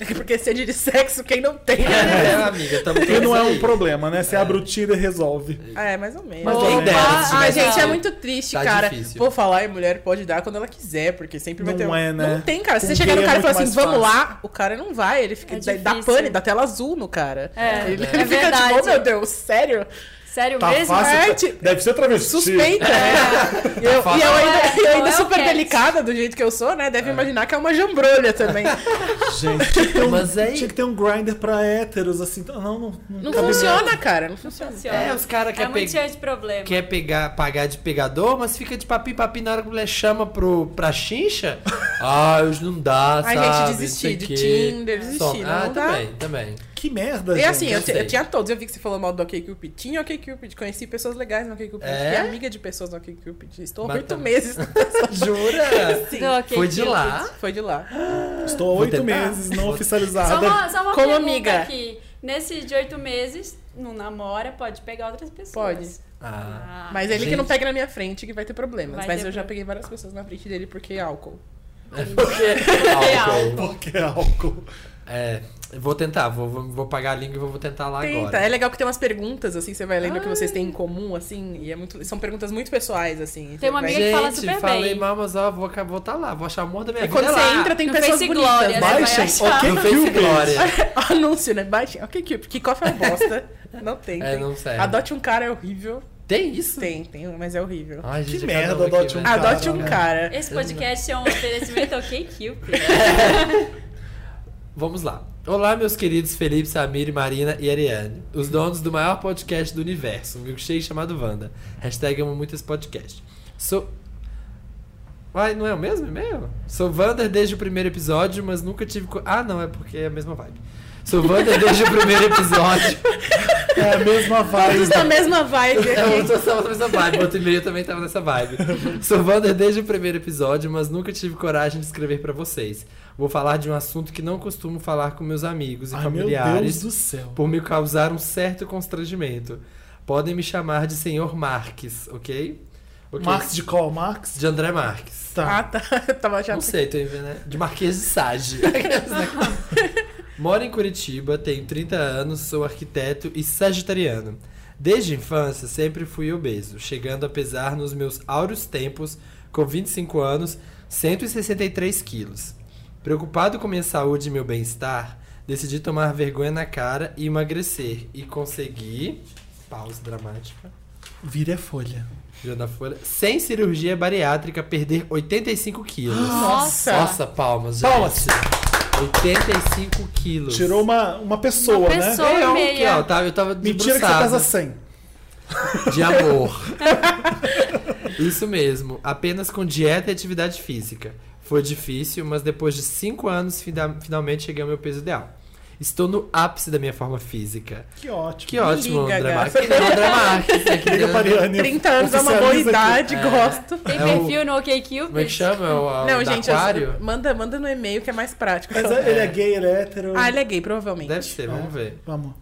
[SPEAKER 4] Porque sede de sexo, quem não tem, né?
[SPEAKER 3] É, amiga, tamo
[SPEAKER 1] Que não é um
[SPEAKER 3] aí.
[SPEAKER 1] problema, né? Você abre o Tinder e resolve.
[SPEAKER 4] É, mais ou menos.
[SPEAKER 1] Mas
[SPEAKER 3] Quem
[SPEAKER 1] Ou-
[SPEAKER 3] dera se
[SPEAKER 4] Ai,
[SPEAKER 3] tivesse-
[SPEAKER 4] gente, é muito triste,
[SPEAKER 3] Tá
[SPEAKER 4] cara.
[SPEAKER 3] difícil.
[SPEAKER 4] Vou falar, e mulher pode dar quando ela quiser, porque sempre vai
[SPEAKER 1] Não
[SPEAKER 4] ter. um-
[SPEAKER 1] é, né?
[SPEAKER 4] Não tem, cara. Se
[SPEAKER 1] Com
[SPEAKER 4] você chegar no
[SPEAKER 1] gay é
[SPEAKER 4] cara e falar
[SPEAKER 1] muito
[SPEAKER 4] assim,
[SPEAKER 1] mais
[SPEAKER 4] vamos
[SPEAKER 1] fácil.
[SPEAKER 4] lá, o cara não vai. Ele fica.
[SPEAKER 2] É
[SPEAKER 4] dá- dá
[SPEAKER 2] difícil.
[SPEAKER 4] pane, dá tela azul no cara.
[SPEAKER 2] É,
[SPEAKER 4] ele
[SPEAKER 2] é
[SPEAKER 4] ele fica
[SPEAKER 2] verdade.
[SPEAKER 4] tipo, oh, meu Deus, sério?
[SPEAKER 2] Sério
[SPEAKER 1] Tá
[SPEAKER 2] mesmo?
[SPEAKER 1] fácil.
[SPEAKER 4] É,
[SPEAKER 1] tá-
[SPEAKER 4] tipo-
[SPEAKER 1] Deve ser travesti.
[SPEAKER 4] Suspeita. né? E eu, e eu ainda,
[SPEAKER 2] Não é-
[SPEAKER 4] eu
[SPEAKER 2] não é
[SPEAKER 4] ainda
[SPEAKER 2] o
[SPEAKER 4] super
[SPEAKER 2] cat.
[SPEAKER 4] delicada do jeito que eu sou, né? Deve imaginar que é uma jambrolha também.
[SPEAKER 1] Gente, tinha que ter um,
[SPEAKER 3] Mas aí-
[SPEAKER 1] tinha que ter um grinder pra héteros, assim. Não, não. não
[SPEAKER 4] Não
[SPEAKER 1] cabe
[SPEAKER 4] funciona, cara. Não funciona.
[SPEAKER 3] É, os caras
[SPEAKER 2] É
[SPEAKER 3] querem é
[SPEAKER 2] muito cheio de problema.
[SPEAKER 3] quer pegar, pagar de pegador, mas fica de papim papim na hora que a mulher chama pro, pra chincha. Ah, hoje não dá,
[SPEAKER 4] Ai,
[SPEAKER 3] sabe?
[SPEAKER 4] gente,
[SPEAKER 3] não
[SPEAKER 4] desisti
[SPEAKER 3] sei o
[SPEAKER 4] de
[SPEAKER 3] quê.
[SPEAKER 4] Tinder, desisti,
[SPEAKER 3] Som-
[SPEAKER 4] não
[SPEAKER 3] Ah,
[SPEAKER 4] dá.
[SPEAKER 3] também, também.
[SPEAKER 1] Que merda,
[SPEAKER 4] E
[SPEAKER 1] gente.
[SPEAKER 4] assim, eu,
[SPEAKER 3] sei.
[SPEAKER 4] eu tinha todos. Eu vi que você falou mal do OkCupid. Tinha OkCupid. Conheci pessoas legais no OkCupid.
[SPEAKER 3] É?
[SPEAKER 4] Fiquei amiga de pessoas no OkCupid. Estou há
[SPEAKER 3] Mas
[SPEAKER 4] oito
[SPEAKER 3] tá-
[SPEAKER 4] meses.
[SPEAKER 3] Jura?
[SPEAKER 4] Sim.
[SPEAKER 2] Do ok,
[SPEAKER 3] Foi de
[SPEAKER 2] Cupid.
[SPEAKER 3] lá.
[SPEAKER 4] Foi de lá.
[SPEAKER 1] Estou há
[SPEAKER 3] Vou
[SPEAKER 1] oito
[SPEAKER 3] tentar.
[SPEAKER 1] meses não
[SPEAKER 2] Só
[SPEAKER 1] oficializada.
[SPEAKER 2] uma, só uma
[SPEAKER 4] Como
[SPEAKER 2] pergunta
[SPEAKER 4] amiga.
[SPEAKER 2] aqui. Nesses de oito meses, não namora, pode pegar outras pessoas.
[SPEAKER 4] Pode.
[SPEAKER 3] Ah.
[SPEAKER 4] Mas ele que
[SPEAKER 3] gente.
[SPEAKER 4] não pega na minha frente que vai ter problemas.
[SPEAKER 2] Vai
[SPEAKER 4] Mas
[SPEAKER 2] ter
[SPEAKER 4] eu já
[SPEAKER 2] problema.
[SPEAKER 4] peguei várias pessoas na frente dele porque é álcool.
[SPEAKER 3] Álcool.
[SPEAKER 1] Porque é álcool.
[SPEAKER 3] É, eu vou tentar, vou, vou, vou pagar a língua e vou tentar lá
[SPEAKER 4] Tenta.
[SPEAKER 3] agora.
[SPEAKER 4] É legal que tem umas perguntas, assim, você vai lendo o que vocês têm em comum, assim. E é muito, são perguntas muito pessoais, assim.
[SPEAKER 2] Tem uma
[SPEAKER 4] Vai-
[SPEAKER 2] amiga que fala
[SPEAKER 3] Gente,
[SPEAKER 2] super
[SPEAKER 3] falei
[SPEAKER 2] bem.
[SPEAKER 3] mal, mas ó, vou, vou tá lá, vou achar o amor da minha
[SPEAKER 4] E
[SPEAKER 3] vida
[SPEAKER 4] quando você
[SPEAKER 3] lá.
[SPEAKER 4] entra, tem
[SPEAKER 2] No
[SPEAKER 4] pessoas
[SPEAKER 2] Face
[SPEAKER 4] bonitas.
[SPEAKER 2] Glória, né?
[SPEAKER 4] Vai-
[SPEAKER 1] Baixem.
[SPEAKER 2] achar.
[SPEAKER 1] Ok,
[SPEAKER 3] No Face
[SPEAKER 1] Cupid.
[SPEAKER 3] Glória.
[SPEAKER 4] Anúncio, né? Bate. Ok, Cupid, que cofre é uma bosta. Não tem.
[SPEAKER 3] É, não serve.
[SPEAKER 4] Adote um cara é horrível.
[SPEAKER 3] Tem isso?
[SPEAKER 4] Tem, tem, mas é horrível.
[SPEAKER 3] Ai, gente,
[SPEAKER 1] Que
[SPEAKER 3] é
[SPEAKER 1] merda,
[SPEAKER 3] cada uma
[SPEAKER 1] adote
[SPEAKER 3] aqui,
[SPEAKER 1] um
[SPEAKER 3] velho.
[SPEAKER 1] cara.
[SPEAKER 4] Adote um
[SPEAKER 1] né?
[SPEAKER 4] cara.
[SPEAKER 2] Esse podcast é um oferecimento ok, Cupid.
[SPEAKER 3] Vamos lá. Olá, meus queridos Felipe, Samir, Marina e Ariane, os donos do maior podcast do universo, um milkshake chamado Wanda. Hashtag amo muito esse podcast. Sou. Uai, não é o mesmo e-mail? Sou Wander desde o primeiro episódio, mas nunca tive. co- Ah, não, é porque é a mesma vibe. Sou Wanda desde o primeiro episódio.
[SPEAKER 1] É a mesma vibe.
[SPEAKER 4] Todos na mesma vibe
[SPEAKER 3] Eu
[SPEAKER 4] aqui.
[SPEAKER 3] tô só nessa vibe. Outro e-mail também tava nessa vibe. Sou Wander desde o primeiro episódio, mas nunca tive coragem de escrever pra vocês. Vou falar de um assunto que não costumo falar com meus amigos e
[SPEAKER 1] Ai, meu Deus
[SPEAKER 3] familiares
[SPEAKER 1] do céu.
[SPEAKER 3] por me causar um certo constrangimento. Podem me chamar de Senhor Marques, ok? Ok.
[SPEAKER 1] Marx de qual? Marx?
[SPEAKER 3] De André Marques.
[SPEAKER 1] Tá.
[SPEAKER 4] Ah, tá. Eu tava já
[SPEAKER 3] Não sei, tô né? De Marquês de Sade. né? Moro em Curitiba, tenho 30 anos, sou arquiteto e sagitariano. Desde a infância sempre fui obeso, chegando a pesar nos meus áureos tempos, com 25 anos, 163 quilos. Preocupado com minha saúde e meu bem-estar, decidi tomar vergonha na cara e emagrecer. E consegui. Pausa dramática.
[SPEAKER 1] Vira a folha.
[SPEAKER 3] Jornal da Folha. Sem cirurgia bariátrica, perder 85 quilos.
[SPEAKER 4] Nossa.
[SPEAKER 3] Nossa, palmas, gente.
[SPEAKER 1] Palmas.
[SPEAKER 3] 85 quilos.
[SPEAKER 1] Tirou uma, uma pessoa,
[SPEAKER 2] Uma
[SPEAKER 1] né?
[SPEAKER 2] pessoa
[SPEAKER 3] eu,
[SPEAKER 2] e
[SPEAKER 3] que, ó,
[SPEAKER 2] meia.
[SPEAKER 3] tá, eu tava
[SPEAKER 1] Mentira que você
[SPEAKER 3] debruçado
[SPEAKER 1] pesa 100.
[SPEAKER 3] de amor. Isso mesmo, apenas com dieta e atividade física. Foi difícil, mas depois de 5 anos, fida- finalmente cheguei ao meu peso ideal. Estou no ápice da minha forma física.
[SPEAKER 1] Que ótimo.
[SPEAKER 3] Que ótimo,
[SPEAKER 4] liga,
[SPEAKER 3] André
[SPEAKER 4] gata.
[SPEAKER 3] Marques. Não, André Marques. é que
[SPEAKER 1] Liga pra Ariane.
[SPEAKER 4] 30 anos é uma boa
[SPEAKER 1] Oficializa
[SPEAKER 4] idade, gosto.
[SPEAKER 2] Tem
[SPEAKER 3] É o-
[SPEAKER 2] perfil no
[SPEAKER 3] Como é que
[SPEAKER 2] OkCupid?
[SPEAKER 3] chama? É O, é o
[SPEAKER 4] Não,
[SPEAKER 3] da
[SPEAKER 4] gente,
[SPEAKER 3] aquário?
[SPEAKER 4] eu- manda, manda no e-mail que é mais prático.
[SPEAKER 1] Mas é- ele é gay, ele é hétero.
[SPEAKER 4] Ah, ele é gay, provavelmente.
[SPEAKER 3] Deve ser, vamos ver.
[SPEAKER 1] Vamos.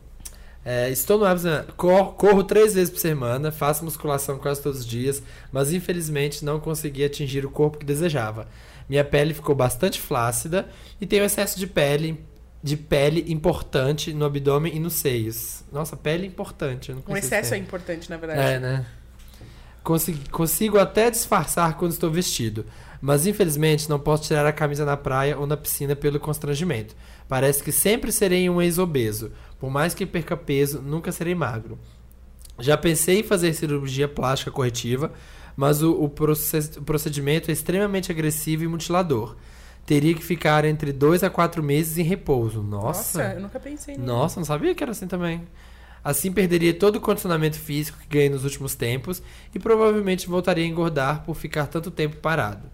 [SPEAKER 3] É, estou no hábito, né? Cor- corro três vezes por semana, faço musculação quase todos os dias, mas infelizmente não consegui atingir o corpo que desejava. Minha pele ficou bastante flácida e tenho excesso de pele, de pele importante no abdômen e nos seios. Nossa, pele importante. eu não
[SPEAKER 4] Um
[SPEAKER 3] consigo
[SPEAKER 4] excesso é
[SPEAKER 3] ter.
[SPEAKER 4] importante, na verdade.
[SPEAKER 3] É, né? Consegui- consigo até disfarçar quando estou vestido, mas infelizmente não posso tirar a camisa na praia ou na piscina pelo constrangimento. Parece que sempre serei um ex-obeso. Por mais que perca peso, nunca serei magro. Já pensei em fazer cirurgia plástica corretiva, mas o, o proces- o procedimento é extremamente agressivo e mutilador. Teria que ficar entre dois a quatro meses em repouso.
[SPEAKER 4] Nossa,
[SPEAKER 3] Nossa!
[SPEAKER 4] eu nunca pensei nisso.
[SPEAKER 3] Nossa, não sabia que era assim também. Assim perderia todo o condicionamento físico que ganhei nos últimos tempos e provavelmente voltaria a engordar por ficar tanto tempo parado.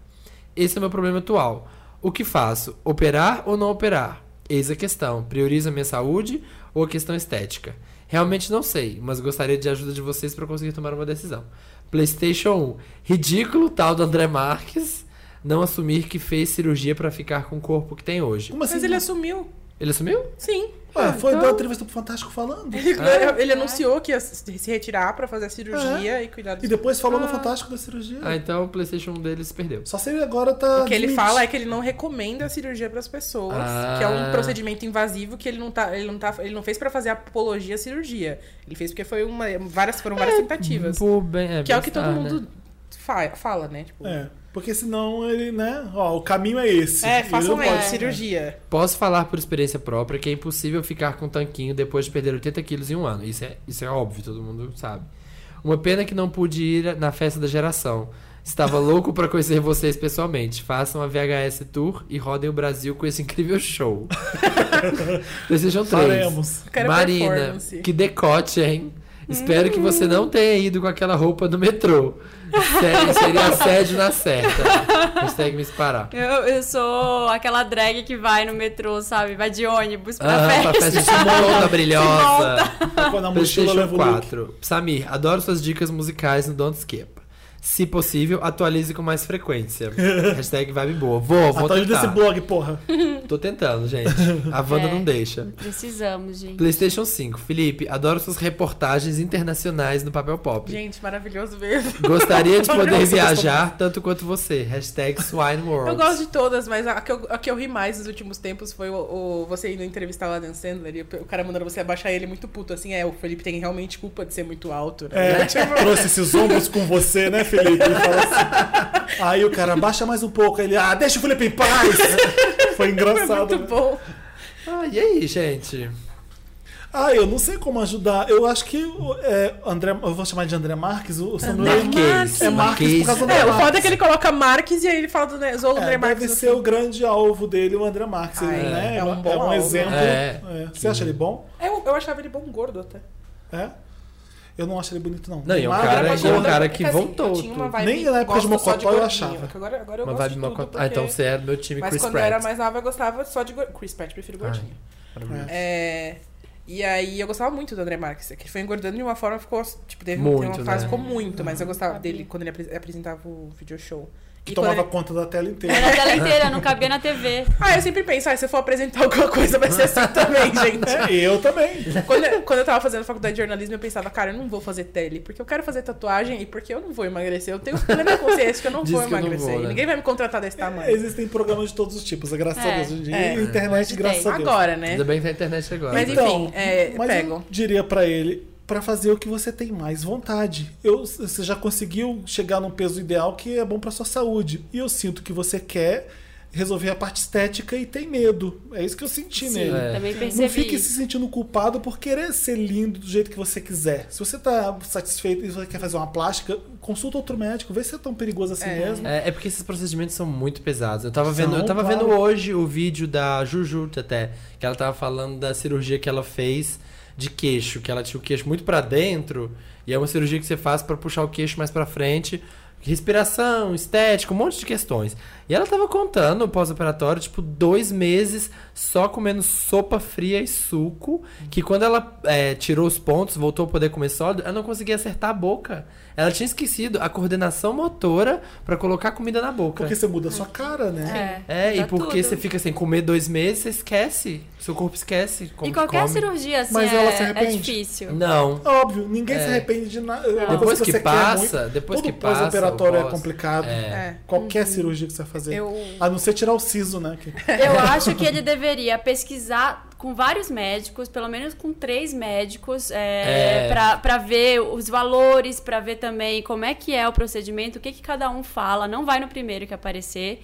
[SPEAKER 3] Esse é o meu problema atual. O que faço? Operar ou não operar? Eis a questão. Priorizo a minha saúde ou a questão estética? Realmente não sei, mas gostaria de ajuda de vocês para conseguir tomar uma decisão. PlayStation 1. Ridículo tal do André Marques não assumir que fez cirurgia para ficar com o corpo que tem hoje.
[SPEAKER 1] Como assim?
[SPEAKER 4] Mas ele é assumiu.
[SPEAKER 3] Ele assumiu?
[SPEAKER 4] Sim.
[SPEAKER 1] Ué, foi
[SPEAKER 3] então-
[SPEAKER 1] dar entrevista pro Fantástico falando.
[SPEAKER 4] Ele,
[SPEAKER 3] É?
[SPEAKER 4] ele anunciou que ia se retirar pra fazer a cirurgia e cuidar do
[SPEAKER 1] E depois falou no Fantástico da cirurgia.
[SPEAKER 3] Ah, então o PlayStation 1 deles perdeu.
[SPEAKER 1] Só se ele agora tá.
[SPEAKER 4] O que ele
[SPEAKER 1] limite.
[SPEAKER 4] fala é que ele não recomenda a cirurgia para as pessoas,
[SPEAKER 3] Ah.
[SPEAKER 4] que é um procedimento invasivo que ele não tá, ele não tá, ele não fez para fazer apologia à cirurgia. Ele fez porque foi uma, várias foram várias tentativas,
[SPEAKER 3] Pô, bem- é,
[SPEAKER 4] que é o que todo
[SPEAKER 3] bem-estar, né?
[SPEAKER 4] mundo fa- fala, né? Tipo, é,
[SPEAKER 1] É, porque senão ele, né? Ó, o caminho é esse. Ele
[SPEAKER 4] façam
[SPEAKER 1] não
[SPEAKER 4] aí,
[SPEAKER 1] pode-
[SPEAKER 4] cirurgia.
[SPEAKER 3] Posso falar por experiência própria que é impossível ficar com tanquinho depois de perder 80 quilos em um ano. Isso é, isso é óbvio, todo mundo sabe. Uma pena que não pude ir na festa da geração. Estava louco pra conhecer vocês pessoalmente. Façam a VHS Tour e rodem o Brasil com esse incrível show. Desejam três.
[SPEAKER 1] Faremos.
[SPEAKER 4] Eu quero
[SPEAKER 3] Marina,
[SPEAKER 4] performance. Hum.
[SPEAKER 3] que decote, hein? Espero que você não tenha ido com aquela roupa do metrô. Sério, seria assédio na certa. Hashtag me parar.
[SPEAKER 2] Eu, eu sou aquela drag que vai no metrô, sabe? Vai de ônibus pra
[SPEAKER 3] Ah, pra
[SPEAKER 2] festa.
[SPEAKER 3] festa de monta brilhosa.
[SPEAKER 1] Quando Tá a mochila
[SPEAKER 3] PlayStation
[SPEAKER 4] um
[SPEAKER 1] leva o look.
[SPEAKER 3] 4. Samir, adoro suas dicas musicais no Don't Skip. Se possível, atualize com mais frequência. Hashtag vibe boa. Vou, vou
[SPEAKER 1] Atrás desse
[SPEAKER 3] tentar.
[SPEAKER 1] Tá blog, porra.
[SPEAKER 3] Tô tentando, gente. A Wanda
[SPEAKER 2] É.
[SPEAKER 3] não deixa.
[SPEAKER 2] Precisamos, gente.
[SPEAKER 3] PlayStation 5. Felipe, adoro suas reportagens internacionais no papel pop.
[SPEAKER 4] Gente, maravilhoso mesmo.
[SPEAKER 3] Gostaria de poder
[SPEAKER 1] Maravilhoso.
[SPEAKER 3] viajar tanto quanto você. Hashtag Swine World.
[SPEAKER 4] Eu gosto de todas, mas a que eu, a que eu ri mais nos últimos tempos foi o, o- você indo entrevistar o Adam Sandler e o cara mandando você abaixar ele muito puto, assim, é, o Felipe tem realmente culpa de ser muito alto, né?
[SPEAKER 1] É, trouxe esses ombros com você, né, Felipe? Ele fala assim. Aí o cara baixa mais um pouco. aí Ele, ah, deixa o Felipe em paz. Foi
[SPEAKER 4] Foi
[SPEAKER 1] engraçado.
[SPEAKER 4] muito
[SPEAKER 1] né?
[SPEAKER 4] bom.
[SPEAKER 3] Ah, e aí, gente?
[SPEAKER 1] Ah, eu não sei como ajudar. Eu acho que o, é, André, eu vou chamar de André Marques, o, o sobrenome dele
[SPEAKER 3] Marques.
[SPEAKER 1] É Marques por causa do
[SPEAKER 4] É, o
[SPEAKER 1] Marques.
[SPEAKER 4] foda é que ele coloca Marques e aí ele fala do né, Zou André
[SPEAKER 1] É,
[SPEAKER 4] Marques.
[SPEAKER 1] deve
[SPEAKER 4] no
[SPEAKER 1] ser o grande alvo dele, o André Marques,
[SPEAKER 4] Ah,
[SPEAKER 1] ele,
[SPEAKER 4] é.
[SPEAKER 1] né?
[SPEAKER 4] É um bom alvo.
[SPEAKER 1] exemplo.
[SPEAKER 3] É.
[SPEAKER 1] É. Você acha ele bom?
[SPEAKER 4] fim. Eu, eu achava ele bom gordo até.
[SPEAKER 1] É? Eu não acho ele bonito, não.
[SPEAKER 3] Não, e é um
[SPEAKER 1] Magro,
[SPEAKER 3] cara-
[SPEAKER 1] pra
[SPEAKER 3] e é um
[SPEAKER 1] caramba.
[SPEAKER 3] cara que
[SPEAKER 4] É
[SPEAKER 3] voltou,
[SPEAKER 4] eu tinha uma
[SPEAKER 3] tudo.
[SPEAKER 4] vibe
[SPEAKER 1] Nem na época de
[SPEAKER 4] gosto só
[SPEAKER 1] Mocotó eu
[SPEAKER 4] gordinho,
[SPEAKER 1] achava.
[SPEAKER 4] que Agora, agora eu
[SPEAKER 3] Uma
[SPEAKER 4] gosto
[SPEAKER 3] vibe
[SPEAKER 4] de
[SPEAKER 3] mocotó.
[SPEAKER 4] tudo,
[SPEAKER 3] Ah, então
[SPEAKER 4] porque-
[SPEAKER 3] você é do meu time
[SPEAKER 4] Mas
[SPEAKER 3] Chris
[SPEAKER 4] quando
[SPEAKER 3] Pratt.
[SPEAKER 4] eu era mais nova, eu gostava só de... go- Chris Pratt, prefiro gordinho.
[SPEAKER 3] Maravilhoso.
[SPEAKER 4] É, E aí eu gostava muito do André Marques, é que ele foi engordando de uma forma, ficou, tipo, teve
[SPEAKER 3] Muito,
[SPEAKER 4] teve uma fase
[SPEAKER 3] né? Uhum.
[SPEAKER 4] ficou muito, mas eu gostava dele quando ele apre- apresentava o video show.
[SPEAKER 1] Que
[SPEAKER 4] E quando
[SPEAKER 1] tomava
[SPEAKER 4] ele-
[SPEAKER 1] conta da tela inteira.
[SPEAKER 2] Era a tela inteira, não cabia na TV.
[SPEAKER 4] Ah, eu sempre penso, ah, se eu for apresentar alguma coisa vai ser assim também, gente.
[SPEAKER 1] É, eu também.
[SPEAKER 4] Quando, eu- quando eu tava fazendo faculdade de jornalismo, eu pensava, cara, eu não vou fazer tele, porque eu quero fazer tatuagem e porque eu não vou emagrecer. Eu tenho plena consciência que eu não
[SPEAKER 3] Diz
[SPEAKER 4] vou
[SPEAKER 3] que eu não
[SPEAKER 4] emagrecer.
[SPEAKER 3] vou, né?
[SPEAKER 4] E ninguém vai me contratar desse tamanho.
[SPEAKER 1] Existem programas de todos os tipos, graças a
[SPEAKER 2] É.
[SPEAKER 1] Deus. Hoje em dia,
[SPEAKER 4] É.
[SPEAKER 1] internet,
[SPEAKER 2] Hoje
[SPEAKER 1] graças
[SPEAKER 2] tem.
[SPEAKER 1] a Deus.
[SPEAKER 4] Agora, né?
[SPEAKER 3] Ainda bem que tá na internet agora.
[SPEAKER 4] Mas
[SPEAKER 3] né?
[SPEAKER 1] Então.
[SPEAKER 4] enfim, é,
[SPEAKER 1] mas eu
[SPEAKER 4] pego.
[SPEAKER 1] diria pra ele pra fazer o que você tem mais vontade. Eu, você já conseguiu chegar num peso ideal que é bom pra sua saúde. E eu sinto que você quer resolver a parte estética e tem medo. É isso que eu senti
[SPEAKER 2] Sim,
[SPEAKER 1] nele.
[SPEAKER 3] É.
[SPEAKER 2] também percebi.
[SPEAKER 1] Não fique se sentindo culpado por querer ser lindo do jeito que você quiser. Se você tá satisfeito e você quer fazer uma plástica, consulta outro médico, vê se é tão perigoso assim mesmo.
[SPEAKER 3] É, é porque esses procedimentos são muito pesados. Eu tava vendo,
[SPEAKER 1] São,
[SPEAKER 3] eu tava
[SPEAKER 1] claro.
[SPEAKER 3] vendo hoje o vídeo da Juju até, que ela tava falando da cirurgia que ela fez de queixo, que ela tinha o queixo muito pra dentro, e é uma cirurgia que você faz pra puxar o queixo mais pra frente, respiração, estética, um monte de questões. E ela tava contando o pós-operatório, tipo, dois meses só comendo sopa fria e suco, que quando ela é, tirou os pontos, voltou a poder comer sólido, ela não conseguia acertar a boca. Ela tinha esquecido a coordenação motora pra colocar comida na boca.
[SPEAKER 1] Porque você muda a sua cara, né?
[SPEAKER 2] É,
[SPEAKER 3] É, e
[SPEAKER 2] dá
[SPEAKER 3] porque
[SPEAKER 2] tudo.
[SPEAKER 3] você fica sem comer dois meses, você esquece. Seu corpo esquece. como
[SPEAKER 2] E
[SPEAKER 3] que
[SPEAKER 2] qualquer
[SPEAKER 3] come.
[SPEAKER 2] cirurgia, assim,
[SPEAKER 1] Mas
[SPEAKER 2] é,
[SPEAKER 1] ela se
[SPEAKER 2] é
[SPEAKER 1] arrepende?
[SPEAKER 2] difícil.
[SPEAKER 3] Não.
[SPEAKER 1] Óbvio, ninguém
[SPEAKER 3] É.
[SPEAKER 1] se arrepende de nada. É uma coisa
[SPEAKER 3] Depois
[SPEAKER 1] você
[SPEAKER 3] que
[SPEAKER 1] quer
[SPEAKER 3] passa,
[SPEAKER 1] muito.
[SPEAKER 3] depois
[SPEAKER 1] Todo
[SPEAKER 3] que passa.
[SPEAKER 1] pós-operatório
[SPEAKER 3] o
[SPEAKER 1] é
[SPEAKER 3] pós-
[SPEAKER 1] complicado.
[SPEAKER 3] É.
[SPEAKER 4] É.
[SPEAKER 1] Qualquer cirurgia que você vai fazer.
[SPEAKER 4] Eu-
[SPEAKER 1] A não ser tirar o siso, né? Que-
[SPEAKER 2] Eu acho que ele deveria pesquisar com vários médicos, pelo menos com três médicos, é,
[SPEAKER 3] É.
[SPEAKER 2] pra- pra ver os valores, pra ver também como é que é o procedimento, o que, que cada um fala. Não vai no primeiro que aparecer.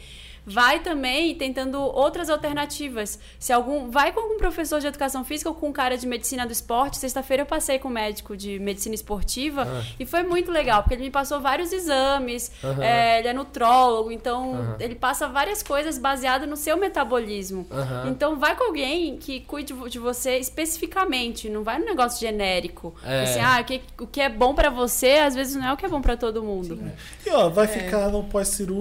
[SPEAKER 2] Vai também tentando outras alternativas. Se algum. Vai com algum professor de educação física ou com um cara de medicina do esporte. Sexta-feira eu passei com um médico de medicina esportiva e foi muito legal, porque ele me passou vários exames.
[SPEAKER 3] Ah. Aham.
[SPEAKER 2] é, ele é nutrólogo, então
[SPEAKER 3] Aham.
[SPEAKER 2] ele passa várias coisas baseado no seu metabolismo.
[SPEAKER 3] Aham.
[SPEAKER 2] Então vai com alguém que cuide vo- de você especificamente, não vai num negócio genérico.
[SPEAKER 3] É.
[SPEAKER 2] Assim, ah, o que, o que é bom pra você, às vezes não é o que é bom pra todo mundo.
[SPEAKER 1] E ó,
[SPEAKER 4] É.
[SPEAKER 1] vai ficar no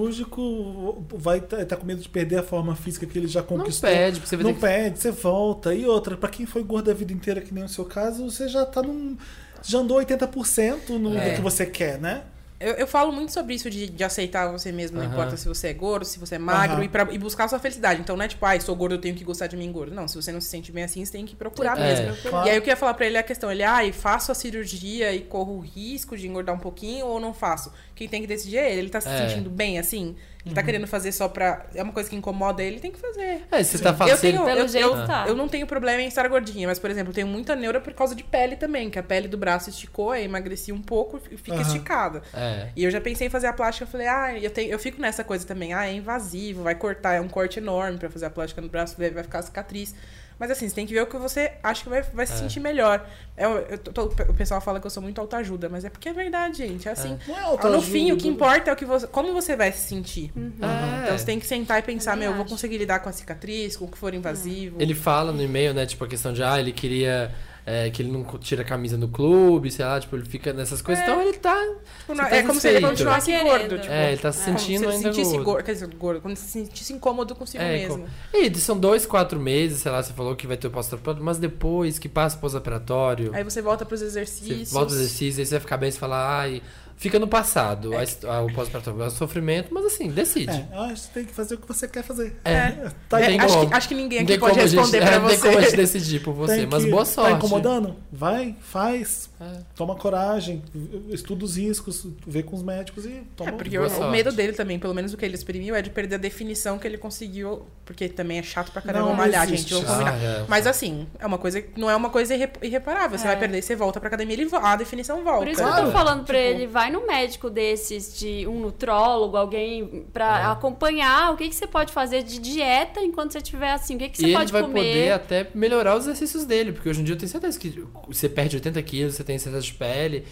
[SPEAKER 1] pós-cirúrgico, vai estar tá com medo de perder a forma física que ele já
[SPEAKER 3] Não
[SPEAKER 1] conquistou.
[SPEAKER 3] pede, porque você vai
[SPEAKER 1] Não
[SPEAKER 3] ter que...
[SPEAKER 1] pede, você volta. E outra, pra quem foi gordo a vida inteira, que nem o seu caso, você já tá num. Já andou 80% no,
[SPEAKER 3] É.
[SPEAKER 1] do que você quer, né?
[SPEAKER 4] Eu, eu falo muito sobre isso de, de aceitar você mesmo, não
[SPEAKER 3] Aham.
[SPEAKER 4] importa se você é gordo, se você é magro,
[SPEAKER 1] Aham.
[SPEAKER 4] e, pra- e buscar a sua felicidade. Então não é tipo, ai, sou gordo, eu tenho que gostar de mim gordo. Não, se você não se sente bem assim, você tem que procurar
[SPEAKER 3] É.
[SPEAKER 4] mesmo.
[SPEAKER 1] Claro.
[SPEAKER 4] E aí o que eu ia falar pra ele é a questão, ele, ai, faço a cirurgia e corro o risco de engordar um pouquinho ou não faço? Quem tem que decidir é ele. Ele tá se
[SPEAKER 3] É. Uhum.
[SPEAKER 4] sentindo bem assim? Ele tá querendo fazer só pra... É uma coisa que incomoda ele, tem que fazer.
[SPEAKER 3] É, se você tá Ah. falando...
[SPEAKER 4] Eu tenho,
[SPEAKER 2] Pelo
[SPEAKER 4] eu,
[SPEAKER 2] jeito,
[SPEAKER 4] eu-
[SPEAKER 2] tá.
[SPEAKER 4] eu não tenho problema em estar gordinha, mas, por exemplo, eu tenho muita neura por causa de pele também, que a pele do braço esticou, aí emagreci um pouco e fica
[SPEAKER 1] Aham.
[SPEAKER 4] esticada.
[SPEAKER 3] É.
[SPEAKER 4] E eu já pensei em fazer a plástica, eu falei, ah, eu, tenho, eu fico nessa coisa também, ah, é invasivo, vai cortar, é um corte enorme pra fazer a plástica no braço, vai vai ficar cicatriz. Mas assim, você tem que ver o que você acha que vai, vai se
[SPEAKER 3] É.
[SPEAKER 4] sentir melhor. É, Eu, eu tô- tô- o pessoal fala que eu sou muito autoajuda, mas é porque é verdade, gente. É assim.
[SPEAKER 1] Não é autoajuda.
[SPEAKER 4] No fim, o que importa é o que você, como você vai se sentir.
[SPEAKER 3] É.
[SPEAKER 4] Então você tem que sentar e pensar,
[SPEAKER 2] Também
[SPEAKER 4] meu, eu vou
[SPEAKER 2] acho.
[SPEAKER 4] conseguir lidar com a cicatriz, com o que for invasivo.
[SPEAKER 3] Ele fala no e-mail, né, tipo, a questão de, ah, ele queria... é, que ele não tira a camisa no clube, sei lá, tipo, ele fica nessas coisas. Então ele tá.
[SPEAKER 4] Tipo,
[SPEAKER 3] Você
[SPEAKER 4] não-
[SPEAKER 3] tá
[SPEAKER 4] é como se ele
[SPEAKER 3] satisfeito.
[SPEAKER 4] continuasse
[SPEAKER 2] Tá querendo.
[SPEAKER 4] gordo, tipo.
[SPEAKER 3] é, ele tá se
[SPEAKER 4] como
[SPEAKER 3] sentindo
[SPEAKER 4] se ele
[SPEAKER 3] ainda
[SPEAKER 4] sentisse
[SPEAKER 3] gordo.
[SPEAKER 4] gordo. Quer dizer, gordo, quando se sentisse incômodo consigo
[SPEAKER 3] É,
[SPEAKER 4] mesmo.
[SPEAKER 3] com- E são dois, quatro meses, sei lá, você falou que vai ter o pós-operatório, mas depois que passa o pós-operatório,
[SPEAKER 4] Aí você volta pros
[SPEAKER 3] você
[SPEAKER 4] exercícios.
[SPEAKER 3] volta aos exercícios, aí você vai ficar bem e fala, ai, fica no passado, a his- a- o pós-operatório é um sofrimento, mas assim, decide.
[SPEAKER 1] É, ah, você tem que fazer o que você quer fazer.
[SPEAKER 3] É.
[SPEAKER 1] Tá
[SPEAKER 3] É,
[SPEAKER 1] aí.
[SPEAKER 3] Tem
[SPEAKER 4] Acho
[SPEAKER 3] como.
[SPEAKER 4] que, acho que ninguém
[SPEAKER 3] Não
[SPEAKER 4] aqui
[SPEAKER 3] tem
[SPEAKER 4] pode
[SPEAKER 3] como a gente-
[SPEAKER 4] responder pra
[SPEAKER 3] é, Não tem como a gente
[SPEAKER 4] você.
[SPEAKER 3] decidir por você,
[SPEAKER 1] Tem
[SPEAKER 3] mas
[SPEAKER 1] que-
[SPEAKER 3] boa sorte.
[SPEAKER 1] Tá incomodando? Vai, faz.
[SPEAKER 3] É.
[SPEAKER 1] Toma coragem, estuda os riscos, vê com os médicos e toma. um
[SPEAKER 4] É, porque
[SPEAKER 3] Boa
[SPEAKER 4] o- o
[SPEAKER 3] sorte.
[SPEAKER 4] medo dele também, pelo menos o que ele exprimiu, é de perder a definição que ele conseguiu. Porque também é chato pra caramba
[SPEAKER 1] Não, não
[SPEAKER 4] malhar,
[SPEAKER 1] existe.
[SPEAKER 4] gente. Vamos
[SPEAKER 3] Ah,
[SPEAKER 4] combinar.
[SPEAKER 3] é.
[SPEAKER 4] um Mas assim, é uma coisa, não é uma coisa irre- irreparável. Você
[SPEAKER 2] É.
[SPEAKER 4] vai perder, você volta pra academia e vo- a definição volta.
[SPEAKER 2] Por isso que eu
[SPEAKER 1] Claro.
[SPEAKER 2] tô falando pra
[SPEAKER 4] Tipo-
[SPEAKER 2] ele, vai num médico desses, de um nutrólogo, alguém pra acompanhar o que, que você pode fazer de dieta enquanto você estiver assim, o que, que você
[SPEAKER 3] e ele
[SPEAKER 2] pode
[SPEAKER 3] vai
[SPEAKER 2] comer.
[SPEAKER 3] poder até melhorar os exercícios dele, porque hoje em dia eu tenho certeza que você perde 80 quilos, você tem excesso de pele.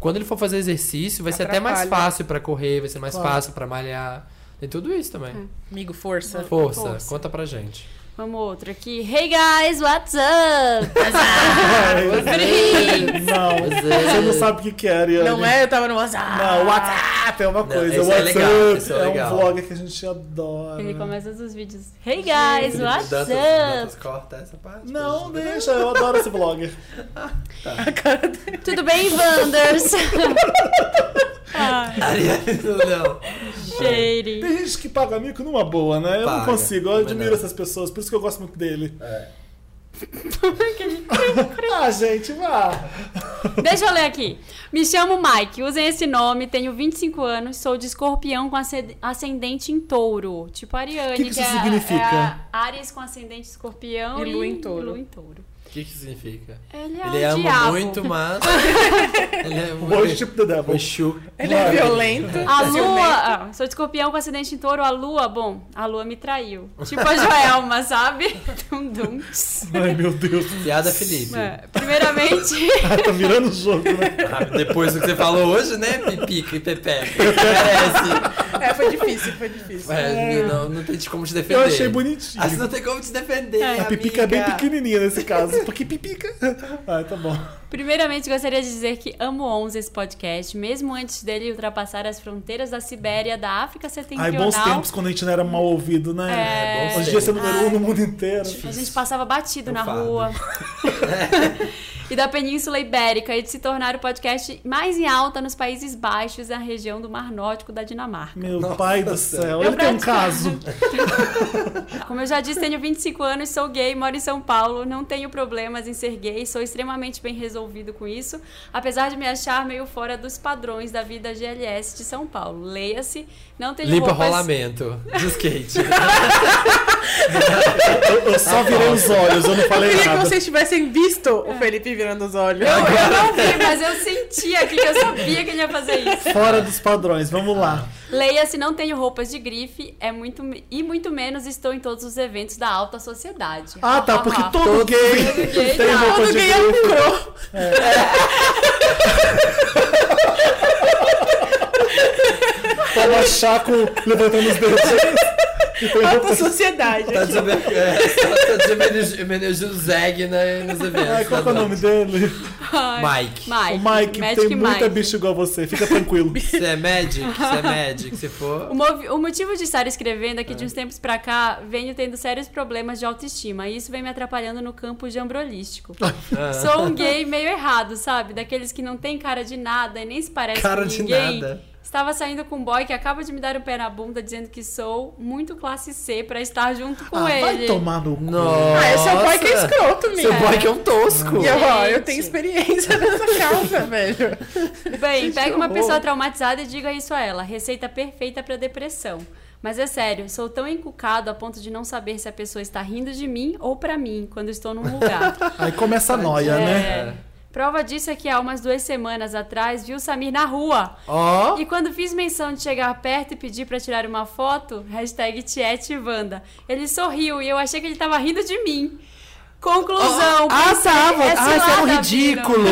[SPEAKER 3] Quando ele for fazer exercício, vai ser até mais
[SPEAKER 4] Atrapalha.
[SPEAKER 3] fácil pra correr, vai ser mais
[SPEAKER 1] Claro.
[SPEAKER 3] fácil pra malhar. Tem tudo isso também.
[SPEAKER 4] Amigo, força.
[SPEAKER 3] Força,
[SPEAKER 2] Força.
[SPEAKER 3] conta pra gente.
[SPEAKER 2] Vamos outro aqui. Hey guys, what's up?
[SPEAKER 1] É. Não, você não sabe o que que é, Ariane.
[SPEAKER 4] Não é, eu tava no WhatsApp.
[SPEAKER 1] Não, WhatsApp é uma coisa.
[SPEAKER 3] esse é
[SPEAKER 1] WhatsApp
[SPEAKER 3] legal, esse é
[SPEAKER 1] é,
[SPEAKER 3] legal.
[SPEAKER 1] um vlog que a gente adora.
[SPEAKER 2] Ele começa os vídeos. Hey guys, what's
[SPEAKER 3] Dantas,
[SPEAKER 2] up?
[SPEAKER 3] Dantas, corta essa parte.
[SPEAKER 1] Não, deixa, eu adoro esse vlogger.
[SPEAKER 2] Tudo bem, Wanders? Ai,
[SPEAKER 3] não.
[SPEAKER 2] shady.
[SPEAKER 1] Tem gente que paga mico numa boa, né? Eu não
[SPEAKER 3] Paga,
[SPEAKER 1] consigo, eu
[SPEAKER 3] também
[SPEAKER 1] admiro
[SPEAKER 3] não.
[SPEAKER 1] essas pessoas, por isso que eu gosto muito dele.
[SPEAKER 3] É.
[SPEAKER 1] Ah, gente, vá!
[SPEAKER 2] Deixa eu ler aqui. Me chamo Mike, usem esse nome, tenho 25 anos, sou de escorpião com ascend- ascendente em touro. Tipo Ariane,
[SPEAKER 1] Que que isso
[SPEAKER 2] é,
[SPEAKER 1] significa?
[SPEAKER 2] é a Ares com ascendente escorpião
[SPEAKER 4] E
[SPEAKER 2] e,
[SPEAKER 4] lua em touro.
[SPEAKER 2] lua em touro.
[SPEAKER 3] O que que significa?
[SPEAKER 2] Ele é
[SPEAKER 3] Ele
[SPEAKER 2] o
[SPEAKER 3] ama
[SPEAKER 2] diabo.
[SPEAKER 3] muito, mas. Ele é muito.
[SPEAKER 1] Worship tipo the Devil.
[SPEAKER 3] Exu.
[SPEAKER 4] Ele é
[SPEAKER 1] Vai.
[SPEAKER 4] violento.
[SPEAKER 2] A lua.
[SPEAKER 4] ciumento.
[SPEAKER 2] ah, sou de escorpião com ascendente em touro, a lua, bom, a lua me traiu. Tipo a Joelma, sabe? Dum dum.
[SPEAKER 1] Ai, meu Deus.
[SPEAKER 3] Piada Felipe.
[SPEAKER 2] É, Primeiramente.
[SPEAKER 1] Ah, tá virando o jogo, né?
[SPEAKER 3] Ah, depois do que você falou hoje, né, Pipica e Pepe? Merece.
[SPEAKER 4] É, foi difícil, foi difícil.
[SPEAKER 3] É, não, não tem de como te defender.
[SPEAKER 1] Eu achei bonitinho.
[SPEAKER 3] Assim não tem como te defender.
[SPEAKER 1] A pipica é bem pequenininha nesse caso, porque pipica. Ah, tá bom.
[SPEAKER 2] Primeiramente, gostaria de dizer que amo 11 esse podcast, mesmo antes dele ultrapassar as fronteiras da Sibéria, da África
[SPEAKER 1] Ai,
[SPEAKER 2] Setentrional.
[SPEAKER 1] bons tempos quando a gente não era mal ouvido, né?
[SPEAKER 2] É,
[SPEAKER 3] bons
[SPEAKER 1] Hoje em dia
[SPEAKER 3] tempos.
[SPEAKER 1] você é número um no mundo inteiro.
[SPEAKER 2] A gente passava batido
[SPEAKER 1] É um
[SPEAKER 3] Eu
[SPEAKER 2] na
[SPEAKER 3] falo.
[SPEAKER 2] rua. e da Península Ibérica, e de se tornar o podcast mais em alta nos Países Baixos, na região do Mar Nórdico da Dinamarca.
[SPEAKER 1] Meu
[SPEAKER 3] Nossa
[SPEAKER 1] pai do céu,
[SPEAKER 3] Senhora.
[SPEAKER 1] ele
[SPEAKER 2] Eu
[SPEAKER 1] tem um
[SPEAKER 2] pratico-
[SPEAKER 1] caso.
[SPEAKER 2] Como eu já disse, tenho 25 anos, sou gay, moro em São Paulo, não tenho problemas em ser gay, sou extremamente bem resolvido com isso, apesar de me achar meio fora dos padrões da vida GLS de São Paulo. Leia-se, não tenho
[SPEAKER 3] Limpa o
[SPEAKER 2] roupas...
[SPEAKER 3] rolamento de skate.
[SPEAKER 1] Eu só virei os olhos, eu não
[SPEAKER 4] Eu
[SPEAKER 1] falei
[SPEAKER 4] queria que
[SPEAKER 1] nada.
[SPEAKER 4] vocês tivessem visto o Felipe virando os olhos. É
[SPEAKER 2] Eu, eu não vi, mas eu senti aqui que eu sabia que ele ia fazer isso.
[SPEAKER 1] Fora dos padrões, vamos lá.
[SPEAKER 2] Leia-se, não tenho roupas de grife, é muito me- e muito menos estou em todos os eventos da alta sociedade.
[SPEAKER 1] Ah, tá, porque
[SPEAKER 2] Ah,
[SPEAKER 1] todo, gay
[SPEAKER 2] gay
[SPEAKER 1] tem
[SPEAKER 2] tá.
[SPEAKER 1] roupa
[SPEAKER 4] Todo
[SPEAKER 1] de
[SPEAKER 4] gay é
[SPEAKER 1] grupo. É.
[SPEAKER 4] um cro.
[SPEAKER 1] Toma chá com, levantando os dedos. E tem
[SPEAKER 4] Alta
[SPEAKER 1] roupa-
[SPEAKER 4] sociedade.
[SPEAKER 3] tá desabafando. É, só tá desabafando o Zeg né, nos eventos.
[SPEAKER 1] Ai, qual que é o nome dele?
[SPEAKER 2] ai.
[SPEAKER 3] Mike.
[SPEAKER 1] O
[SPEAKER 2] Mike.
[SPEAKER 1] Mike,
[SPEAKER 2] Magic
[SPEAKER 1] tem muita
[SPEAKER 2] Mike.
[SPEAKER 1] bicha igual a você, fica tranquilo.
[SPEAKER 3] Você é Magic? Você é Magic? Se
[SPEAKER 2] O,
[SPEAKER 3] for.
[SPEAKER 2] movi- o motivo de estar escrevendo é que de uns tempos pra cá venho tendo sérios problemas de autoestima e isso vem me atrapalhando no campo jambrolístico. Sou um gay meio errado, sabe? Daqueles que não tem cara de nada e nem se parece
[SPEAKER 3] Cara
[SPEAKER 2] com
[SPEAKER 3] de
[SPEAKER 2] ninguém.
[SPEAKER 3] nada.
[SPEAKER 2] Estava saindo com um boy que acaba de me dar o pé na bunda dizendo que sou muito classe C pra estar junto com
[SPEAKER 1] Ah,
[SPEAKER 2] ele.
[SPEAKER 1] vai tomar no cu.
[SPEAKER 3] Nossa.
[SPEAKER 4] Ah, esse é o boy que é escroto, minha.
[SPEAKER 3] Seu boy que é um tosco.
[SPEAKER 4] E eu, ó, eu tenho
[SPEAKER 2] Gente.
[SPEAKER 4] experiência nessa causa, velho.
[SPEAKER 2] Bem, pega uma
[SPEAKER 1] horror.
[SPEAKER 2] pessoa traumatizada e diga isso a ela. Receita perfeita pra depressão. Mas é sério, sou tão encucado a ponto de não saber se a pessoa está rindo de mim ou pra mim quando estou num lugar.
[SPEAKER 1] Aí começa a noia, né?
[SPEAKER 2] É. Prova disso é que há umas duas semanas atrás vi o Samir na rua.
[SPEAKER 3] Ó.
[SPEAKER 2] E quando fiz menção de chegar perto e pedir pra tirar uma foto, hashtag Tiet e Wanda, ele sorriu e eu achei que ele tava rindo de mim. Conclusão.
[SPEAKER 3] Ah,
[SPEAKER 2] pensei,
[SPEAKER 3] tá.
[SPEAKER 2] é
[SPEAKER 3] Ah, você era um
[SPEAKER 2] cilada,
[SPEAKER 4] né?
[SPEAKER 3] ridículo.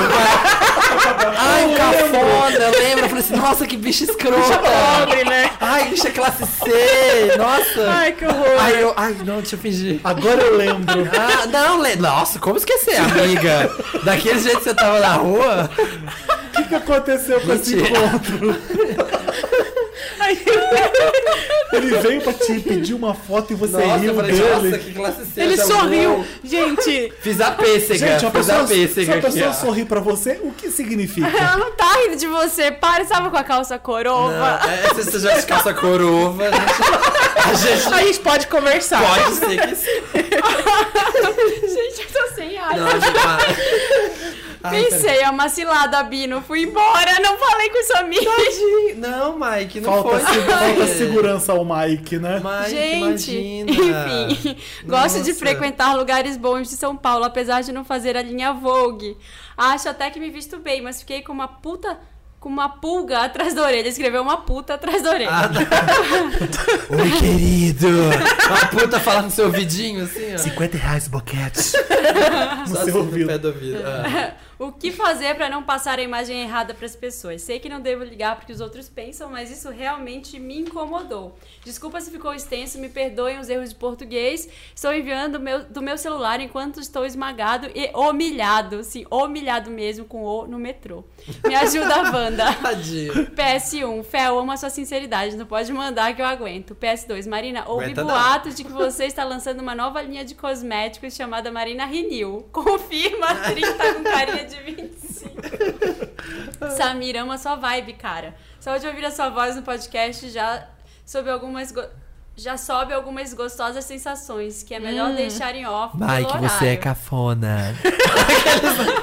[SPEAKER 3] Ai, cafona. Eu lembro. Eu falei assim, nossa, que bicho escroto.
[SPEAKER 4] Pobre, né?
[SPEAKER 3] Ai, bicho é classe C. Nossa.
[SPEAKER 4] Ai, que horror.
[SPEAKER 3] Ai, eu, ai, não, deixa eu fingir.
[SPEAKER 1] Agora eu lembro.
[SPEAKER 3] Ah, não, le... nossa, como esquecer, amiga? Daquele jeito que você tava na rua?
[SPEAKER 1] O que, que aconteceu com esse
[SPEAKER 3] Mentira.
[SPEAKER 1] encontro?
[SPEAKER 4] Ai,
[SPEAKER 1] Ele veio pra te pedir uma foto e você
[SPEAKER 3] Nossa,
[SPEAKER 1] riu
[SPEAKER 3] eu falei,
[SPEAKER 1] dele.
[SPEAKER 3] nossa, que classe C.
[SPEAKER 4] ele
[SPEAKER 3] tá
[SPEAKER 4] sorriu.
[SPEAKER 3] bom.
[SPEAKER 4] Gente,
[SPEAKER 3] Fiz a pêssega,
[SPEAKER 1] Gente, uma
[SPEAKER 3] fiz
[SPEAKER 1] pessoa,
[SPEAKER 3] a
[SPEAKER 1] se
[SPEAKER 3] pêssega
[SPEAKER 1] a
[SPEAKER 3] aqui,
[SPEAKER 1] pessoa
[SPEAKER 3] ó.
[SPEAKER 1] sorrir pra você, o que significa?
[SPEAKER 2] Ela não tá rindo de você. Para, estava com a calça coroa.
[SPEAKER 3] Não, é, se você já se calça corova, a gente- a gente
[SPEAKER 4] a gente pode conversar.
[SPEAKER 3] pode ser que sim.
[SPEAKER 2] Gente, eu tô sem ar.
[SPEAKER 3] Não, a gente vai. Ai,
[SPEAKER 2] Pensei, é uma cilada, Bino. Fui embora, não falei com o Samir.
[SPEAKER 3] peraí. Não, Mike, não
[SPEAKER 1] Falta,
[SPEAKER 3] foi.
[SPEAKER 1] se-
[SPEAKER 3] Mike.
[SPEAKER 1] falta segurança ao Mike, né?
[SPEAKER 3] Mike,
[SPEAKER 2] Gente,
[SPEAKER 3] imagina.
[SPEAKER 2] enfim, gosto de
[SPEAKER 3] Nossa.
[SPEAKER 2] frequentar lugares bons de São Paulo, apesar de não fazer a linha Vogue. Acho até que me visto bem, mas fiquei com uma puta. com uma pulga atrás da orelha. Escreveu uma puta atrás da orelha.
[SPEAKER 3] Ah, tá. Oi, querido. Uma puta falar no seu ouvidinho, assim, ó.
[SPEAKER 1] 50 reais boquete.
[SPEAKER 3] Só
[SPEAKER 1] no
[SPEAKER 3] assim
[SPEAKER 1] seu
[SPEAKER 3] no
[SPEAKER 1] ouvido.
[SPEAKER 3] pé do ouvido. Ah.
[SPEAKER 2] O que fazer para não passar a imagem errada para as pessoas? Sei que não devo ligar porque os outros pensam, mas isso realmente me incomodou. Desculpa se ficou extenso, me perdoem os erros de português. Estou enviando meu- do meu celular enquanto estou esmagado e humilhado, sim, humilhado mesmo com o no metrô. Me ajuda a Wanda.
[SPEAKER 3] Tadinho.
[SPEAKER 2] PS1, Fé, eu amo a sua sinceridade, não pode mandar que eu aguento. PS2, Marina, ouvi
[SPEAKER 3] Aguenta não.
[SPEAKER 2] boatos de que você está lançando uma nova linha de cosméticos chamada Marina Renew. Confirma, 30 com carinha de 25. Samir, ama a sua vibe, cara. Só de ouvir a sua voz no podcast já soube algumas... go- Já sobe algumas gostosas sensações, que é melhor deixar em off pelo
[SPEAKER 3] Mike, você é
[SPEAKER 2] horário.
[SPEAKER 3] cafona.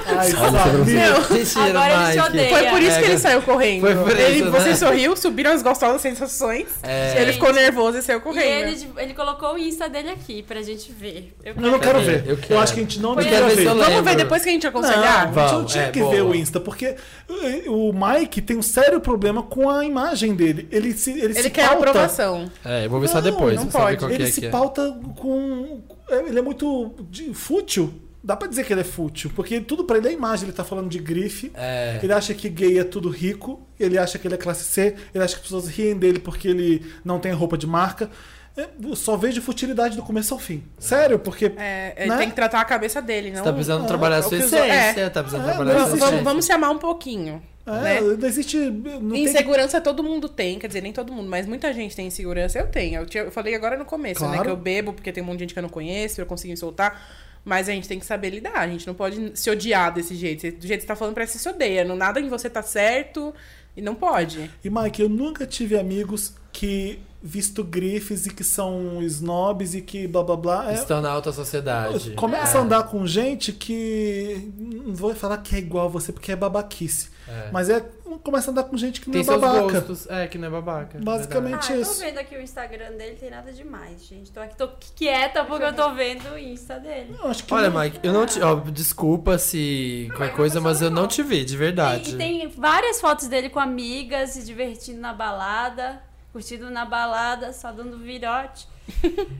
[SPEAKER 1] Ai,
[SPEAKER 4] Não.
[SPEAKER 1] sabe?
[SPEAKER 3] Mentira,
[SPEAKER 2] Agora ele te
[SPEAKER 3] Mike.
[SPEAKER 2] odeia.
[SPEAKER 4] Foi por isso que ele
[SPEAKER 3] É,
[SPEAKER 4] saiu correndo.
[SPEAKER 3] Foi por
[SPEAKER 4] ele,
[SPEAKER 3] isso,
[SPEAKER 4] Você
[SPEAKER 3] né?
[SPEAKER 4] sorriu, subiram as gostosas sensações.
[SPEAKER 3] É.
[SPEAKER 4] Ele ficou nervoso e saiu
[SPEAKER 2] E
[SPEAKER 4] correndo.
[SPEAKER 2] ele, ele colocou o Insta dele aqui pra gente ver. Eu
[SPEAKER 1] Eu não quero ver.
[SPEAKER 3] Eu
[SPEAKER 1] Eu,
[SPEAKER 3] quero.
[SPEAKER 1] acho que a gente não
[SPEAKER 2] Pois
[SPEAKER 1] devia
[SPEAKER 2] é.
[SPEAKER 1] ver.
[SPEAKER 3] Eu
[SPEAKER 4] Vamos
[SPEAKER 3] lembro.
[SPEAKER 4] ver depois que a gente
[SPEAKER 1] Não,
[SPEAKER 4] aconselhar?
[SPEAKER 1] a gente não
[SPEAKER 3] Vamos,
[SPEAKER 1] tinha
[SPEAKER 3] é,
[SPEAKER 1] que
[SPEAKER 3] boa.
[SPEAKER 1] ver o Insta, porque eh, o Mike tem um sério problema com a imagem dele. Ele se Ele,
[SPEAKER 4] Ele
[SPEAKER 1] se
[SPEAKER 4] quer
[SPEAKER 1] pauta-
[SPEAKER 4] aprovação.
[SPEAKER 3] É, eu vou ver só
[SPEAKER 1] Não,
[SPEAKER 3] depois.
[SPEAKER 4] não
[SPEAKER 3] só ver
[SPEAKER 4] pode.
[SPEAKER 3] qual que
[SPEAKER 1] Ele
[SPEAKER 3] é
[SPEAKER 1] se
[SPEAKER 3] que é.
[SPEAKER 1] pauta com. é, Ele é muito de- fútil. Dá pra dizer que ele é fútil, porque tudo pra ele é imagem. Ele tá falando de grife.
[SPEAKER 3] É.
[SPEAKER 1] Ele acha que gay é tudo rico. Ele acha que ele é classe C. Ele acha que as pessoas riem dele porque ele não tem roupa de marca. É, eu Só vejo futilidade do começo ao fim. Sério, porque.
[SPEAKER 4] É, ele
[SPEAKER 1] né?
[SPEAKER 4] tem que tratar a cabeça dele, não.
[SPEAKER 1] um
[SPEAKER 3] Você tá precisando trabalhar a sua
[SPEAKER 4] eu fiz- é.
[SPEAKER 3] essência, tá precisando
[SPEAKER 1] É,
[SPEAKER 3] trabalhar a
[SPEAKER 1] não,
[SPEAKER 3] sua
[SPEAKER 4] vamos, vamos,
[SPEAKER 3] essência.
[SPEAKER 4] vamos se amar um pouquinho.
[SPEAKER 1] É,
[SPEAKER 4] né?
[SPEAKER 1] não existe. Não tem que-
[SPEAKER 4] Insegurança todo mundo tem, quer dizer, nem todo mundo, mas muita gente tem insegurança. Eu tenho. Eu, tinha- eu falei agora no começo, né?
[SPEAKER 1] Claro.
[SPEAKER 4] Que eu bebo porque tem um monte de gente que eu não conheço, eu consigo me soltar. Mas a gente tem que saber lidar. A gente não pode se odiar desse jeito. Você- Do jeito que você tá falando, parece que você se odeia. Não, nada em você tá certo e não pode.
[SPEAKER 1] E Mike, eu nunca tive amigos que visto grifes e que são snobs e que blá blá blá. É,
[SPEAKER 3] Estão na alta sociedade.
[SPEAKER 1] Começa a
[SPEAKER 3] É.
[SPEAKER 1] andar com gente que. Não vou falar que é igual a você, porque é babaquice.
[SPEAKER 3] É.
[SPEAKER 1] Mas é. Começa a andar com gente que não
[SPEAKER 3] Tem
[SPEAKER 1] é
[SPEAKER 3] seus
[SPEAKER 1] babaca.
[SPEAKER 3] gostos. É, que não é babaca.
[SPEAKER 1] Basicamente.
[SPEAKER 2] Ah, eu tô
[SPEAKER 1] isso.
[SPEAKER 2] vendo aqui o Instagram dele, tem nada demais, gente. Tô aqui, tô quieta porque eu tô vendo o Insta dele.
[SPEAKER 1] Eu acho que
[SPEAKER 3] Olha,
[SPEAKER 1] não-
[SPEAKER 3] Mike, eu não te. Ó, desculpa se. qualquer coisa, mas eu não te vi, de
[SPEAKER 2] E,
[SPEAKER 3] verdade.
[SPEAKER 2] e tem várias fotos dele com amigas, se divertindo na balada, curtindo na balada, só dando virote.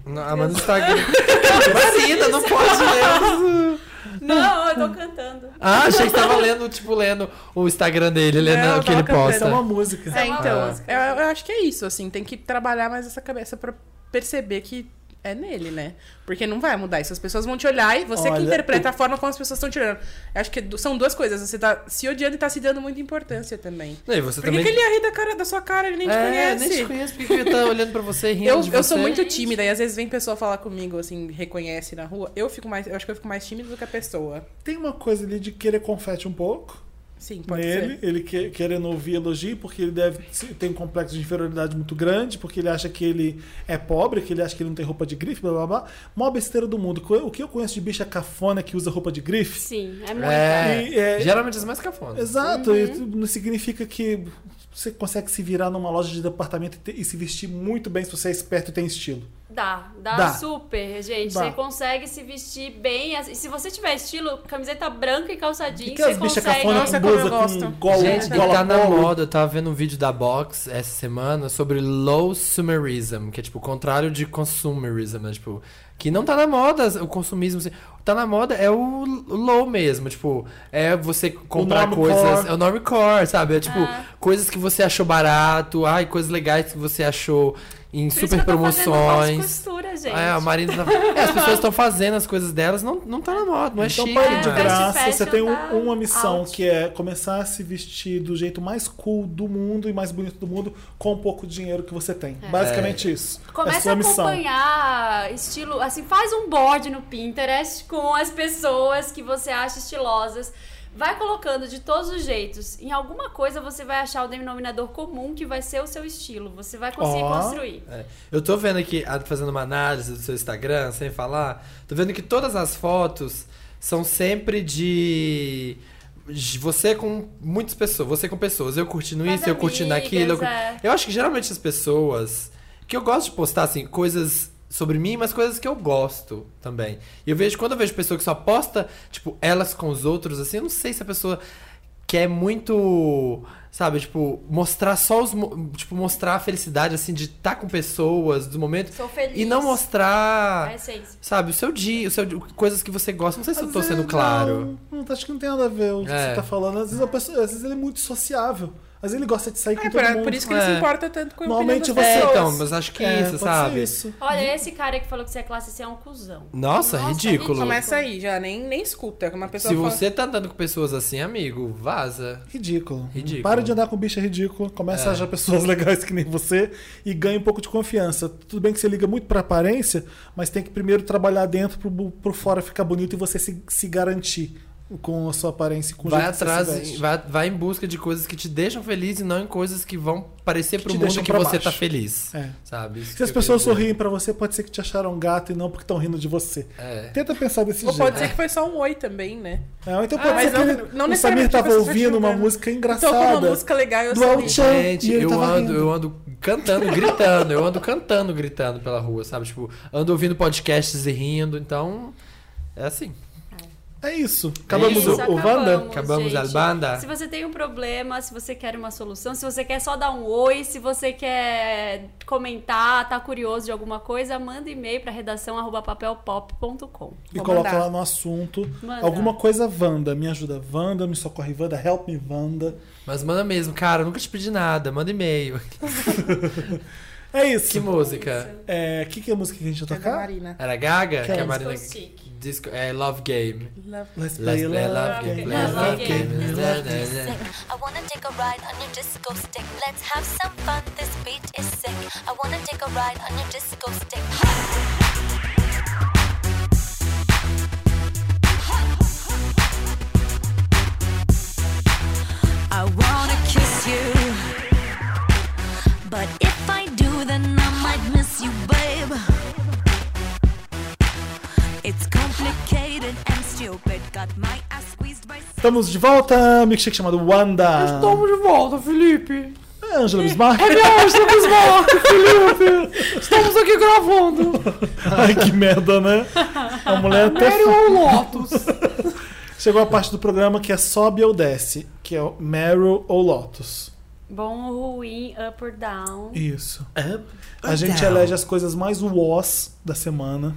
[SPEAKER 3] Não, ah, mas no Instagram. Marina, não pode ler.
[SPEAKER 2] Não, eu tô cantando.
[SPEAKER 3] Ah, achei que tava lendo, tipo, lendo o Instagram dele, lendo
[SPEAKER 4] Não,
[SPEAKER 3] o que ele
[SPEAKER 4] eu tava
[SPEAKER 1] Isso é
[SPEAKER 3] posta.
[SPEAKER 1] uma música.
[SPEAKER 4] É, então,
[SPEAKER 2] música,
[SPEAKER 4] eu, eu acho que é isso, assim, tem que trabalhar mais essa cabeça pra perceber que é nele, né? Porque não vai mudar isso. As pessoas vão te olhar e você
[SPEAKER 1] Olha,
[SPEAKER 4] que interpreta a forma como as pessoas estão te olhando. Eu acho que é du- são duas coisas. Você tá se odiando e tá se dando muita importância também.
[SPEAKER 3] Não, e você
[SPEAKER 4] um Por que,
[SPEAKER 3] também.
[SPEAKER 4] que ele ia rir da, cara, da sua cara? Ele nem te
[SPEAKER 3] é,
[SPEAKER 4] conhece.
[SPEAKER 3] nem te conhece, porque ele tá olhando pra você e rindo
[SPEAKER 4] Eu,
[SPEAKER 3] de você.
[SPEAKER 4] eu sou muito tímida e às vezes vem pessoa falar comigo, assim, reconhece na rua. Eu fico mais. Eu acho que eu fico mais tímida do que a pessoa.
[SPEAKER 1] Tem uma coisa ali de querer confete um pouco
[SPEAKER 4] Sim, pode
[SPEAKER 1] nele.
[SPEAKER 4] ser.
[SPEAKER 1] Ele que- querendo ouvir elogio, porque ele deve se- tem um complexo de inferioridade muito grande, porque ele acha que ele é pobre, que ele acha que ele não tem roupa de grife, blá blá blá. Mó besteira do mundo. O que eu conheço de bicha cafona que usa roupa de grife?
[SPEAKER 2] Sim, é muito.
[SPEAKER 3] É,
[SPEAKER 1] E, é-
[SPEAKER 3] geralmente as mais cafonas.
[SPEAKER 1] Exato, e tu- não significa que você consegue se virar numa loja de departamento e, ter- e se vestir muito bem se você é esperto e tem estilo.
[SPEAKER 2] Dá, dá,
[SPEAKER 1] Dá.
[SPEAKER 2] super, gente.
[SPEAKER 1] Dá.
[SPEAKER 2] Você consegue se vestir bem. E se você tiver estilo, camiseta branca e calçadinho,
[SPEAKER 1] E que é as
[SPEAKER 2] você
[SPEAKER 1] bichas
[SPEAKER 2] consegue.
[SPEAKER 1] cafona
[SPEAKER 4] Nossa,
[SPEAKER 1] com
[SPEAKER 4] como eu
[SPEAKER 1] blusa,
[SPEAKER 4] gosto.
[SPEAKER 1] com gola,
[SPEAKER 3] Gente,
[SPEAKER 1] gola
[SPEAKER 3] tá na
[SPEAKER 1] polo.
[SPEAKER 3] moda. Eu tava vendo um vídeo da Box essa semana sobre low consumerism, que é tipo o contrário de consumerism, né? Tipo, que não tá na moda o consumismo. assim. Tá na moda é o low mesmo, tipo, é você comprar
[SPEAKER 1] normcore.
[SPEAKER 3] coisas, é o normcore, sabe? É tipo,
[SPEAKER 2] Ah.
[SPEAKER 3] coisas que você achou barato, ai, coisas legais que você achou em
[SPEAKER 2] Por isso
[SPEAKER 3] super
[SPEAKER 2] que eu tô fazendo um várias
[SPEAKER 3] promoções.
[SPEAKER 2] costuras, gente.
[SPEAKER 3] É, a Marina tá... é, as pessoas estão fazendo as coisas delas, não, não tá na moda, não é
[SPEAKER 1] Então
[SPEAKER 3] chique.
[SPEAKER 1] parem de
[SPEAKER 2] É,
[SPEAKER 3] mais.
[SPEAKER 1] graça,
[SPEAKER 2] fast
[SPEAKER 1] você
[SPEAKER 2] fashion
[SPEAKER 1] tem um-
[SPEAKER 2] tá
[SPEAKER 1] uma missão
[SPEAKER 2] out.
[SPEAKER 1] que é começar a se vestir do jeito mais cool do mundo e mais bonito do mundo com o pouco dinheiro que você tem. Basicamente isso. é
[SPEAKER 2] Começa
[SPEAKER 1] sua
[SPEAKER 2] a
[SPEAKER 1] missão.
[SPEAKER 2] acompanhar estilo, assim, faz um board no Pinterest com as pessoas que você acha estilosas. Vai colocando de todos os jeitos. Em alguma coisa você vai achar o denominador comum que vai ser o seu estilo. Você vai conseguir
[SPEAKER 1] Ó.
[SPEAKER 2] construir.
[SPEAKER 3] É. Eu tô vendo aqui, ah, fazendo uma análise do seu Instagram, sem falar, tô vendo que todas as fotos são sempre de. de Você com muitas pessoas, você com pessoas, eu curtindo
[SPEAKER 2] Com as
[SPEAKER 3] isso, eu curtindo
[SPEAKER 2] amigas,
[SPEAKER 3] aquilo. eu cur-
[SPEAKER 2] é.
[SPEAKER 3] Eu acho que geralmente as pessoas. Que eu gosto de postar, assim, coisas sobre mim, mas coisas que eu gosto também. E eu vejo, quando eu vejo pessoa que só posta, tipo, elas com os outros, assim, eu não sei se a pessoa que é muito. Sabe, tipo, mostrar só os. mo- Tipo, mostrar a felicidade, assim, de estar com pessoas, do momento.
[SPEAKER 2] Sou feliz. É
[SPEAKER 3] E não mostrar.
[SPEAKER 2] A
[SPEAKER 1] É.
[SPEAKER 2] essência.
[SPEAKER 3] Sabe, o seu dia, o seu, di- coisas que você gosta. Não sei se eu tô sendo claro.
[SPEAKER 1] Não, não, acho que não tem nada a ver o que
[SPEAKER 3] É.
[SPEAKER 1] você tá falando. Às vezes, a pessoa- às vezes ele é muito sociável. Às vezes ele gosta de sair com
[SPEAKER 4] É,
[SPEAKER 1] todo
[SPEAKER 4] por,
[SPEAKER 1] mundo.
[SPEAKER 4] por isso que ele se
[SPEAKER 3] É.
[SPEAKER 4] importa tanto com a opinião
[SPEAKER 1] Normalmente
[SPEAKER 4] das
[SPEAKER 1] você-
[SPEAKER 3] É,
[SPEAKER 4] pessoas.
[SPEAKER 3] então, mas acho que
[SPEAKER 1] É,
[SPEAKER 3] isso,
[SPEAKER 1] pode ser
[SPEAKER 3] sabe?
[SPEAKER 1] isso.
[SPEAKER 2] Olha, esse cara que falou que você é classe C é um cuzão.
[SPEAKER 3] Nossa,
[SPEAKER 2] Nossa,
[SPEAKER 3] ridículo.
[SPEAKER 2] ridículo.
[SPEAKER 4] Começa aí, já nem, nem escuta. Uma pessoa
[SPEAKER 3] Se
[SPEAKER 4] fala-
[SPEAKER 3] você tá andando com pessoas assim, amigo, vaza.
[SPEAKER 1] Ridículo.
[SPEAKER 3] Ridículo.
[SPEAKER 1] Para de andar com bicha ridícula. Começa a achar pessoas legais que nem você e ganha um pouco de confiança. Tudo bem que você liga muito pra aparência, mas tem que primeiro trabalhar dentro pro, pro fora ficar bonito e você se, se garantir com a sua aparência e com o
[SPEAKER 3] Vai
[SPEAKER 1] jeito que você se
[SPEAKER 3] atrás,
[SPEAKER 1] veste.
[SPEAKER 3] vai, vai em busca de coisas que te deixam feliz e não em coisas que vão parecer pro
[SPEAKER 1] te
[SPEAKER 3] mundo
[SPEAKER 1] deixam
[SPEAKER 3] que
[SPEAKER 1] pra
[SPEAKER 3] você
[SPEAKER 1] baixo.
[SPEAKER 3] tá feliz.
[SPEAKER 1] É.
[SPEAKER 3] Sabe? Isso
[SPEAKER 1] Se
[SPEAKER 3] que
[SPEAKER 1] as
[SPEAKER 3] eu
[SPEAKER 1] pessoas
[SPEAKER 3] quero
[SPEAKER 1] sorriem pra você, pode ser que te acharam um gato e não porque estão rindo de você.
[SPEAKER 3] É.
[SPEAKER 1] Tenta pensar desse
[SPEAKER 4] Ou
[SPEAKER 1] jeito.
[SPEAKER 4] pode ser que foi só um oi também, né?
[SPEAKER 1] É, ou então pode
[SPEAKER 4] mas
[SPEAKER 1] ser que
[SPEAKER 4] não-
[SPEAKER 1] ele-
[SPEAKER 4] não
[SPEAKER 1] o
[SPEAKER 4] necessariamente
[SPEAKER 1] Samir tava
[SPEAKER 4] você tá
[SPEAKER 1] ouvindo uma
[SPEAKER 4] julgando.
[SPEAKER 1] música
[SPEAKER 4] Tô com uma
[SPEAKER 1] engraçada.
[SPEAKER 4] música legal e eu
[SPEAKER 1] do
[SPEAKER 4] sorri.
[SPEAKER 1] Alchan.
[SPEAKER 3] dizer.
[SPEAKER 1] e
[SPEAKER 3] Gente,
[SPEAKER 1] ele
[SPEAKER 3] eu
[SPEAKER 1] tava
[SPEAKER 3] ando,
[SPEAKER 1] rindo.
[SPEAKER 3] eu ando cantando, gritando, eu ando cantando, gritando pela rua, sabe? Tipo, ando ouvindo podcasts e rindo, então. É assim.
[SPEAKER 1] É isso. Acabamos
[SPEAKER 3] isso,
[SPEAKER 1] o, o Wanda?
[SPEAKER 2] acabamos,
[SPEAKER 3] Acabamos
[SPEAKER 2] gente.
[SPEAKER 3] a banda?
[SPEAKER 2] Se você tem um problema, se você quer uma solução, se você quer só dar um oi, se você quer comentar, tá curioso de alguma coisa, manda e-mail pra redação arroba papelpop.com.
[SPEAKER 1] E
[SPEAKER 4] Vou
[SPEAKER 1] coloca
[SPEAKER 4] mandar.
[SPEAKER 1] lá no assunto.
[SPEAKER 2] Manda.
[SPEAKER 1] Alguma coisa Wanda. Me ajuda Wanda, me socorre Wanda, help me Wanda.
[SPEAKER 3] Mas manda mesmo, cara, eu nunca te pedi nada, manda e-mail.
[SPEAKER 1] É isso.
[SPEAKER 3] Que música?
[SPEAKER 1] É, que, que é a música que a gente
[SPEAKER 4] É
[SPEAKER 1] vai
[SPEAKER 4] da
[SPEAKER 1] tocar?
[SPEAKER 4] Marina.
[SPEAKER 3] Era Gaga?
[SPEAKER 1] Que é
[SPEAKER 3] Que a
[SPEAKER 1] isso?
[SPEAKER 3] Marina.
[SPEAKER 2] Sick.
[SPEAKER 3] Disco, é Love Game.
[SPEAKER 4] Love-
[SPEAKER 1] Let's
[SPEAKER 3] Let's
[SPEAKER 1] play
[SPEAKER 3] play
[SPEAKER 1] love
[SPEAKER 3] Love Game.
[SPEAKER 1] game.
[SPEAKER 3] Let's
[SPEAKER 2] Love
[SPEAKER 3] play
[SPEAKER 2] Game.
[SPEAKER 3] Love Game.
[SPEAKER 7] I wanna take a ride on your disco stick. Let's have some fun. This beat is sick. I wanna take a ride on your disco stick. I wanna kiss you. But if I do, then I might miss you, babe. It's complicated and stupid. Got my ass squeezed by.
[SPEAKER 1] Estamos de volta. Milkshake chamado Wanda.
[SPEAKER 3] Estamos de volta, Felipe.
[SPEAKER 1] É, Angela Bismarck.
[SPEAKER 3] estamos de volta, Felipe. Estamos aqui gravando.
[SPEAKER 1] Ai, que merda, né? A mulher até
[SPEAKER 3] Meryl Lotus.
[SPEAKER 1] Chegou a parte do programa que é sobe ou desce, que é o Meryl ou Lotus.
[SPEAKER 2] Bom ou ruim, up or down.
[SPEAKER 1] Isso.
[SPEAKER 3] Up
[SPEAKER 1] A gente elege as coisas mais was da semana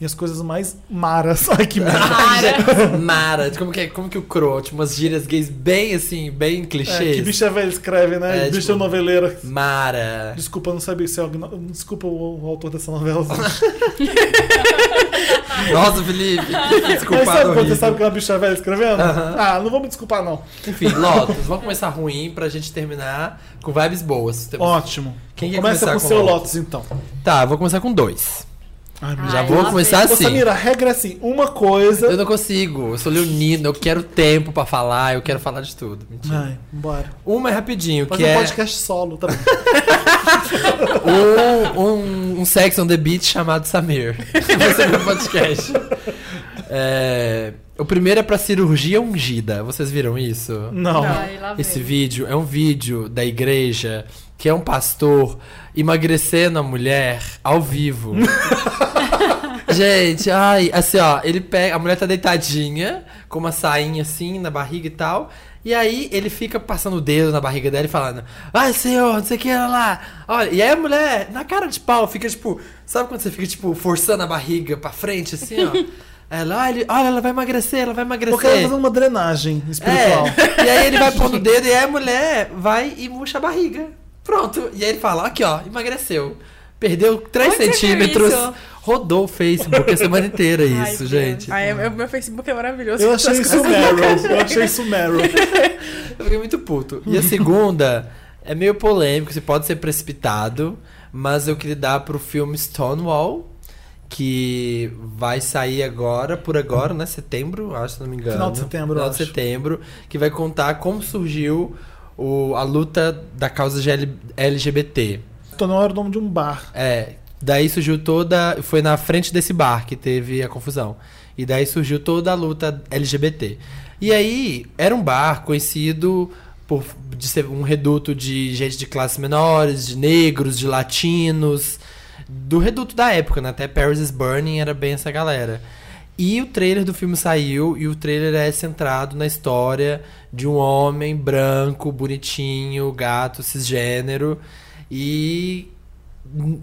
[SPEAKER 1] e as coisas mais maras. Ai, que merda.
[SPEAKER 3] Ah, Mara. Mara. Como que, é, como que o Crow? Tipo, umas gírias gays bem assim, bem
[SPEAKER 1] É,
[SPEAKER 3] clichês.
[SPEAKER 1] que bicha velha escreve, né?
[SPEAKER 3] É,
[SPEAKER 1] bicha
[SPEAKER 3] tipo-
[SPEAKER 1] noveleira.
[SPEAKER 3] Mara.
[SPEAKER 1] Desculpa, eu não sabia se é alguém. Desculpa o, o autor dessa novela.
[SPEAKER 3] Nossa, Felipe. que
[SPEAKER 1] Mas sabe
[SPEAKER 3] Desculpado.
[SPEAKER 1] quando você
[SPEAKER 3] horrível.
[SPEAKER 1] sabe que é uma bicha velha escrevendo?
[SPEAKER 3] Aham.
[SPEAKER 1] Ah, não vou me desculpar, não.
[SPEAKER 3] Enfim, Lotus. Vamos começar ruim pra gente terminar com vibes boas. Temos-
[SPEAKER 1] Ótimo.
[SPEAKER 3] Quem quer
[SPEAKER 1] Começa
[SPEAKER 3] começar
[SPEAKER 1] com o
[SPEAKER 3] com
[SPEAKER 1] seu
[SPEAKER 3] Lotus?
[SPEAKER 1] Lotus, então.
[SPEAKER 3] Tá, vou começar com dois.
[SPEAKER 1] Ai, meu
[SPEAKER 2] Ai,
[SPEAKER 1] Deus.
[SPEAKER 3] Já
[SPEAKER 2] lá
[SPEAKER 3] vou
[SPEAKER 2] vem.
[SPEAKER 3] começar
[SPEAKER 1] Ô,
[SPEAKER 3] assim.
[SPEAKER 1] Samira, a regra é assim: uma
[SPEAKER 3] Eu
[SPEAKER 1] coisa.
[SPEAKER 3] não consigo, eu sou leonino, eu quero tempo pra falar, eu quero falar de tudo. Mentira.
[SPEAKER 1] Ai, bora.
[SPEAKER 3] Uma é rapidinho,
[SPEAKER 1] Faz
[SPEAKER 3] que
[SPEAKER 1] um
[SPEAKER 3] é
[SPEAKER 1] podcast solo também.
[SPEAKER 3] um, um, um sex on the beach chamado Samir. Você meu podcast. É, o primeiro é pra cirurgia ungida. Vocês viram isso?
[SPEAKER 1] Não.
[SPEAKER 3] é
[SPEAKER 2] Ai, lá vem.
[SPEAKER 3] Esse vídeo é um vídeo da igreja que é um pastor emagrecendo a mulher ao vivo. Gente, ai, assim, ó, ele pega. A mulher tá deitadinha, com uma sainha assim na barriga e tal. E aí ele fica passando o dedo na barriga dela e falando, ai senhor, não sei o que olha lá. Olha, e aí a mulher, na cara de pau, fica tipo, sabe quando você fica, tipo, forçando a barriga pra frente, assim, ó? Ela, "Ah, ele- olha, ela vai emagrecer, ela vai emagrecer.
[SPEAKER 1] Porque ela fazendo uma drenagem espiritual.
[SPEAKER 3] É. E aí ele vai pondo o dedo e aí a mulher vai e murcha a barriga. Pronto. E aí ele fala, aqui ó, emagreceu. Perdeu 3
[SPEAKER 2] Onde você viu
[SPEAKER 3] centímetros.
[SPEAKER 2] isso?
[SPEAKER 3] Rodou o Facebook a semana inteira
[SPEAKER 2] Ai,
[SPEAKER 3] isso,
[SPEAKER 2] Deus.
[SPEAKER 3] gente.
[SPEAKER 4] Ah, é- é- meu Facebook é maravilhoso.
[SPEAKER 1] Eu achei isso Meryl. Eu achei isso Meryl.
[SPEAKER 3] Eu fiquei muito puto. E a segunda é meio polêmico, você pode ser precipitado, mas eu queria dar pro filme Stonewall, que vai sair agora, por agora, né? Setembro, acho, se não me engano.
[SPEAKER 1] Final de setembro,
[SPEAKER 3] Final
[SPEAKER 1] eu
[SPEAKER 3] de
[SPEAKER 1] acho.
[SPEAKER 3] setembro, que vai contar como surgiu o- a luta da causa GL LGBT.
[SPEAKER 1] Tonal era o nome de um bar.
[SPEAKER 3] É, daí surgiu toda. Foi na frente desse bar que teve a confusão. E daí surgiu toda a luta LGBT. E aí, era um bar conhecido por de ser um reduto de gente de classes menores, de negros, de latinos. Do reduto da época, né? Até Paris is Burning era bem essa galera. E o trailer do filme saiu, e o trailer é centrado na história de um homem branco, bonitinho, gato, cisgênero. E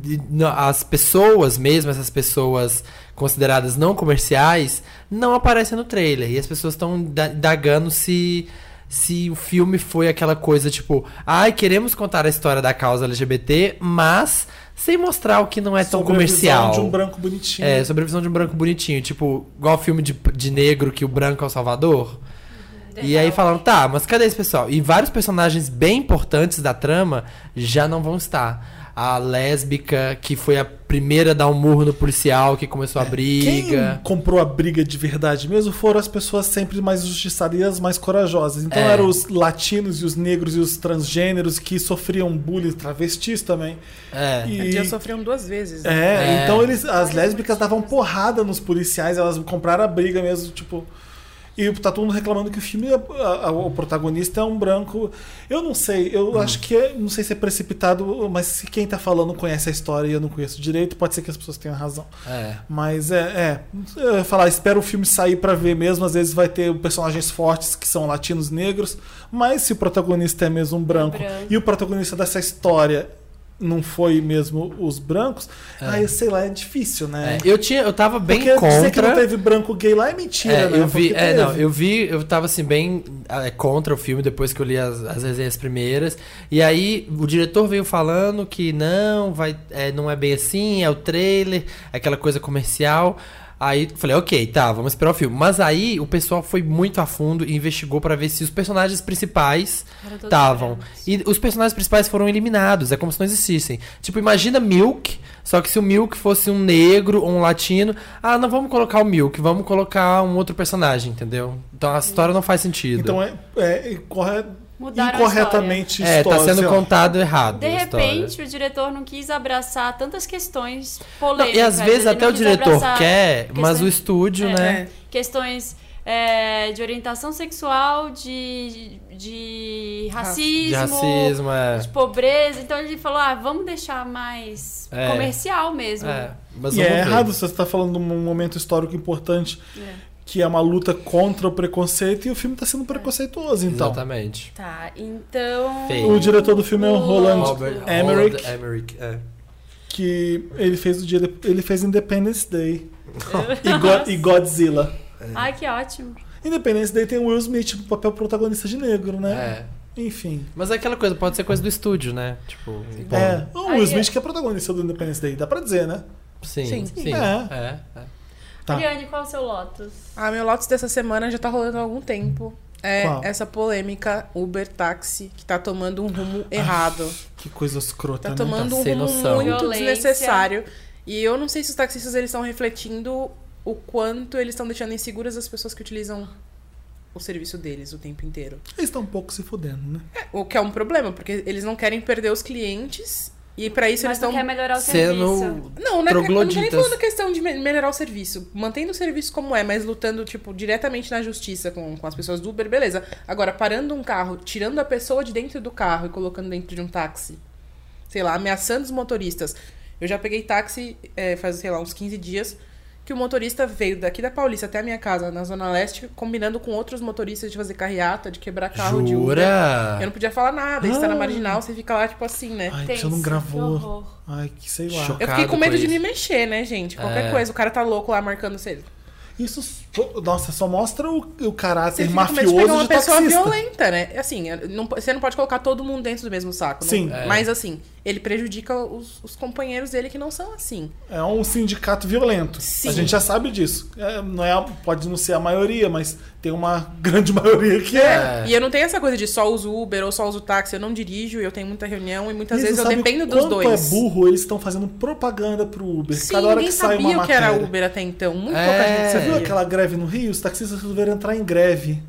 [SPEAKER 3] e não- as pessoas, mesmo essas pessoas consideradas não comerciais, não aparecem no trailer. E as pessoas estão indagando se, se o filme foi aquela coisa tipo: ai, queremos contar a história da causa LGBT, mas sem mostrar o que não é tão
[SPEAKER 1] Sobre a visão
[SPEAKER 3] comercial.
[SPEAKER 1] De um branco bonitinho.
[SPEAKER 3] É, sobre a visão de um branco bonitinho, tipo, igual filme de, de negro que o branco é o salvador. E aí falam, tá, mas cadê esse pessoal? E vários personagens bem importantes da trama já não vão estar. A lésbica, que foi a primeira a dar um murro no policial, que começou a briga.
[SPEAKER 1] Quem comprou a briga de verdade mesmo foram as pessoas sempre mais justiçadas e as mais corajosas. Então
[SPEAKER 3] É.
[SPEAKER 1] eram os latinos e os negros e os transgêneros que sofriam bullying, travestis também.
[SPEAKER 3] É.
[SPEAKER 1] E-
[SPEAKER 4] Já sofriam duas vezes. né?
[SPEAKER 1] É,
[SPEAKER 3] É.
[SPEAKER 1] então eles, as lésbicas davam porrada nos policiais, elas compraram a briga mesmo, tipo. E tá todo mundo reclamando que o filme, é- a- a- o protagonista é um branco. Eu não sei, eu acho que é, não sei se é precipitado, mas se quem tá falando conhece a história e eu não conheço direito, pode ser que as pessoas tenham razão.
[SPEAKER 3] É.
[SPEAKER 1] Mas é, é. Eu ia falar, espera o filme sair pra ver mesmo. Às vezes vai ter personagens fortes que são latinos negros, mas se o protagonista é mesmo um branco,
[SPEAKER 2] Branco.
[SPEAKER 1] e o protagonista dessa história não foi mesmo os brancos, aí sei lá, é difícil, né?
[SPEAKER 3] É, Eu, tinha, eu tava bem
[SPEAKER 1] Porque dizer que um
[SPEAKER 3] contra.
[SPEAKER 1] não teve branco gay lá é mentira,
[SPEAKER 3] É,
[SPEAKER 1] né?
[SPEAKER 3] eu vi,
[SPEAKER 1] Porque
[SPEAKER 3] é, não,
[SPEAKER 1] teve.
[SPEAKER 3] eu vi, eu tava assim, bem é, contra o filme depois que eu li as, as resenhas primeiras. E aí o diretor veio falando que não, vai, é, não é bem assim, é o trailer, é aquela coisa comercial. Aí eu falei, ok, tá, vamos esperar o filme. Mas aí o pessoal foi muito a fundo e investigou pra ver se os personagens principais
[SPEAKER 2] Eram todos
[SPEAKER 3] estavam.
[SPEAKER 2] brancos.
[SPEAKER 3] E os personagens principais foram eliminados, é como se não existissem. Tipo, imagina Milk, só que se o Milk fosse um negro ou um latino, ah, não vamos colocar o Milk, vamos colocar um outro personagem, entendeu? Então a história não faz sentido.
[SPEAKER 1] Então é, é incorre-
[SPEAKER 2] Mudaram a
[SPEAKER 1] incorretamente
[SPEAKER 3] é, tá
[SPEAKER 1] história, assim,
[SPEAKER 3] sendo
[SPEAKER 1] sei lá.
[SPEAKER 3] contado errado.
[SPEAKER 2] De
[SPEAKER 3] a história.
[SPEAKER 2] repente, o diretor não quis abraçar tantas questões
[SPEAKER 3] Não,
[SPEAKER 2] polêmicas.
[SPEAKER 3] e às vezes
[SPEAKER 2] ele
[SPEAKER 3] até
[SPEAKER 2] né? não
[SPEAKER 3] o
[SPEAKER 2] quis
[SPEAKER 3] diretor
[SPEAKER 2] abraçar
[SPEAKER 3] quer, mas
[SPEAKER 2] questões-
[SPEAKER 3] o estúdio,
[SPEAKER 2] É.
[SPEAKER 3] né?
[SPEAKER 2] Questões é, de orientação sexual, de, de
[SPEAKER 3] De
[SPEAKER 2] racismo,
[SPEAKER 3] racismo, é.
[SPEAKER 2] de pobreza. Então ele falou, ah, vamos deixar mais
[SPEAKER 3] É.
[SPEAKER 2] comercial mesmo.
[SPEAKER 3] É, mas
[SPEAKER 1] E
[SPEAKER 3] vamos
[SPEAKER 1] é
[SPEAKER 3] ver.
[SPEAKER 1] errado se você tá falando de um momento histórico importante
[SPEAKER 2] É.
[SPEAKER 1] que é uma luta contra o preconceito e o filme tá sendo preconceituoso, então.
[SPEAKER 3] Exatamente.
[SPEAKER 2] Tá, então...
[SPEAKER 3] Feio.
[SPEAKER 1] O diretor do filme é o Roland
[SPEAKER 3] Robert
[SPEAKER 1] Emmerich.
[SPEAKER 3] Roland Emmerich, é.
[SPEAKER 1] que ele fez o dia de- ele fez Independence Day e, Go- e Godzilla.
[SPEAKER 2] Ai, que ótimo.
[SPEAKER 1] Independence Day tem o Will Smith no papel protagonista de negro, né?
[SPEAKER 3] É.
[SPEAKER 1] Enfim.
[SPEAKER 3] Mas é aquela coisa, pode ser coisa do estúdio, né? Tipo, bom,
[SPEAKER 1] É, o Will
[SPEAKER 2] Aí-
[SPEAKER 1] Smith que é protagonista do Independence Day, dá pra dizer, né?
[SPEAKER 3] sim, sim.
[SPEAKER 4] Sim.
[SPEAKER 1] É.
[SPEAKER 3] é, é.
[SPEAKER 1] Tá.
[SPEAKER 2] Ariane, qual é o seu Lotus?
[SPEAKER 4] Ah, meu Lotus dessa semana já tá rolando há algum tempo. É
[SPEAKER 1] Qual?
[SPEAKER 4] essa polêmica Uber-táxi que tá tomando um rumo errado.
[SPEAKER 1] Que coisa escrota,
[SPEAKER 4] Tá
[SPEAKER 1] né?
[SPEAKER 4] tomando um
[SPEAKER 3] sem
[SPEAKER 4] rumo
[SPEAKER 3] noção.
[SPEAKER 4] muito
[SPEAKER 2] Violência.
[SPEAKER 4] desnecessário. E eu não sei se os taxistas eles estão refletindo o quanto eles estão deixando inseguras as pessoas que utilizam o serviço deles o tempo inteiro.
[SPEAKER 1] Eles estão um pouco se fudendo, né?
[SPEAKER 4] O que é um problema, porque eles não querem perder os clientes e pra isso
[SPEAKER 2] Mas
[SPEAKER 4] eles
[SPEAKER 2] não quer
[SPEAKER 4] estão
[SPEAKER 2] melhorar o serviço.
[SPEAKER 3] Sendo.
[SPEAKER 4] Não, né? Eu não tô nem
[SPEAKER 3] Trogloditas.
[SPEAKER 4] falando questão de me- melhorar o serviço. Mantendo o serviço como é, mas lutando, tipo, diretamente na justiça com, com as pessoas do Uber, beleza. Agora, parando um carro, tirando a pessoa de dentro do carro e colocando dentro de um táxi. Sei lá, ameaçando os motoristas. Eu já peguei táxi é, faz, sei lá, uns 15 dias. Que o motorista veio daqui da Paulista até a minha casa, na Zona Leste, combinando com outros motoristas de fazer carreata, de quebrar carro de Uber. Eu
[SPEAKER 3] Jura? Ah.
[SPEAKER 4] não podia falar nada, isso tá na marginal, você fica lá, tipo assim, né?
[SPEAKER 1] Ai,
[SPEAKER 2] Tenso,
[SPEAKER 1] você não
[SPEAKER 2] que
[SPEAKER 1] gravou.
[SPEAKER 2] horror.
[SPEAKER 1] Ai, que sei lá.
[SPEAKER 3] Chocado.
[SPEAKER 4] Eu fiquei com medo de
[SPEAKER 3] isso.
[SPEAKER 4] me mexer, né, gente? Qualquer
[SPEAKER 3] É.
[SPEAKER 4] coisa. O cara tá louco lá marcando você.
[SPEAKER 1] Isso, pô, nossa, só mostra o, o
[SPEAKER 4] Você
[SPEAKER 1] caráter
[SPEAKER 4] fica com medo de pegar
[SPEAKER 1] Um mafioso
[SPEAKER 4] uma
[SPEAKER 1] de
[SPEAKER 4] pessoa
[SPEAKER 1] taxista.
[SPEAKER 4] violenta, né? Assim, eu não- você não pode colocar todo mundo dentro do mesmo saco. não-
[SPEAKER 1] Sim.
[SPEAKER 3] É.
[SPEAKER 4] Mas assim, ele prejudica os, os companheiros dele que não são assim.
[SPEAKER 1] É um sindicato violento.
[SPEAKER 4] Sim.
[SPEAKER 1] A gente já sabe disso. É, não é, a- pode não ser a maioria, mas tem uma grande maioria que é.
[SPEAKER 3] É.
[SPEAKER 4] E eu não tenho essa coisa de só uso Uber ou só uso táxi. Eu não dirijo, eu tenho muita reunião e muitas
[SPEAKER 1] E você
[SPEAKER 4] vezes eu
[SPEAKER 1] sabe
[SPEAKER 4] dependo dos
[SPEAKER 1] quanto
[SPEAKER 4] dois.
[SPEAKER 1] é burro, eles estão fazendo propaganda pro Uber.
[SPEAKER 4] Sim,
[SPEAKER 1] Cada hora
[SPEAKER 4] ninguém
[SPEAKER 1] que sai
[SPEAKER 4] sabia
[SPEAKER 1] uma
[SPEAKER 4] o que era
[SPEAKER 1] matéria.
[SPEAKER 4] Uber até então. Muito
[SPEAKER 3] É.
[SPEAKER 4] pouca gente
[SPEAKER 1] Você
[SPEAKER 4] sabia.
[SPEAKER 1] viu aquela greve no Rio? Os taxistas resolveram entrar em greve.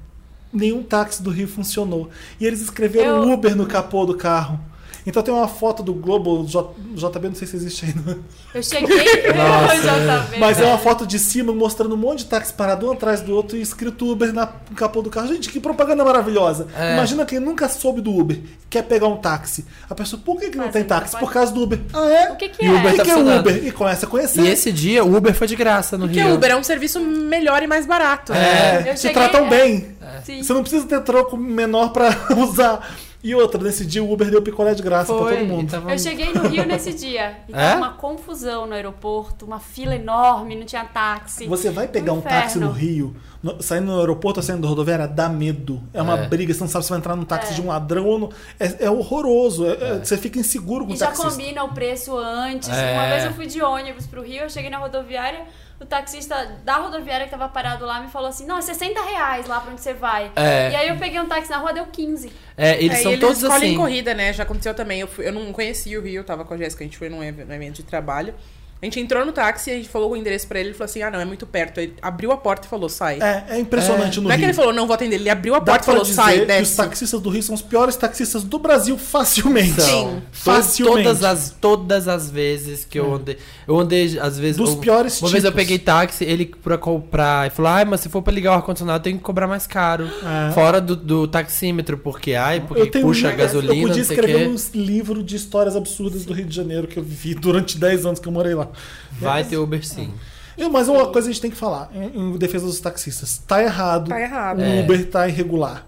[SPEAKER 1] Nenhum táxi do Rio funcionou. E eles escreveram
[SPEAKER 2] Eu-
[SPEAKER 1] Uber no capô do carro. Então tem uma foto do Globo J- JB, não sei se existe ainda.
[SPEAKER 2] Eu cheguei no JB.
[SPEAKER 1] Mas é uma foto de cima mostrando um monte de táxi parado um atrás do outro e escrito Uber na no capô do carro. Gente, que propaganda maravilhosa.
[SPEAKER 3] É.
[SPEAKER 1] Imagina quem nunca soube do Uber, quer pegar um táxi. A pessoa, por que, que não
[SPEAKER 2] Mas
[SPEAKER 1] tem
[SPEAKER 2] ele não
[SPEAKER 1] táxi?
[SPEAKER 2] pode.
[SPEAKER 1] Por causa do Uber. Ah, é?
[SPEAKER 2] um O que que
[SPEAKER 1] E o Uber
[SPEAKER 2] é?
[SPEAKER 1] O que,
[SPEAKER 3] Tá
[SPEAKER 1] que é
[SPEAKER 3] funcionando.
[SPEAKER 1] Uber? E começa a conhecer.
[SPEAKER 3] E esse dia, o Uber foi de graça no
[SPEAKER 4] Porque
[SPEAKER 3] Rio.
[SPEAKER 4] o Uber é um serviço melhor e mais barato. né?
[SPEAKER 1] É,
[SPEAKER 2] Eu
[SPEAKER 1] te
[SPEAKER 2] cheguei-
[SPEAKER 1] tratam bem.
[SPEAKER 2] Sim.
[SPEAKER 1] Você não precisa ter troco menor pra usar. E outra, nesse dia o Uber deu picolé de graça pra
[SPEAKER 3] Foi,
[SPEAKER 1] todo mundo.
[SPEAKER 3] tava-
[SPEAKER 2] Eu cheguei no Rio nesse dia. E
[SPEAKER 3] É?
[SPEAKER 2] tava uma confusão no aeroporto, uma fila enorme, não tinha táxi.
[SPEAKER 1] Você vai pegar um táxi no
[SPEAKER 2] inferno.
[SPEAKER 1] Rio, no- saindo no aeroporto, saindo da rodoviária, dá medo. É uma
[SPEAKER 3] É.
[SPEAKER 1] briga, você não sabe se vai entrar num táxi de um ladrão ou não. É, é horroroso. é- é- Você fica inseguro com
[SPEAKER 2] E
[SPEAKER 1] o
[SPEAKER 2] já
[SPEAKER 1] taxista.
[SPEAKER 2] combina o preço antes.
[SPEAKER 3] É.
[SPEAKER 2] Uma vez eu fui de ônibus pro Rio, eu cheguei na rodoviária, o taxista da rodoviária que tava parado lá me falou assim, não, é 60 reais lá pra onde você vai.
[SPEAKER 3] É.
[SPEAKER 2] E aí eu peguei um táxi na rua, deu 15.
[SPEAKER 3] É, eles
[SPEAKER 4] Aí
[SPEAKER 3] são
[SPEAKER 4] eles
[SPEAKER 3] todos
[SPEAKER 4] escolhem
[SPEAKER 3] assim.
[SPEAKER 4] corrida, né? Já aconteceu também. Eu, fui- eu não conhecia o Rio, eu tava com a Jéssica, a gente foi num ev- num evento de trabalho. A gente entrou no táxi, a gente falou o endereço pra ele, ele falou assim: ah, não, é muito perto. Ele abriu a porta e falou: sai.
[SPEAKER 1] É, é impressionante no
[SPEAKER 4] não é que
[SPEAKER 1] Rio.
[SPEAKER 4] ele falou, não vou atender, ele abriu a
[SPEAKER 1] Dá
[SPEAKER 4] porta e
[SPEAKER 1] pra
[SPEAKER 4] falou:
[SPEAKER 1] dizer
[SPEAKER 4] sai,
[SPEAKER 3] né?
[SPEAKER 1] que os
[SPEAKER 4] desce.
[SPEAKER 1] taxistas do Rio são os piores taxistas do Brasil facilmente.
[SPEAKER 3] São. To-
[SPEAKER 1] Facilmente. É.
[SPEAKER 3] Todas as, todas as vezes que eu andei. Eu andei, às vezes.
[SPEAKER 1] Dos
[SPEAKER 3] eu-
[SPEAKER 1] piores
[SPEAKER 3] Uma vez eu
[SPEAKER 1] tipos.
[SPEAKER 3] peguei táxi, ele pra comprar. E falou: ai, mas se for pra ligar o ar-condicionado, tem que cobrar mais caro.
[SPEAKER 1] É.
[SPEAKER 3] Fora do, do taxímetro, porque ai, porque
[SPEAKER 1] eu tenho
[SPEAKER 3] tipo, puxa a
[SPEAKER 1] livro-
[SPEAKER 3] gasolina,
[SPEAKER 1] Eu podia
[SPEAKER 3] não sei o quê.
[SPEAKER 1] escrever um livro de histórias absurdas do Rio de Janeiro que eu vivi durante 10 anos que eu morei lá.
[SPEAKER 3] Vai ter Uber sim.
[SPEAKER 1] Eu, mas uma coisa a gente tem que falar, em, em defesa dos taxistas. Tá errado.
[SPEAKER 4] Tá errado.
[SPEAKER 1] O
[SPEAKER 4] É.
[SPEAKER 1] Uber tá irregular.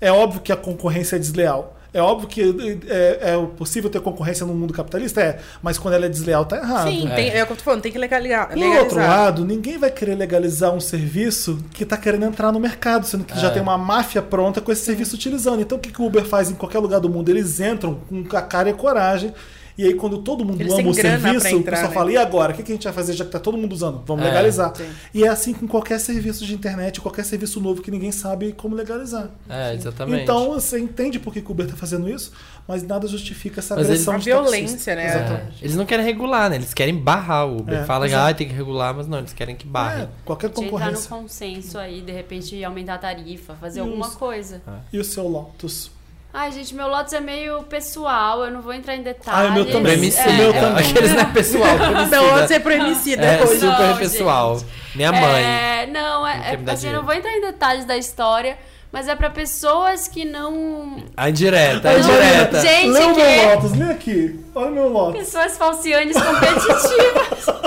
[SPEAKER 1] É óbvio que a concorrência é desleal. É óbvio que é, é possível ter concorrência no mundo capitalista, é, mas quando ela é desleal, tá errado.
[SPEAKER 4] Sim, tem, é o que eu tô falando, tem que legalizar.
[SPEAKER 1] Por outro lado, ninguém vai querer legalizar um serviço que tá querendo entrar no mercado, sendo
[SPEAKER 4] É.
[SPEAKER 1] que já tem uma máfia pronta com esse serviço utilizando. Então o que, que o Uber faz em qualquer lugar do mundo? Eles entram com a cara e a coragem. E aí, quando todo mundo
[SPEAKER 4] Eles
[SPEAKER 1] ama
[SPEAKER 4] têm
[SPEAKER 1] o
[SPEAKER 4] grana pra
[SPEAKER 1] serviço, o
[SPEAKER 4] entrar,
[SPEAKER 1] pessoal
[SPEAKER 4] né?
[SPEAKER 1] fala: e agora? O que que a gente vai fazer já que tá todo mundo usando? Vamos
[SPEAKER 3] É.
[SPEAKER 1] legalizar.
[SPEAKER 4] Sim.
[SPEAKER 1] E é assim com qualquer serviço de internet, qualquer serviço novo que ninguém sabe como legalizar.
[SPEAKER 3] É, exatamente.
[SPEAKER 1] Então você entende por que que o Uber tá fazendo isso, mas nada justifica essa
[SPEAKER 3] Mas ele-
[SPEAKER 1] agressão
[SPEAKER 4] A
[SPEAKER 1] de taxista.
[SPEAKER 4] violência, né?
[SPEAKER 1] Exatamente.
[SPEAKER 3] É, eles não querem regular, né? Eles querem barrar o Uber.
[SPEAKER 1] É,
[SPEAKER 3] Fala que
[SPEAKER 1] exato.
[SPEAKER 3] ah, tem que regular, mas não, eles querem que barre.
[SPEAKER 1] É, qualquer
[SPEAKER 2] De entrar no
[SPEAKER 1] concorrência.
[SPEAKER 2] consenso aí, de repente aumentar a tarifa, fazer alguma
[SPEAKER 1] Isso.
[SPEAKER 2] coisa.
[SPEAKER 3] É.
[SPEAKER 1] E o seu Lotus?
[SPEAKER 2] Ai, gente, meu Lotus é meio pessoal, eu não vou entrar em
[SPEAKER 1] Ah,
[SPEAKER 2] detalhes. É.
[SPEAKER 1] o meu também.
[SPEAKER 3] Premicida.
[SPEAKER 1] O meu também.
[SPEAKER 3] Aqueles não é pessoal, premicida.
[SPEAKER 4] Não, antes é pro MC,
[SPEAKER 3] É
[SPEAKER 4] depois.
[SPEAKER 3] super
[SPEAKER 2] Não,
[SPEAKER 3] pessoal. Minha mãe.
[SPEAKER 2] É, não,
[SPEAKER 3] Não
[SPEAKER 2] é,
[SPEAKER 3] quer me
[SPEAKER 2] é
[SPEAKER 3] dar
[SPEAKER 2] assim, eu
[SPEAKER 3] dinheiro.
[SPEAKER 2] não vou entrar em detalhes da história, mas é pra pessoas que não.
[SPEAKER 3] A indireta, a
[SPEAKER 2] Não,
[SPEAKER 3] indireta.
[SPEAKER 2] Gente,
[SPEAKER 1] Lê o
[SPEAKER 2] que- é?
[SPEAKER 1] meu Lotus, lê aqui. Olha o meu Lotus.
[SPEAKER 2] Pessoas falcianes competitivas.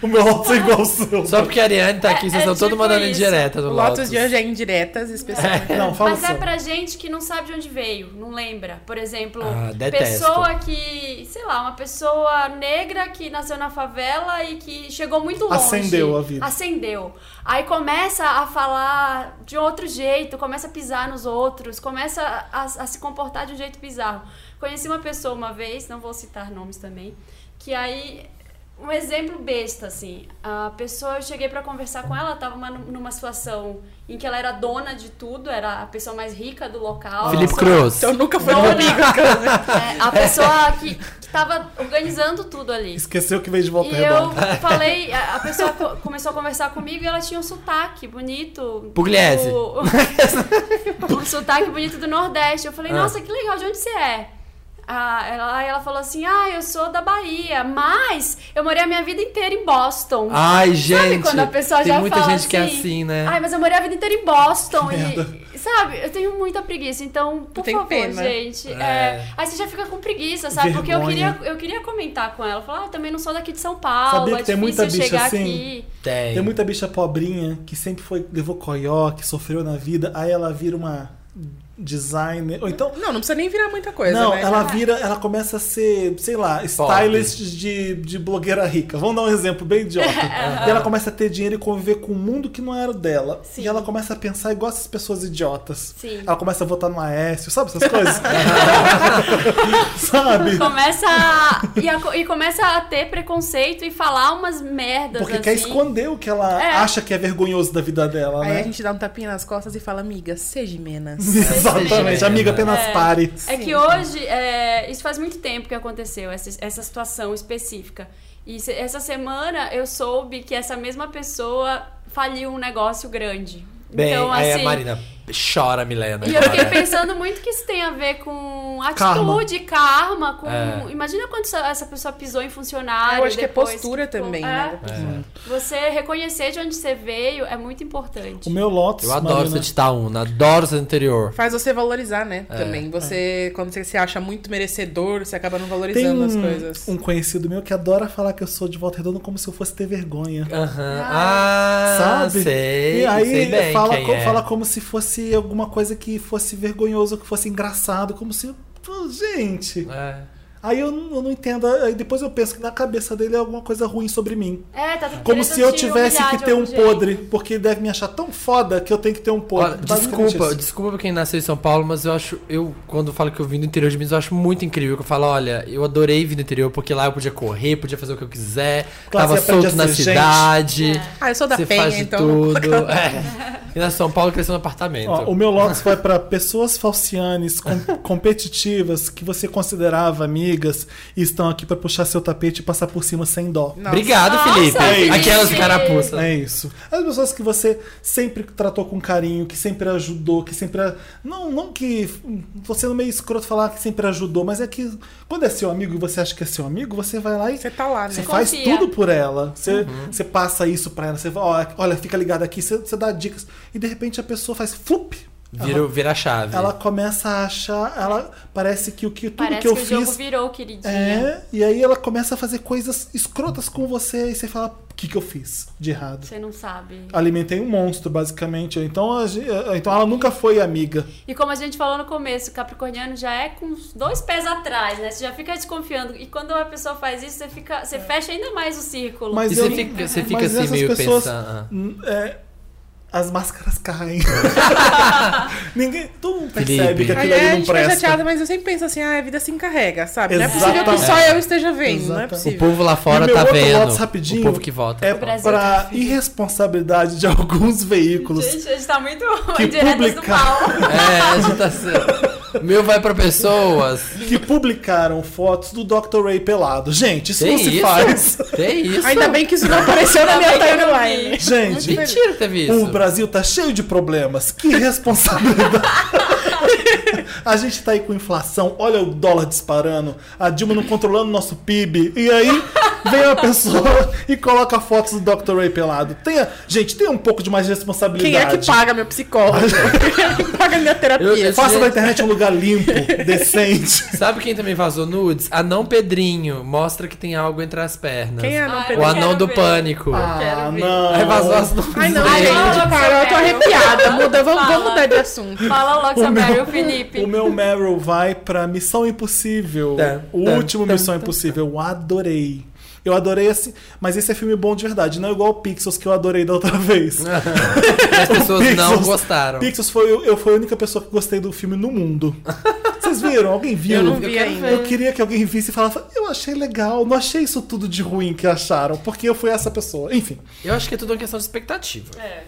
[SPEAKER 1] O meu Lotus é igual ao seu.
[SPEAKER 3] Só porque a Ariane tá aqui,
[SPEAKER 2] É-
[SPEAKER 3] vocês
[SPEAKER 2] é
[SPEAKER 3] estão todo
[SPEAKER 2] tipo
[SPEAKER 3] mandando
[SPEAKER 2] isso.
[SPEAKER 3] indireta no
[SPEAKER 4] O
[SPEAKER 3] Lotus.
[SPEAKER 4] Lotus de hoje é indiretas, especialmente.
[SPEAKER 1] Não, fala
[SPEAKER 2] Mas
[SPEAKER 1] assim.
[SPEAKER 2] é pra gente que não sabe de onde veio, não lembra. Por exemplo,
[SPEAKER 3] Ah, detesto.
[SPEAKER 2] pessoa que, sei lá, uma pessoa negra que nasceu na favela e que chegou muito longe.
[SPEAKER 1] Acendeu a vida.
[SPEAKER 2] Acendeu. Aí começa a falar de outro jeito, começa a pisar nos outros, começa a, a se comportar de um jeito bizarro. Conheci uma pessoa uma vez, não vou citar nomes também, que aí um exemplo besta, assim. A pessoa, eu cheguei pra conversar com ela, ela tava numa- numa situação em que ela era dona de tudo, era a pessoa mais rica do local.
[SPEAKER 3] Felipe
[SPEAKER 2] Nossa.
[SPEAKER 3] Cruz.
[SPEAKER 4] Então nunca foi
[SPEAKER 2] Dona.
[SPEAKER 4] comigo, cara.
[SPEAKER 2] É, a pessoa que, que tava organizando tudo ali.
[SPEAKER 1] Esqueceu que veio de volta
[SPEAKER 2] E eu
[SPEAKER 1] redonda.
[SPEAKER 2] falei, a a pessoa co- começou a conversar comigo e ela tinha um sotaque bonito.
[SPEAKER 3] Pugliese.
[SPEAKER 2] do- um sotaque bonito do Nordeste. Eu falei,
[SPEAKER 3] Ah.
[SPEAKER 2] nossa, que legal, de onde você é? Ah, ela, aí ela falou assim, ah, eu sou da Bahia, mas eu morei a minha vida inteira em Boston.
[SPEAKER 3] Ai, gente.
[SPEAKER 2] Sabe quando a pessoa
[SPEAKER 3] tem
[SPEAKER 2] já
[SPEAKER 3] muita
[SPEAKER 2] fala
[SPEAKER 3] gente
[SPEAKER 2] assim,
[SPEAKER 3] que é assim, né?
[SPEAKER 2] Ai, mas eu morei a vida inteira em Boston.
[SPEAKER 1] merda.
[SPEAKER 2] E, sabe, eu tenho muita preguiça. Então, por
[SPEAKER 4] tenho
[SPEAKER 2] favor,
[SPEAKER 4] pena.
[SPEAKER 2] gente.
[SPEAKER 3] É.
[SPEAKER 2] é, aí você já fica com preguiça, sabe? Porque eu
[SPEAKER 1] Vergonha.
[SPEAKER 2] queria, eu queria comentar com ela. Falar, ah, eu também não sou daqui de São Paulo.
[SPEAKER 1] Sabia que
[SPEAKER 2] é
[SPEAKER 1] tem muita
[SPEAKER 2] difícil
[SPEAKER 1] bicha
[SPEAKER 2] chegar
[SPEAKER 1] assim?
[SPEAKER 2] aqui.
[SPEAKER 3] tem.
[SPEAKER 1] Tem muita bicha pobrinha que sempre foi, levou coió, que sofreu na vida, aí ela vira uma designer. Ou então.
[SPEAKER 4] Não, não precisa nem virar muita coisa,
[SPEAKER 1] não,
[SPEAKER 4] né?
[SPEAKER 1] ela vira, ela começa a ser, sei lá, stylist de, de blogueira rica. Vamos dar um exemplo bem idiota. e ela começa a ter dinheiro e conviver com um mundo que não era dela.
[SPEAKER 2] Sim.
[SPEAKER 1] E ela começa a pensar igual essas pessoas idiotas.
[SPEAKER 2] Sim.
[SPEAKER 1] Ela começa a votar no Aécio, sabe essas coisas? sabe?
[SPEAKER 2] Começa a, e, a- e começa a ter preconceito e falar umas merdas
[SPEAKER 1] Porque
[SPEAKER 2] assim.
[SPEAKER 1] quer esconder o que ela
[SPEAKER 2] É.
[SPEAKER 1] acha que é vergonhoso da vida dela,
[SPEAKER 4] Aí a
[SPEAKER 1] né?
[SPEAKER 4] gente dá um tapinha nas costas e fala, amiga, seja menos.
[SPEAKER 1] Exatamente,
[SPEAKER 3] É.
[SPEAKER 1] amiga, apenas
[SPEAKER 2] É.
[SPEAKER 1] pare.
[SPEAKER 2] É que hoje, é, isso faz muito tempo que aconteceu, essa, essa situação específica. E se- essa semana eu soube que essa mesma pessoa faliu um negócio grande.
[SPEAKER 3] Bem,
[SPEAKER 2] então,
[SPEAKER 3] aí
[SPEAKER 2] assim,
[SPEAKER 3] a Marina. Chora, Milena.
[SPEAKER 2] E eu fiquei
[SPEAKER 3] chora.
[SPEAKER 2] pensando muito que isso tem a ver com
[SPEAKER 1] É. Karma.
[SPEAKER 2] atitude, karma, com.
[SPEAKER 3] É.
[SPEAKER 2] Imagina quando essa- essa pessoa pisou em funcionário.
[SPEAKER 4] Eu acho que é
[SPEAKER 2] depois,
[SPEAKER 4] postura
[SPEAKER 2] tipo,
[SPEAKER 4] também,
[SPEAKER 2] é.
[SPEAKER 4] né? da pessoa.
[SPEAKER 2] Você reconhecer de onde você veio é muito importante.
[SPEAKER 1] O meu Lotus.
[SPEAKER 3] Eu adoro
[SPEAKER 1] Marina,
[SPEAKER 3] seu Titaúna, adoro seu interior.
[SPEAKER 4] Faz você valorizar, né? Também. Você, quando você se acha muito merecedor, você acaba não
[SPEAKER 1] Tem
[SPEAKER 4] valorizando as coisas.
[SPEAKER 1] um, um conhecido meu que adora falar que eu sou de volta redonda como se eu fosse ter vergonha.
[SPEAKER 3] Aham. Ah,
[SPEAKER 1] Sabe?
[SPEAKER 3] sei.
[SPEAKER 1] e aí
[SPEAKER 3] sei bem
[SPEAKER 1] fala,
[SPEAKER 3] quem
[SPEAKER 1] co-
[SPEAKER 3] é.
[SPEAKER 1] fala como se fosse alguma coisa que fosse vergonhoso, que fosse engraçado, como se. Pô, Gente.
[SPEAKER 3] É.
[SPEAKER 1] Aí eu, não- eu não entendo. Aí depois eu penso que na cabeça dele é alguma coisa ruim sobre mim.
[SPEAKER 2] É, tá tentando
[SPEAKER 1] Como se eu
[SPEAKER 2] te
[SPEAKER 1] tivesse
[SPEAKER 2] humilhar
[SPEAKER 1] que
[SPEAKER 2] de
[SPEAKER 1] ter
[SPEAKER 2] algum
[SPEAKER 1] um
[SPEAKER 2] jeito.
[SPEAKER 1] podre, porque ele deve me achar tão foda que eu tenho que ter um podre.
[SPEAKER 3] Olha,
[SPEAKER 1] Basicamente
[SPEAKER 3] desculpa,
[SPEAKER 1] isso.
[SPEAKER 3] desculpa pra quem nasceu em São Paulo, mas eu acho, eu, quando falo que eu vim do interior de Minas, eu acho muito incrível. Que eu falo, olha, eu adorei vir do interior, porque lá eu podia correr, podia fazer o que eu quiser,
[SPEAKER 1] Claro,
[SPEAKER 3] tava
[SPEAKER 1] você aprende
[SPEAKER 3] solto
[SPEAKER 1] a
[SPEAKER 3] na
[SPEAKER 1] ser gente.
[SPEAKER 3] cidade.
[SPEAKER 4] Ah, eu sou da
[SPEAKER 3] Você
[SPEAKER 4] Penha,
[SPEAKER 3] faz de
[SPEAKER 4] então.
[SPEAKER 3] tudo. É. E na São Paulo cresceu no apartamento.
[SPEAKER 1] Ó, o meu Lotus vai pra pessoas falcianes, com- competitivas, que você considerava amigas e estão aqui pra puxar seu tapete e passar por cima sem dó.
[SPEAKER 4] Nossa.
[SPEAKER 3] Obrigado,
[SPEAKER 2] Nossa,
[SPEAKER 3] Felipe.
[SPEAKER 2] Felipe.
[SPEAKER 3] Aquelas carapuças.
[SPEAKER 1] É isso. As pessoas que você sempre tratou com carinho, que sempre ajudou, que sempre. a- Não, não que. Você no meio escroto falar que sempre ajudou, mas é que quando é seu amigo e você acha que é seu amigo, você vai lá e
[SPEAKER 4] Você tá lá, né? Uhum.
[SPEAKER 1] você faz
[SPEAKER 2] Confia.
[SPEAKER 1] tudo por ela. Você, você passa isso pra ela. Você fala, "Ó, olha, fica ligado aqui, você, você dá dicas. E de repente a pessoa faz flup.
[SPEAKER 3] Vira, vira a
[SPEAKER 4] É.
[SPEAKER 3] chave.
[SPEAKER 1] Ela começa a achar. Ela parece que o que tudo
[SPEAKER 2] Parece
[SPEAKER 1] que eu
[SPEAKER 2] o jogo
[SPEAKER 1] fiz.
[SPEAKER 2] virou, queridinha.
[SPEAKER 1] É, e aí ela começa a fazer coisas escrotas com você e você fala, o que, que eu fiz de errado?
[SPEAKER 2] Você não sabe.
[SPEAKER 1] alimentei um monstro, basicamente. Então, a ge- então ela nunca foi amiga.
[SPEAKER 2] E como a gente falou no começo, o capricorniano já é com os dois pés atrás, né? Você já fica desconfiando. E quando a pessoa faz isso, você, fica, você fecha ainda mais o círculo.
[SPEAKER 1] É. Mas
[SPEAKER 3] E
[SPEAKER 1] eu,
[SPEAKER 3] você fica, você fica
[SPEAKER 1] mas
[SPEAKER 3] assim
[SPEAKER 1] essas
[SPEAKER 3] meio
[SPEAKER 1] pessoas,
[SPEAKER 3] pensando. ah.
[SPEAKER 1] n- é, as máscaras caem. Ninguém, todo mundo percebe
[SPEAKER 3] Felipe.
[SPEAKER 1] que
[SPEAKER 4] Aí
[SPEAKER 1] aquilo
[SPEAKER 4] a
[SPEAKER 2] é
[SPEAKER 1] ali não
[SPEAKER 4] gente fica chateada,
[SPEAKER 1] presta.
[SPEAKER 4] mas eu sempre penso assim, ah, a vida se encarrega, sabe? Não é
[SPEAKER 1] Exatamente.
[SPEAKER 4] possível que só eu esteja vendo, não é
[SPEAKER 1] Exatamente.
[SPEAKER 3] O
[SPEAKER 4] possível.
[SPEAKER 3] povo lá fora
[SPEAKER 1] E meu
[SPEAKER 3] tá
[SPEAKER 1] outro
[SPEAKER 3] vendo.
[SPEAKER 1] voto rapidinho
[SPEAKER 3] o povo que vota.
[SPEAKER 1] É
[SPEAKER 2] Brasil tá?
[SPEAKER 1] pra irresponsabilidade de alguns veículos.
[SPEAKER 2] Gente, a gente tá muito
[SPEAKER 1] Que
[SPEAKER 2] indiretas do
[SPEAKER 1] publicar.
[SPEAKER 2] mal.
[SPEAKER 3] É, a gente tá assim. O meu vai pra pessoas.
[SPEAKER 1] Que publicaram fotos do Dr. Ray pelado. Gente, isso
[SPEAKER 3] Tem
[SPEAKER 1] não se
[SPEAKER 3] isso?
[SPEAKER 1] faz.
[SPEAKER 3] Tem isso?
[SPEAKER 4] Ainda bem que isso não apareceu na minha
[SPEAKER 2] Ainda bem que eu não vi.
[SPEAKER 4] timeline.
[SPEAKER 1] Gente,
[SPEAKER 3] Mentira que teve isso.
[SPEAKER 1] O Brasil tá cheio de problemas. Que responsabilidade. A gente tá aí com inflação, olha o dólar disparando, a Dilma não controlando o nosso PIB. E aí vem uma pessoa e coloca fotos do Dr. Ray pelado. Tenha, gente, tenha um pouco de mais
[SPEAKER 4] Quem
[SPEAKER 1] responsabilidade.
[SPEAKER 4] é que paga meu psicólogo? Quem é que paga minha terapia?
[SPEAKER 3] Eu- eu-
[SPEAKER 1] Faça da internet um lugar limpo, decente.
[SPEAKER 3] Sabe quem também vazou nudes? Anão Pedrinho. Mostra que tem algo entre as pernas.
[SPEAKER 4] Quem é não
[SPEAKER 2] Ai,
[SPEAKER 4] Pedro?
[SPEAKER 3] O
[SPEAKER 2] Eu
[SPEAKER 3] anão
[SPEAKER 2] quero
[SPEAKER 3] do
[SPEAKER 2] ver.
[SPEAKER 3] pânico.
[SPEAKER 1] Ah,
[SPEAKER 2] ver.
[SPEAKER 1] não.
[SPEAKER 3] Aí vazou as nudes.
[SPEAKER 4] Ai, não,
[SPEAKER 2] Ai,
[SPEAKER 3] dele.
[SPEAKER 2] fala
[SPEAKER 4] gente, para, eu
[SPEAKER 2] logo que você
[SPEAKER 4] tô arrepiada.
[SPEAKER 2] pega.
[SPEAKER 4] Muda, vamos,
[SPEAKER 2] Fala.
[SPEAKER 4] vamos mudar de assunto.
[SPEAKER 2] Fala logo,
[SPEAKER 1] O
[SPEAKER 2] Samuel,
[SPEAKER 1] meu-
[SPEAKER 2] o Felipe.
[SPEAKER 1] O meu Meryl vai pra Missão Impossível.
[SPEAKER 3] Tá,
[SPEAKER 4] É,
[SPEAKER 1] o
[SPEAKER 3] tá,
[SPEAKER 1] último
[SPEAKER 3] tá,
[SPEAKER 1] Missão
[SPEAKER 3] tá,
[SPEAKER 1] Impossível. Eu adorei. Eu adorei esse. Mas esse é filme bom de verdade, não é igual o Pixels que eu adorei da outra vez.
[SPEAKER 3] As pessoas não
[SPEAKER 1] Pixels-
[SPEAKER 3] gostaram.
[SPEAKER 1] Pixels foi eu, eu fui a única pessoa que gostei do filme no mundo. Vocês viram? Alguém viu?
[SPEAKER 4] Eu não vi ainda.
[SPEAKER 1] Eu queria que alguém visse e falasse, eu achei legal, não achei isso tudo de ruim que acharam, porque eu fui essa pessoa. Enfim.
[SPEAKER 3] Eu acho que é tudo uma questão de expectativa.
[SPEAKER 2] É.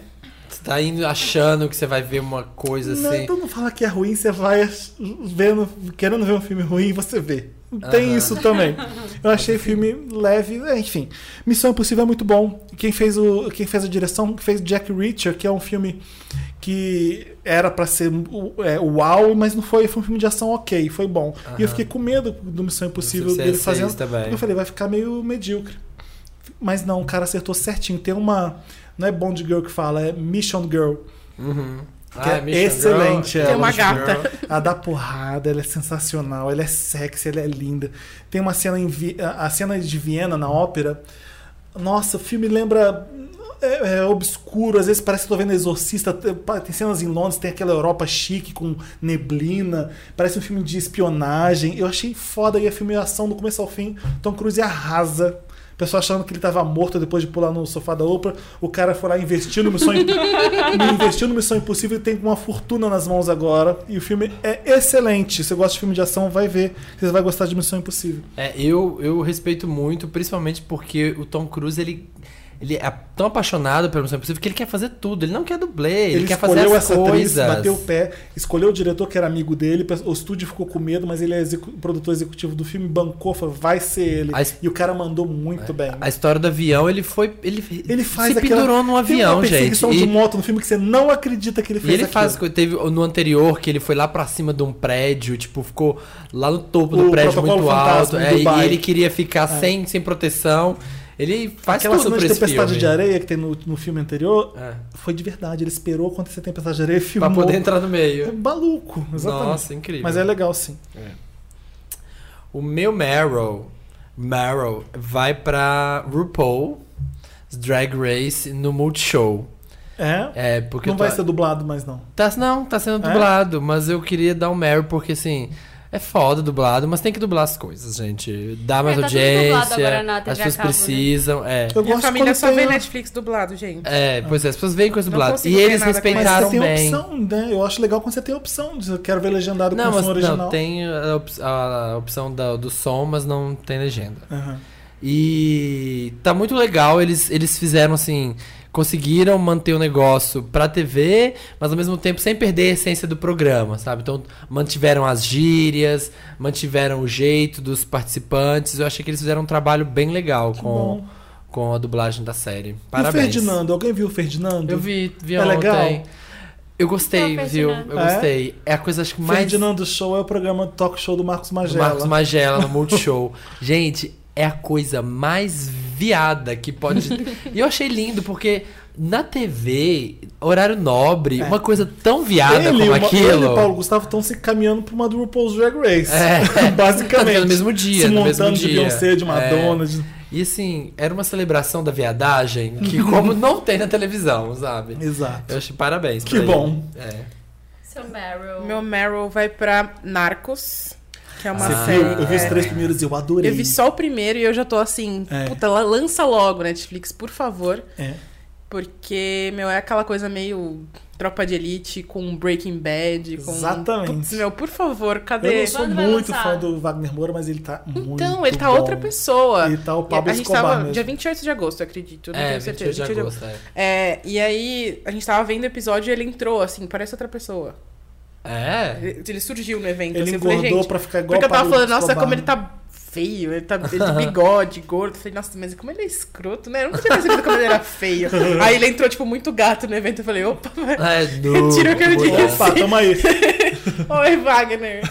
[SPEAKER 3] Você tá indo achando que você vai ver uma coisa
[SPEAKER 1] Não,
[SPEAKER 3] assim.
[SPEAKER 1] Todo mundo fala que é ruim, você vai ach- vendo, querendo ver um filme ruim e você vê. Tem isso também. Eu achei o filme leve, é, enfim. Missão Impossível é muito bom. Quem fez, o, quem fez a direção fez Jack Reacher, que é um filme que era pra ser o- é, uau, mas não foi. Foi um filme de ação ok, foi bom. E eu fiquei com medo do Missão Impossível
[SPEAKER 3] Do
[SPEAKER 1] dele
[SPEAKER 3] sucesso
[SPEAKER 1] fazendo.
[SPEAKER 3] é isso também.
[SPEAKER 1] porque Eu falei, vai ficar meio medíocre. Mas não, o cara acertou certinho. Tem uma. Não é Bond Girl que fala, é Mission Girl. Que é
[SPEAKER 3] Mission
[SPEAKER 1] excelente
[SPEAKER 3] Uhum. Girl,
[SPEAKER 1] ela.
[SPEAKER 4] Tem uma
[SPEAKER 3] Mission
[SPEAKER 4] gata.
[SPEAKER 3] Girl.
[SPEAKER 1] A da porrada, ela é sensacional, ela é sexy, ela é linda. Tem uma cena em Vi- a a cena de Viena na ópera. Nossa, o filme lembra é, é obscuro, às vezes parece que tô vendo Exorcista. Tem tem cenas em Londres, tem aquela Europa chique com neblina, parece um filme de espionagem. Eu achei foda e a filmação do começo ao fim, Tom Cruise arrasa. O pessoal achando que ele tava morto depois de pular no sofá da Oprah. O cara foi lá investir no Missão, Imp- investiu no Missão Impossível e tem uma fortuna nas mãos agora. E o filme é excelente. Se você gosta de filme de ação, vai ver. Você vai gostar de Missão Impossível.
[SPEAKER 3] É, eu, eu respeito muito, principalmente porque o Tom Cruise, ele. ele Ele é tão apaixonado pelo Missão Impossível que ele quer fazer tudo. Ele não quer dublê, ele,
[SPEAKER 1] Ele
[SPEAKER 3] quer fazer
[SPEAKER 1] escolheu
[SPEAKER 3] as
[SPEAKER 1] essa atriz,
[SPEAKER 3] coisas.
[SPEAKER 1] bateu o pé, escolheu o diretor que era amigo dele, o estúdio ficou com medo, mas ele é execu- produtor executivo do filme, bancou, falou, vai ser ele.
[SPEAKER 3] A es-
[SPEAKER 1] E o cara mandou muito bem.
[SPEAKER 3] A história do avião, ele foi. Ele,
[SPEAKER 1] Ele faz
[SPEAKER 3] É, se
[SPEAKER 1] aquela...
[SPEAKER 3] pendurou num avião,
[SPEAKER 1] Tem uma
[SPEAKER 3] gente.
[SPEAKER 1] perseguição de
[SPEAKER 3] E-
[SPEAKER 1] moto no filme que você não acredita que ele
[SPEAKER 3] E
[SPEAKER 1] fez
[SPEAKER 3] ele faz,
[SPEAKER 1] aquilo.
[SPEAKER 3] teve no anterior que ele foi lá pra cima de um prédio, tipo, ficou lá no topo
[SPEAKER 1] O
[SPEAKER 3] do prédio
[SPEAKER 1] protocolo
[SPEAKER 3] muito alto,
[SPEAKER 1] fantasma em
[SPEAKER 3] é, e
[SPEAKER 1] Dubai. É.
[SPEAKER 3] ele queria ficar sem, sem proteção. Ele faz
[SPEAKER 1] Aquela
[SPEAKER 3] tudo
[SPEAKER 1] cena
[SPEAKER 3] pra
[SPEAKER 1] de
[SPEAKER 3] esse
[SPEAKER 1] tempestade
[SPEAKER 3] filme.
[SPEAKER 1] de areia que tem no, no filme anterior
[SPEAKER 3] É,
[SPEAKER 1] foi de verdade. Ele esperou acontecer tempestade de areia e
[SPEAKER 3] pra
[SPEAKER 1] filmou.
[SPEAKER 3] poder entrar no
[SPEAKER 1] É
[SPEAKER 3] meio.
[SPEAKER 1] maluco, exatamente.
[SPEAKER 3] Nossa, incrível.
[SPEAKER 1] Mas é legal, sim.
[SPEAKER 3] O meu Meryl, Meryl vai pra RuPaul Drag Race no Multishow.
[SPEAKER 1] É?
[SPEAKER 3] É, porque
[SPEAKER 1] não
[SPEAKER 3] eu tô-
[SPEAKER 1] vai ser dublado mais, não.
[SPEAKER 3] Tá, não, tá sendo
[SPEAKER 1] É?
[SPEAKER 3] dublado, mas eu queria dar um Meryl porque assim. É foda dublado, mas tem que dublar as coisas, gente. Dá mais
[SPEAKER 2] tá tudo
[SPEAKER 3] audiência.
[SPEAKER 2] dublado agora na
[SPEAKER 3] as
[SPEAKER 2] TV a
[SPEAKER 3] pessoas
[SPEAKER 2] cabo, né?
[SPEAKER 3] precisam. É.
[SPEAKER 1] Eu
[SPEAKER 4] Minha
[SPEAKER 1] gosto
[SPEAKER 4] família
[SPEAKER 1] quando
[SPEAKER 4] só vê
[SPEAKER 1] tem- um
[SPEAKER 4] Netflix dublado, gente.
[SPEAKER 3] É, pois é, as pessoas veem coisa
[SPEAKER 4] Não
[SPEAKER 3] dublada.
[SPEAKER 4] consigo
[SPEAKER 3] E
[SPEAKER 4] ver
[SPEAKER 3] eles
[SPEAKER 4] nada com isso.
[SPEAKER 1] Mas você
[SPEAKER 3] respeitaram
[SPEAKER 1] tem
[SPEAKER 3] bem.
[SPEAKER 1] opção, né? Eu acho legal quando você tem opção. de- Eu quero ver legendado
[SPEAKER 3] Não,
[SPEAKER 1] com
[SPEAKER 3] mas
[SPEAKER 1] som original.
[SPEAKER 3] não, tem a, op- a opção da- do som, mas não tem legenda.
[SPEAKER 1] Aham.
[SPEAKER 3] E tá muito legal, eles, eles fizeram assim. Conseguiram manter o negócio pra TV, mas ao mesmo tempo sem perder a essência do programa, sabe? Então mantiveram as gírias, mantiveram o jeito dos participantes. Eu achei que eles fizeram um trabalho bem legal com,
[SPEAKER 1] bom.
[SPEAKER 3] com a dublagem da série.
[SPEAKER 1] E o
[SPEAKER 3] Parabéns.
[SPEAKER 1] Ferdinando? Alguém viu o Ferdinando?
[SPEAKER 3] Eu vi, vi
[SPEAKER 1] É
[SPEAKER 3] ontem. Então,
[SPEAKER 1] legal?
[SPEAKER 3] Eu gostei,
[SPEAKER 2] Não,
[SPEAKER 3] viu?
[SPEAKER 2] Ferdinando.
[SPEAKER 3] Eu
[SPEAKER 1] É?
[SPEAKER 3] gostei. É a coisa acho que
[SPEAKER 1] O
[SPEAKER 3] mais
[SPEAKER 1] Ferdinando Show é o programa talk show do Marcos
[SPEAKER 3] do
[SPEAKER 1] Magela.
[SPEAKER 3] Marcos Magela no Multishow. Gente, é a coisa mais viada que pode. e eu achei lindo porque na TV, horário nobre, uma coisa tão viada
[SPEAKER 1] É. Ele,
[SPEAKER 3] como
[SPEAKER 1] uma- ele e
[SPEAKER 3] aquilo.
[SPEAKER 1] o Paulo Gustavo estão se caminhando pra uma do RuPaul's Drag Race.
[SPEAKER 3] É.
[SPEAKER 1] Basicamente.
[SPEAKER 3] No mesmo dia,
[SPEAKER 1] Se
[SPEAKER 3] no
[SPEAKER 1] montando
[SPEAKER 3] mesmo
[SPEAKER 1] de
[SPEAKER 3] dia. É.
[SPEAKER 1] Beyoncé, de Madonna. de-
[SPEAKER 3] E assim, era uma celebração da viadagem que como não tem na televisão, sabe?
[SPEAKER 1] Exato.
[SPEAKER 3] Eu achei parabéns.
[SPEAKER 1] Que
[SPEAKER 3] pra
[SPEAKER 1] bom.
[SPEAKER 3] ele. É.
[SPEAKER 2] Seu Meryl.
[SPEAKER 4] Meu Meryl vai pra Narcos, que é uma
[SPEAKER 1] Você viu?
[SPEAKER 3] Ah.
[SPEAKER 4] série.
[SPEAKER 1] Eu vi os
[SPEAKER 4] é.
[SPEAKER 1] três primeiros e eu adorei.
[SPEAKER 4] Eu vi só o primeiro e eu já tô assim,
[SPEAKER 1] É.
[SPEAKER 4] puta, la- lança logo Netflix, por favor.
[SPEAKER 1] É.
[SPEAKER 4] Porque, meu, é aquela coisa meio tropa de elite com Breaking Bad, com.
[SPEAKER 1] Exatamente.
[SPEAKER 4] Putz, meu, por favor,
[SPEAKER 1] Eu
[SPEAKER 4] cadê?
[SPEAKER 1] não sou
[SPEAKER 2] Quando vai
[SPEAKER 1] muito
[SPEAKER 2] lançar?
[SPEAKER 1] fã do Wagner Moura, mas ele tá muito
[SPEAKER 4] Então, ele tá
[SPEAKER 1] bom.
[SPEAKER 4] outra pessoa.
[SPEAKER 1] Ele tá o Pablo
[SPEAKER 4] a gente
[SPEAKER 1] Escobar
[SPEAKER 4] tava
[SPEAKER 1] mesmo.
[SPEAKER 4] dia 28 de agosto, eu acredito. eu Não
[SPEAKER 3] É,
[SPEAKER 4] tenho
[SPEAKER 3] 28
[SPEAKER 4] certeza.
[SPEAKER 3] de
[SPEAKER 4] 28 de
[SPEAKER 3] agosto. É.
[SPEAKER 4] É, e aí a gente tava vendo o episódio e ele entrou, assim, parece outra pessoa.
[SPEAKER 3] é.
[SPEAKER 4] Ele ele surgiu no evento.
[SPEAKER 1] Ele
[SPEAKER 4] assim, eu falei,
[SPEAKER 1] engordou
[SPEAKER 4] gente,
[SPEAKER 1] pra ficar igual
[SPEAKER 4] Porque eu tava
[SPEAKER 1] o Pablo
[SPEAKER 4] falando, nossa,
[SPEAKER 1] Escobar. né?"
[SPEAKER 4] como ele tá feio, ele tá ele tem bigode, gordo. Eu falei, nossa, mas como ele é escroto, né? Eu nunca tinha percebido como ele era feio. Aí ele entrou, tipo, muito gato no evento. Eu falei, opa,
[SPEAKER 3] Ah, é
[SPEAKER 4] Eu
[SPEAKER 3] do...
[SPEAKER 4] tiro o que eu disse.
[SPEAKER 1] Opa, tamo aí.
[SPEAKER 4] assim." oi, Wagner.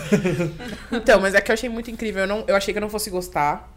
[SPEAKER 4] então, mas é que eu achei muito incrível. Eu, não, eu achei que eu não fosse gostar.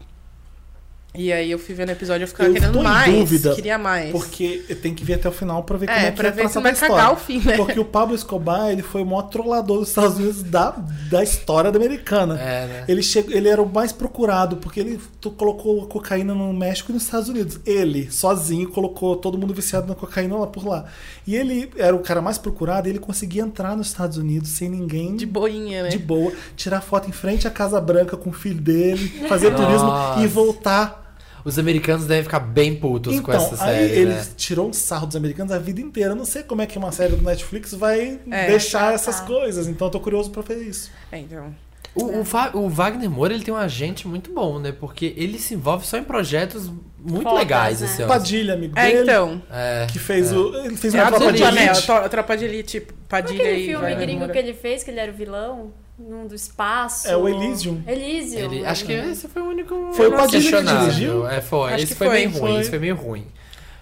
[SPEAKER 4] E aí eu fui vendo o episódio e eu ficava
[SPEAKER 1] Eu
[SPEAKER 4] querendo
[SPEAKER 1] tô em
[SPEAKER 4] mais.
[SPEAKER 1] dúvida,
[SPEAKER 4] queria mais.
[SPEAKER 1] Porque tem que ver até o final pra ver como
[SPEAKER 4] é,
[SPEAKER 1] é que
[SPEAKER 4] pra
[SPEAKER 1] vai
[SPEAKER 4] ver se
[SPEAKER 1] tratar
[SPEAKER 4] não vai
[SPEAKER 1] da
[SPEAKER 4] cagar o
[SPEAKER 1] história.
[SPEAKER 4] fim, né?
[SPEAKER 1] Porque o Pablo Escobar, ele foi o maior trollador dos Estados Unidos da, da história da americana.
[SPEAKER 3] É, né?
[SPEAKER 1] Ele, chegou, ele era o mais procurado, porque ele to- colocou a cocaína no México e nos Estados Unidos. Ele, sozinho, colocou todo mundo viciado na cocaína lá por lá. E ele era o cara mais procurado e ele conseguia entrar nos Estados Unidos sem ninguém
[SPEAKER 4] De boinha, né?
[SPEAKER 1] de boa, tirar foto em frente à Casa Branca com o filho dele, fazer
[SPEAKER 3] Nossa.
[SPEAKER 1] turismo e voltar Então,
[SPEAKER 3] Os americanos devem ficar bem putos com essa
[SPEAKER 1] aí
[SPEAKER 3] série,
[SPEAKER 1] ele
[SPEAKER 3] né?
[SPEAKER 1] tirou um sarro dos americanos a vida inteira. Eu não sei como é que uma série do Netflix vai
[SPEAKER 4] É.
[SPEAKER 1] deixar essas coisas. Então eu tô curioso pra ver isso.
[SPEAKER 4] É, então.
[SPEAKER 3] O, o Va- o Wagner Moura, ele tem um agente muito bom, né? Porque ele se envolve só em projetos muito
[SPEAKER 2] Fodas,
[SPEAKER 3] legais,
[SPEAKER 2] né?
[SPEAKER 3] assim, ó.
[SPEAKER 1] Padilha, amigo
[SPEAKER 4] É,
[SPEAKER 1] dele,
[SPEAKER 4] então.
[SPEAKER 3] É.
[SPEAKER 1] que fez o. Ele fez
[SPEAKER 4] É
[SPEAKER 1] uma
[SPEAKER 4] a
[SPEAKER 1] tropa
[SPEAKER 4] tropa
[SPEAKER 1] de
[SPEAKER 4] de
[SPEAKER 1] elite.
[SPEAKER 4] né? A tro- a tropa de elite, tipo, Padilha
[SPEAKER 2] Aquele
[SPEAKER 4] e
[SPEAKER 2] filme
[SPEAKER 4] Wagner
[SPEAKER 2] gringo
[SPEAKER 4] Moura.
[SPEAKER 2] que ele fez, que ele era o vilão, num do espaço.
[SPEAKER 1] É o Elysium.
[SPEAKER 2] Elysium.
[SPEAKER 3] Ele- acho que é esse foi o único.
[SPEAKER 1] Foi o Padilha que
[SPEAKER 3] questionável.
[SPEAKER 1] dirigiu?
[SPEAKER 3] É, foi.
[SPEAKER 4] Acho
[SPEAKER 3] esse
[SPEAKER 4] que
[SPEAKER 3] foi, meio
[SPEAKER 4] foi.
[SPEAKER 3] ruim,
[SPEAKER 4] Foi.
[SPEAKER 3] esse foi meio ruim.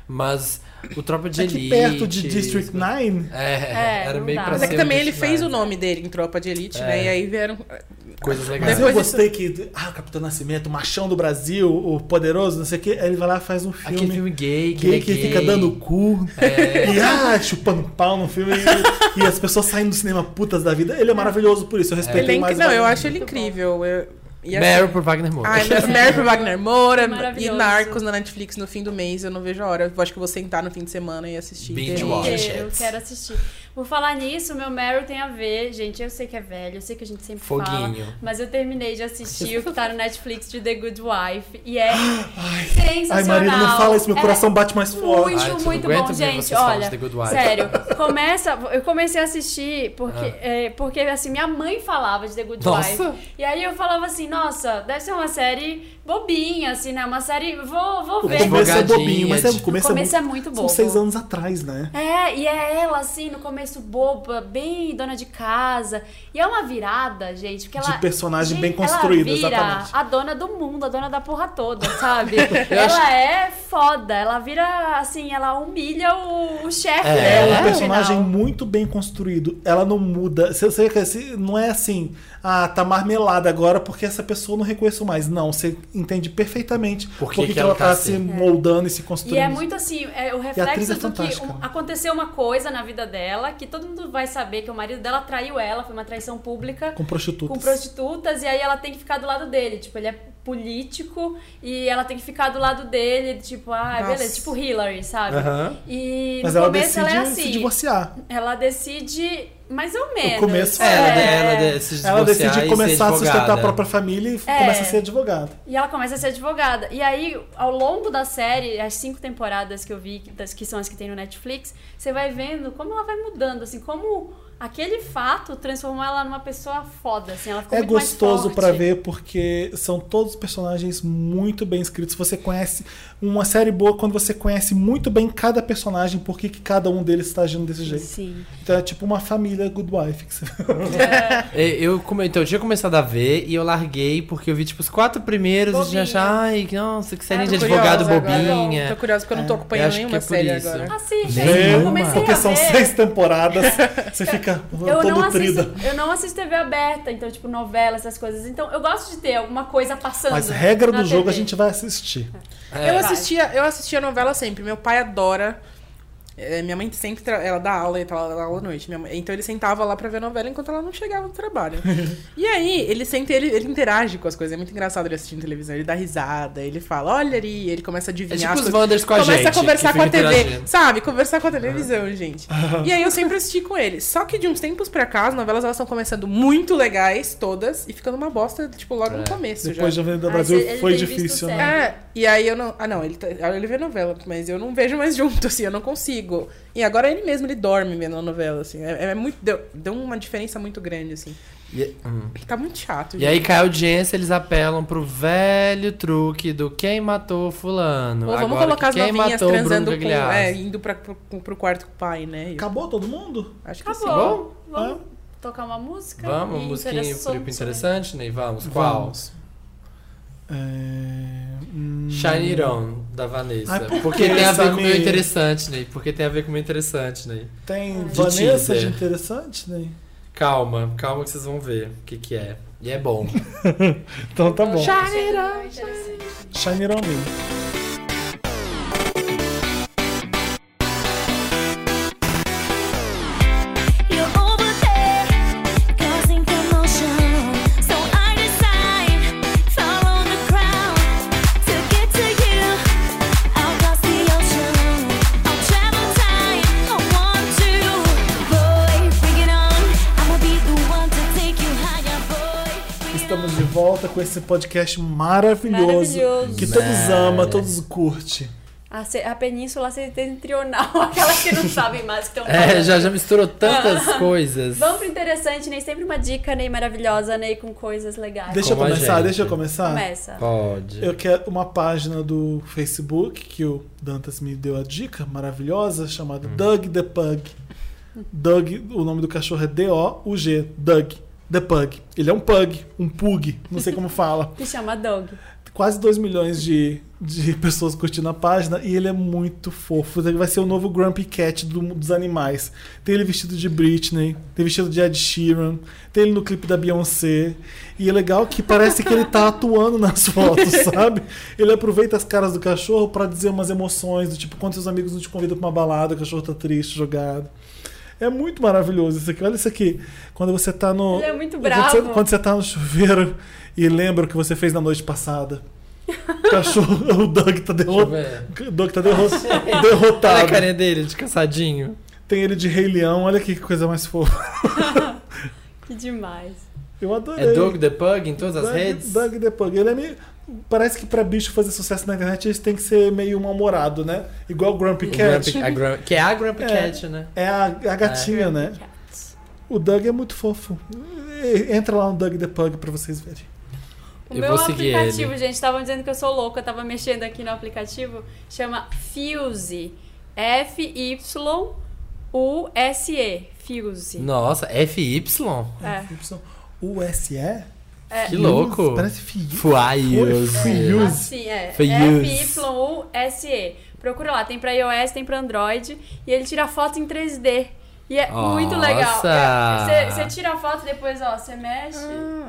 [SPEAKER 3] Mas o Tropa de
[SPEAKER 1] Aqui
[SPEAKER 3] Elite.
[SPEAKER 1] É perto de District
[SPEAKER 3] isso-
[SPEAKER 1] 9.
[SPEAKER 3] É,
[SPEAKER 2] É,
[SPEAKER 3] era
[SPEAKER 2] não
[SPEAKER 3] meio
[SPEAKER 2] dá.
[SPEAKER 3] pra
[SPEAKER 4] Mas é
[SPEAKER 3] ser
[SPEAKER 4] que
[SPEAKER 3] um
[SPEAKER 4] também ele
[SPEAKER 3] questionável.
[SPEAKER 4] fez o nome dele em Tropa de Elite,
[SPEAKER 3] É.
[SPEAKER 4] né? E aí vieram.
[SPEAKER 3] Coisas legais.
[SPEAKER 1] Mas é eu
[SPEAKER 4] Depois disso-
[SPEAKER 1] gostei que. Ah, Capitão Nascimento, o Machão do Brasil, o Poderoso, não sei o quê. Aí ele vai lá e faz um filme.
[SPEAKER 3] Aquele filme gay que, ele
[SPEAKER 1] Gay
[SPEAKER 3] é
[SPEAKER 1] que
[SPEAKER 3] gay. É,
[SPEAKER 1] fica dando cu e ah, chupando pau no filme e, e as pessoas saindo do cinema putas da vida. Ele é maravilhoso por isso, eu respeito
[SPEAKER 4] Ele é
[SPEAKER 1] ele
[SPEAKER 4] inc-
[SPEAKER 1] mais.
[SPEAKER 4] Não, eu
[SPEAKER 1] Wagner.
[SPEAKER 4] acho ele incrível. Eu... E assim-
[SPEAKER 3] Meryl por Wagner Moura.
[SPEAKER 4] Ai, mas Mary pro Wagner Moura e
[SPEAKER 2] Maravilhoso.
[SPEAKER 4] Narcos na Netflix no fim do mês. Eu não vejo a hora. Eu acho que eu vou sentar no fim de semana e assistir.
[SPEAKER 3] Binge
[SPEAKER 4] inteiro.
[SPEAKER 3] watch.
[SPEAKER 2] Inteiro, Eu quero assistir. Por falar nisso, meu Meryl tem a ver, gente. Eu sei que é velho, eu sei que a gente sempre
[SPEAKER 3] Foguinho.
[SPEAKER 2] fala. Mas eu terminei de assistir o que tá no Netflix de The Good Wife. E é
[SPEAKER 1] Ai,
[SPEAKER 2] sensacional.
[SPEAKER 1] marido, não fala isso, meu
[SPEAKER 2] É
[SPEAKER 1] coração bate mais forte.
[SPEAKER 2] Muito,
[SPEAKER 3] Ai, eu não
[SPEAKER 2] muito
[SPEAKER 3] aguento
[SPEAKER 2] bom,
[SPEAKER 3] ver
[SPEAKER 2] gente.
[SPEAKER 3] vocês falando
[SPEAKER 2] Olha,
[SPEAKER 3] de The Good Wife.
[SPEAKER 2] sério, começa. Eu comecei a assistir porque, é, porque assim, minha mãe falava de The Good
[SPEAKER 3] Nossa.
[SPEAKER 2] Wife. E aí eu falava assim, nossa, deve ser uma série bobinha, assim, né? Uma série. Vou, vou
[SPEAKER 1] O
[SPEAKER 2] ver.
[SPEAKER 1] começo é bobinho, mas é, o
[SPEAKER 3] No
[SPEAKER 1] começo,
[SPEAKER 2] no começo é
[SPEAKER 1] muito.
[SPEAKER 2] muito
[SPEAKER 1] São
[SPEAKER 2] bobo.
[SPEAKER 1] seis anos atrás, né?
[SPEAKER 2] É, e é ela, assim, no começo boba, bem dona de casa. E é uma virada, gente, porque
[SPEAKER 1] De
[SPEAKER 2] ela.
[SPEAKER 1] personagem
[SPEAKER 2] gente,
[SPEAKER 1] bem construído,
[SPEAKER 2] ela vira
[SPEAKER 1] exatamente.
[SPEAKER 2] A dona do mundo, a dona da porra toda, sabe? ela é foda, ela vira, assim, ela humilha o, o chefe.
[SPEAKER 3] É,
[SPEAKER 2] dela
[SPEAKER 1] É um
[SPEAKER 2] no
[SPEAKER 1] personagem
[SPEAKER 2] final.
[SPEAKER 1] muito bem construído. Ela não muda. Você, você- você- não é assim, ah, tá marmelada agora porque essa pessoa eu não reconheço mais. Não, você entende perfeitamente
[SPEAKER 3] Por que
[SPEAKER 1] porque
[SPEAKER 3] que
[SPEAKER 1] ela,
[SPEAKER 3] ela
[SPEAKER 1] tá
[SPEAKER 3] tá
[SPEAKER 1] se
[SPEAKER 3] assim?
[SPEAKER 1] moldando e se construindo.
[SPEAKER 2] E é muito assim, é o
[SPEAKER 1] atriz
[SPEAKER 2] reflexo
[SPEAKER 1] é
[SPEAKER 2] do que
[SPEAKER 1] fantástica,
[SPEAKER 2] um-
[SPEAKER 1] né?
[SPEAKER 2] aconteceu uma coisa na vida dela, que todo mundo vai saber que o marido dela traiu ela, foi uma traição pública.
[SPEAKER 1] com prostitutas.
[SPEAKER 2] com prostitutas e aí ela tem que ficar do lado dele. Tipo, ele é político e ela tem que ficar do lado dele, tipo, ah,
[SPEAKER 4] Nossa.
[SPEAKER 2] beleza, tipo Hillary, sabe?
[SPEAKER 3] Aham.
[SPEAKER 2] E
[SPEAKER 1] Mas
[SPEAKER 2] no
[SPEAKER 1] ela
[SPEAKER 2] começo
[SPEAKER 1] decide
[SPEAKER 2] ela é
[SPEAKER 1] se
[SPEAKER 2] assim.
[SPEAKER 1] divorciar.
[SPEAKER 2] Ela decide mais ou menos.
[SPEAKER 1] começo- né?
[SPEAKER 3] É, ela, ela,
[SPEAKER 2] É.
[SPEAKER 3] de- se
[SPEAKER 1] Ela
[SPEAKER 3] divorciar e
[SPEAKER 1] decide
[SPEAKER 3] ser
[SPEAKER 1] começar a sustentar a
[SPEAKER 3] advogada.
[SPEAKER 1] própria família e
[SPEAKER 2] É.
[SPEAKER 1] começa a ser advogada.
[SPEAKER 2] E ela começa a ser advogada. E aí, ao longo da série, as cinco temporadas que eu vi, que- das, que são as que tem no Netflix, você vai vendo como ela vai mudando, assim, como aquele fato transformou ela numa pessoa foda, assim, ela ficou
[SPEAKER 1] É
[SPEAKER 2] muito mais
[SPEAKER 1] gostoso
[SPEAKER 2] forte.
[SPEAKER 1] pra ver porque são todos personagens muito bem escritos. Você conhece uma série boa quando você conhece muito bem cada personagem, por que que cada um deles está agindo desse jeito.
[SPEAKER 2] Sim.
[SPEAKER 1] Então é tipo uma família Good Wife. que você-
[SPEAKER 3] É, Eu, come- então, eu tinha começado a ver e eu larguei porque eu vi, tipo, os quatro primeiros
[SPEAKER 2] Bobinha.
[SPEAKER 3] e tinha achado, ai, nossa, que série
[SPEAKER 2] Ah,
[SPEAKER 3] de
[SPEAKER 2] tô
[SPEAKER 3] advogado
[SPEAKER 4] curiosa
[SPEAKER 3] bobinha. É
[SPEAKER 4] Agora. Tô curiosa porque eu não tô acompanhando
[SPEAKER 3] eu acho que
[SPEAKER 4] nenhuma
[SPEAKER 3] é por
[SPEAKER 4] série
[SPEAKER 3] isso.
[SPEAKER 4] agora.
[SPEAKER 2] Assista,
[SPEAKER 1] Nenhuma.
[SPEAKER 2] eu comecei
[SPEAKER 1] Porque
[SPEAKER 2] a
[SPEAKER 1] são
[SPEAKER 2] ver.
[SPEAKER 1] seis temporadas. Você fica
[SPEAKER 2] Eu
[SPEAKER 1] todo
[SPEAKER 2] não, assisto,
[SPEAKER 1] nutrida.
[SPEAKER 2] eu não assisto TV aberta, então, tipo, novela, essas coisas. Então, eu gosto de ter alguma coisa passando.
[SPEAKER 1] Mas regra
[SPEAKER 2] na
[SPEAKER 1] do jogo
[SPEAKER 2] TV.
[SPEAKER 1] a gente vai assistir.
[SPEAKER 4] Eu
[SPEAKER 3] É.
[SPEAKER 2] vai.
[SPEAKER 4] assistia, eu assistia novela sempre. Meu pai adora. É, minha mãe sempre tra- ela dá aula e tal, ela dá aula à noite. Minha mãe- então ele sentava lá pra ver novela enquanto ela não chegava do trabalho. e aí, ele sente, ele, ele interage com as coisas. É muito engraçado ele assistindo televisão. Ele dá risada, ele fala, olha ali, ele começa a adivinhar.
[SPEAKER 3] tipo
[SPEAKER 4] as
[SPEAKER 3] os
[SPEAKER 4] coisas.
[SPEAKER 3] Wanders com a
[SPEAKER 4] começa
[SPEAKER 3] gente,
[SPEAKER 4] a conversar
[SPEAKER 3] que
[SPEAKER 4] com a
[SPEAKER 3] fica
[SPEAKER 4] TV.
[SPEAKER 3] interagindo.
[SPEAKER 4] Sabe, conversar com a televisão, gente. E aí eu sempre assisti com ele. Só que de uns tempos pra cá, as novelas elas estão começando muito legais, todas, e ficando uma bosta, tipo, logo
[SPEAKER 3] É.
[SPEAKER 4] no começo já.
[SPEAKER 1] Depois de Avenida
[SPEAKER 2] Ah,
[SPEAKER 1] Brasil
[SPEAKER 2] ele- ele
[SPEAKER 1] foi
[SPEAKER 2] tem visto
[SPEAKER 1] difícil, né?
[SPEAKER 2] série.
[SPEAKER 4] É, e aí eu não. Ah, não, ele, tá- ele vê novela, mas eu não vejo mais junto, assim, eu não consigo. E agora ele mesmo, ele dorme vendo a novela, assim. É, é muito. Deu, deu uma diferença muito grande, assim.
[SPEAKER 3] E, hum.
[SPEAKER 4] Tá muito chato.
[SPEAKER 3] E aí cai a audiência, eles apelam pro velho truque do quem matou fulano.
[SPEAKER 4] Ou vamos
[SPEAKER 3] Agora,
[SPEAKER 4] colocar as
[SPEAKER 3] quem
[SPEAKER 4] novinhas
[SPEAKER 3] matou Bruno
[SPEAKER 4] transando com.
[SPEAKER 3] Gagliasso.
[SPEAKER 4] É, indo pra, pro, pro quarto com o pai, né? Eu
[SPEAKER 1] Acabou todo mundo?
[SPEAKER 4] acho que sim.
[SPEAKER 2] Acabou. Vamos
[SPEAKER 1] Hã?
[SPEAKER 2] tocar uma
[SPEAKER 4] é,
[SPEAKER 2] música?
[SPEAKER 3] Vamos,
[SPEAKER 2] E
[SPEAKER 3] musiquinha
[SPEAKER 2] interessou-
[SPEAKER 3] pro interessante, Ney? Vamos, qual?
[SPEAKER 1] Vamos. É... hum,
[SPEAKER 3] Shine It On, da Vanessa.
[SPEAKER 1] Ai, por
[SPEAKER 3] porque
[SPEAKER 1] que,
[SPEAKER 3] tem a ver com o meu
[SPEAKER 1] Samir?
[SPEAKER 3] interessante, Ney. Porque tem a ver com o meu interessante, Ney.
[SPEAKER 1] Tem
[SPEAKER 3] De
[SPEAKER 1] Vanessa de
[SPEAKER 3] Tinder.
[SPEAKER 1] interessante, né?
[SPEAKER 3] Calma, calma que vocês vão ver o que que é. E é bom.
[SPEAKER 1] Então tá bom.
[SPEAKER 2] Achei tudo muito interessante.
[SPEAKER 1] Shine It On Me.
[SPEAKER 7] You're over there, causing commotion. So I decide, follow the crowd to get to you. I'll cross the ocean, I'll travel time. I want to, boy, bring it on. I'ma be the one to take you higher, boy. Bring it
[SPEAKER 1] Estamos de volta com esse podcast maravilhoso,
[SPEAKER 2] Maravilhoso.
[SPEAKER 1] que todos
[SPEAKER 3] Mara.
[SPEAKER 1] ama, todos curte.
[SPEAKER 2] A, ce- a Península Setentrional, aquelas que não sabem mais o que estão
[SPEAKER 3] É, já, já misturou tantas coisas.
[SPEAKER 2] Vamos pro interessante, Ney. Sempre uma dica, Ney, maravilhosa, Ney, com coisas legais.
[SPEAKER 1] Deixa eu
[SPEAKER 3] Como a
[SPEAKER 1] começar,
[SPEAKER 3] gente.
[SPEAKER 1] deixa eu começar.
[SPEAKER 2] Começa.
[SPEAKER 3] Pode.
[SPEAKER 1] Eu quero uma página do Facebook que o Dantas me deu a dica maravilhosa, chamada Doug the Pug. Doug, o nome do cachorro é D-O-U-G, Doug the Pug. Ele é um pug, um pug, não sei como fala.
[SPEAKER 2] Que chama Dog.
[SPEAKER 1] Quase 2 milhões de, de pessoas curtindo a página e ele é muito fofo. Ele vai ser o novo Grumpy Cat do- dos animais. Tem ele vestido de Britney, tem vestido de Ed Sheeran, tem ele no clipe da Beyoncé. E é legal que parece que ele tá atuando nas fotos, sabe? Ele aproveita as caras do cachorro pra dizer umas emoções, do tipo, quando seus amigos não te convidam pra uma balada, o cachorro tá triste, jogado. É muito maravilhoso isso aqui. Olha isso aqui. Quando você tá no.
[SPEAKER 2] Ele é muito
[SPEAKER 1] quando
[SPEAKER 2] bravo.
[SPEAKER 1] você- quando você tá no chuveiro e lembra o que você fez na noite passada. O cachorro, o Doug tá, derro...
[SPEAKER 3] Deixa eu
[SPEAKER 1] o Doug tá derro- derrotado.
[SPEAKER 3] Olha a carinha dele, de cansadinho.
[SPEAKER 1] Tem ele de Rei Leão, olha que coisa mais fofa.
[SPEAKER 2] Que demais.
[SPEAKER 1] Eu adorei.
[SPEAKER 3] É Doug the Pug em todas as
[SPEAKER 1] Doug-
[SPEAKER 3] redes?
[SPEAKER 1] Doug the Pug. Ele é meio... Parece que pra bicho fazer sucesso na internet eles têm que ser meio mal-humorado, né? Igual o Grumpy
[SPEAKER 3] O
[SPEAKER 1] Cat.
[SPEAKER 3] Grumpy- a Grum- que é a Grumpy
[SPEAKER 1] É.
[SPEAKER 3] Cat, né?
[SPEAKER 1] É a, a gatinha, né?
[SPEAKER 2] Cats.
[SPEAKER 1] O Doug é muito fofo. Entra lá no Doug the Pug pra vocês verem.
[SPEAKER 2] O
[SPEAKER 3] Eu
[SPEAKER 2] meu
[SPEAKER 3] vou seguir
[SPEAKER 2] aplicativo,
[SPEAKER 3] ele.
[SPEAKER 2] gente, estavam dizendo que eu sou louca, eu tava mexendo aqui no aplicativo, chama Fuse. F-Y-U-S-E. Fuse.
[SPEAKER 3] Nossa, FY?
[SPEAKER 2] É.
[SPEAKER 1] Y. USE?
[SPEAKER 2] É.
[SPEAKER 3] Que louco.
[SPEAKER 1] Parece Fiuse.
[SPEAKER 3] Fuaios.
[SPEAKER 2] Assim, é.
[SPEAKER 3] Fuse.
[SPEAKER 2] F-Y-U-S-E. Procura lá, tem pra iOS, tem pra Android. E ele tira foto em 3D. E é muito legal.
[SPEAKER 3] Nossa.
[SPEAKER 2] É, Você você tira a foto e depois, ó, você mexe.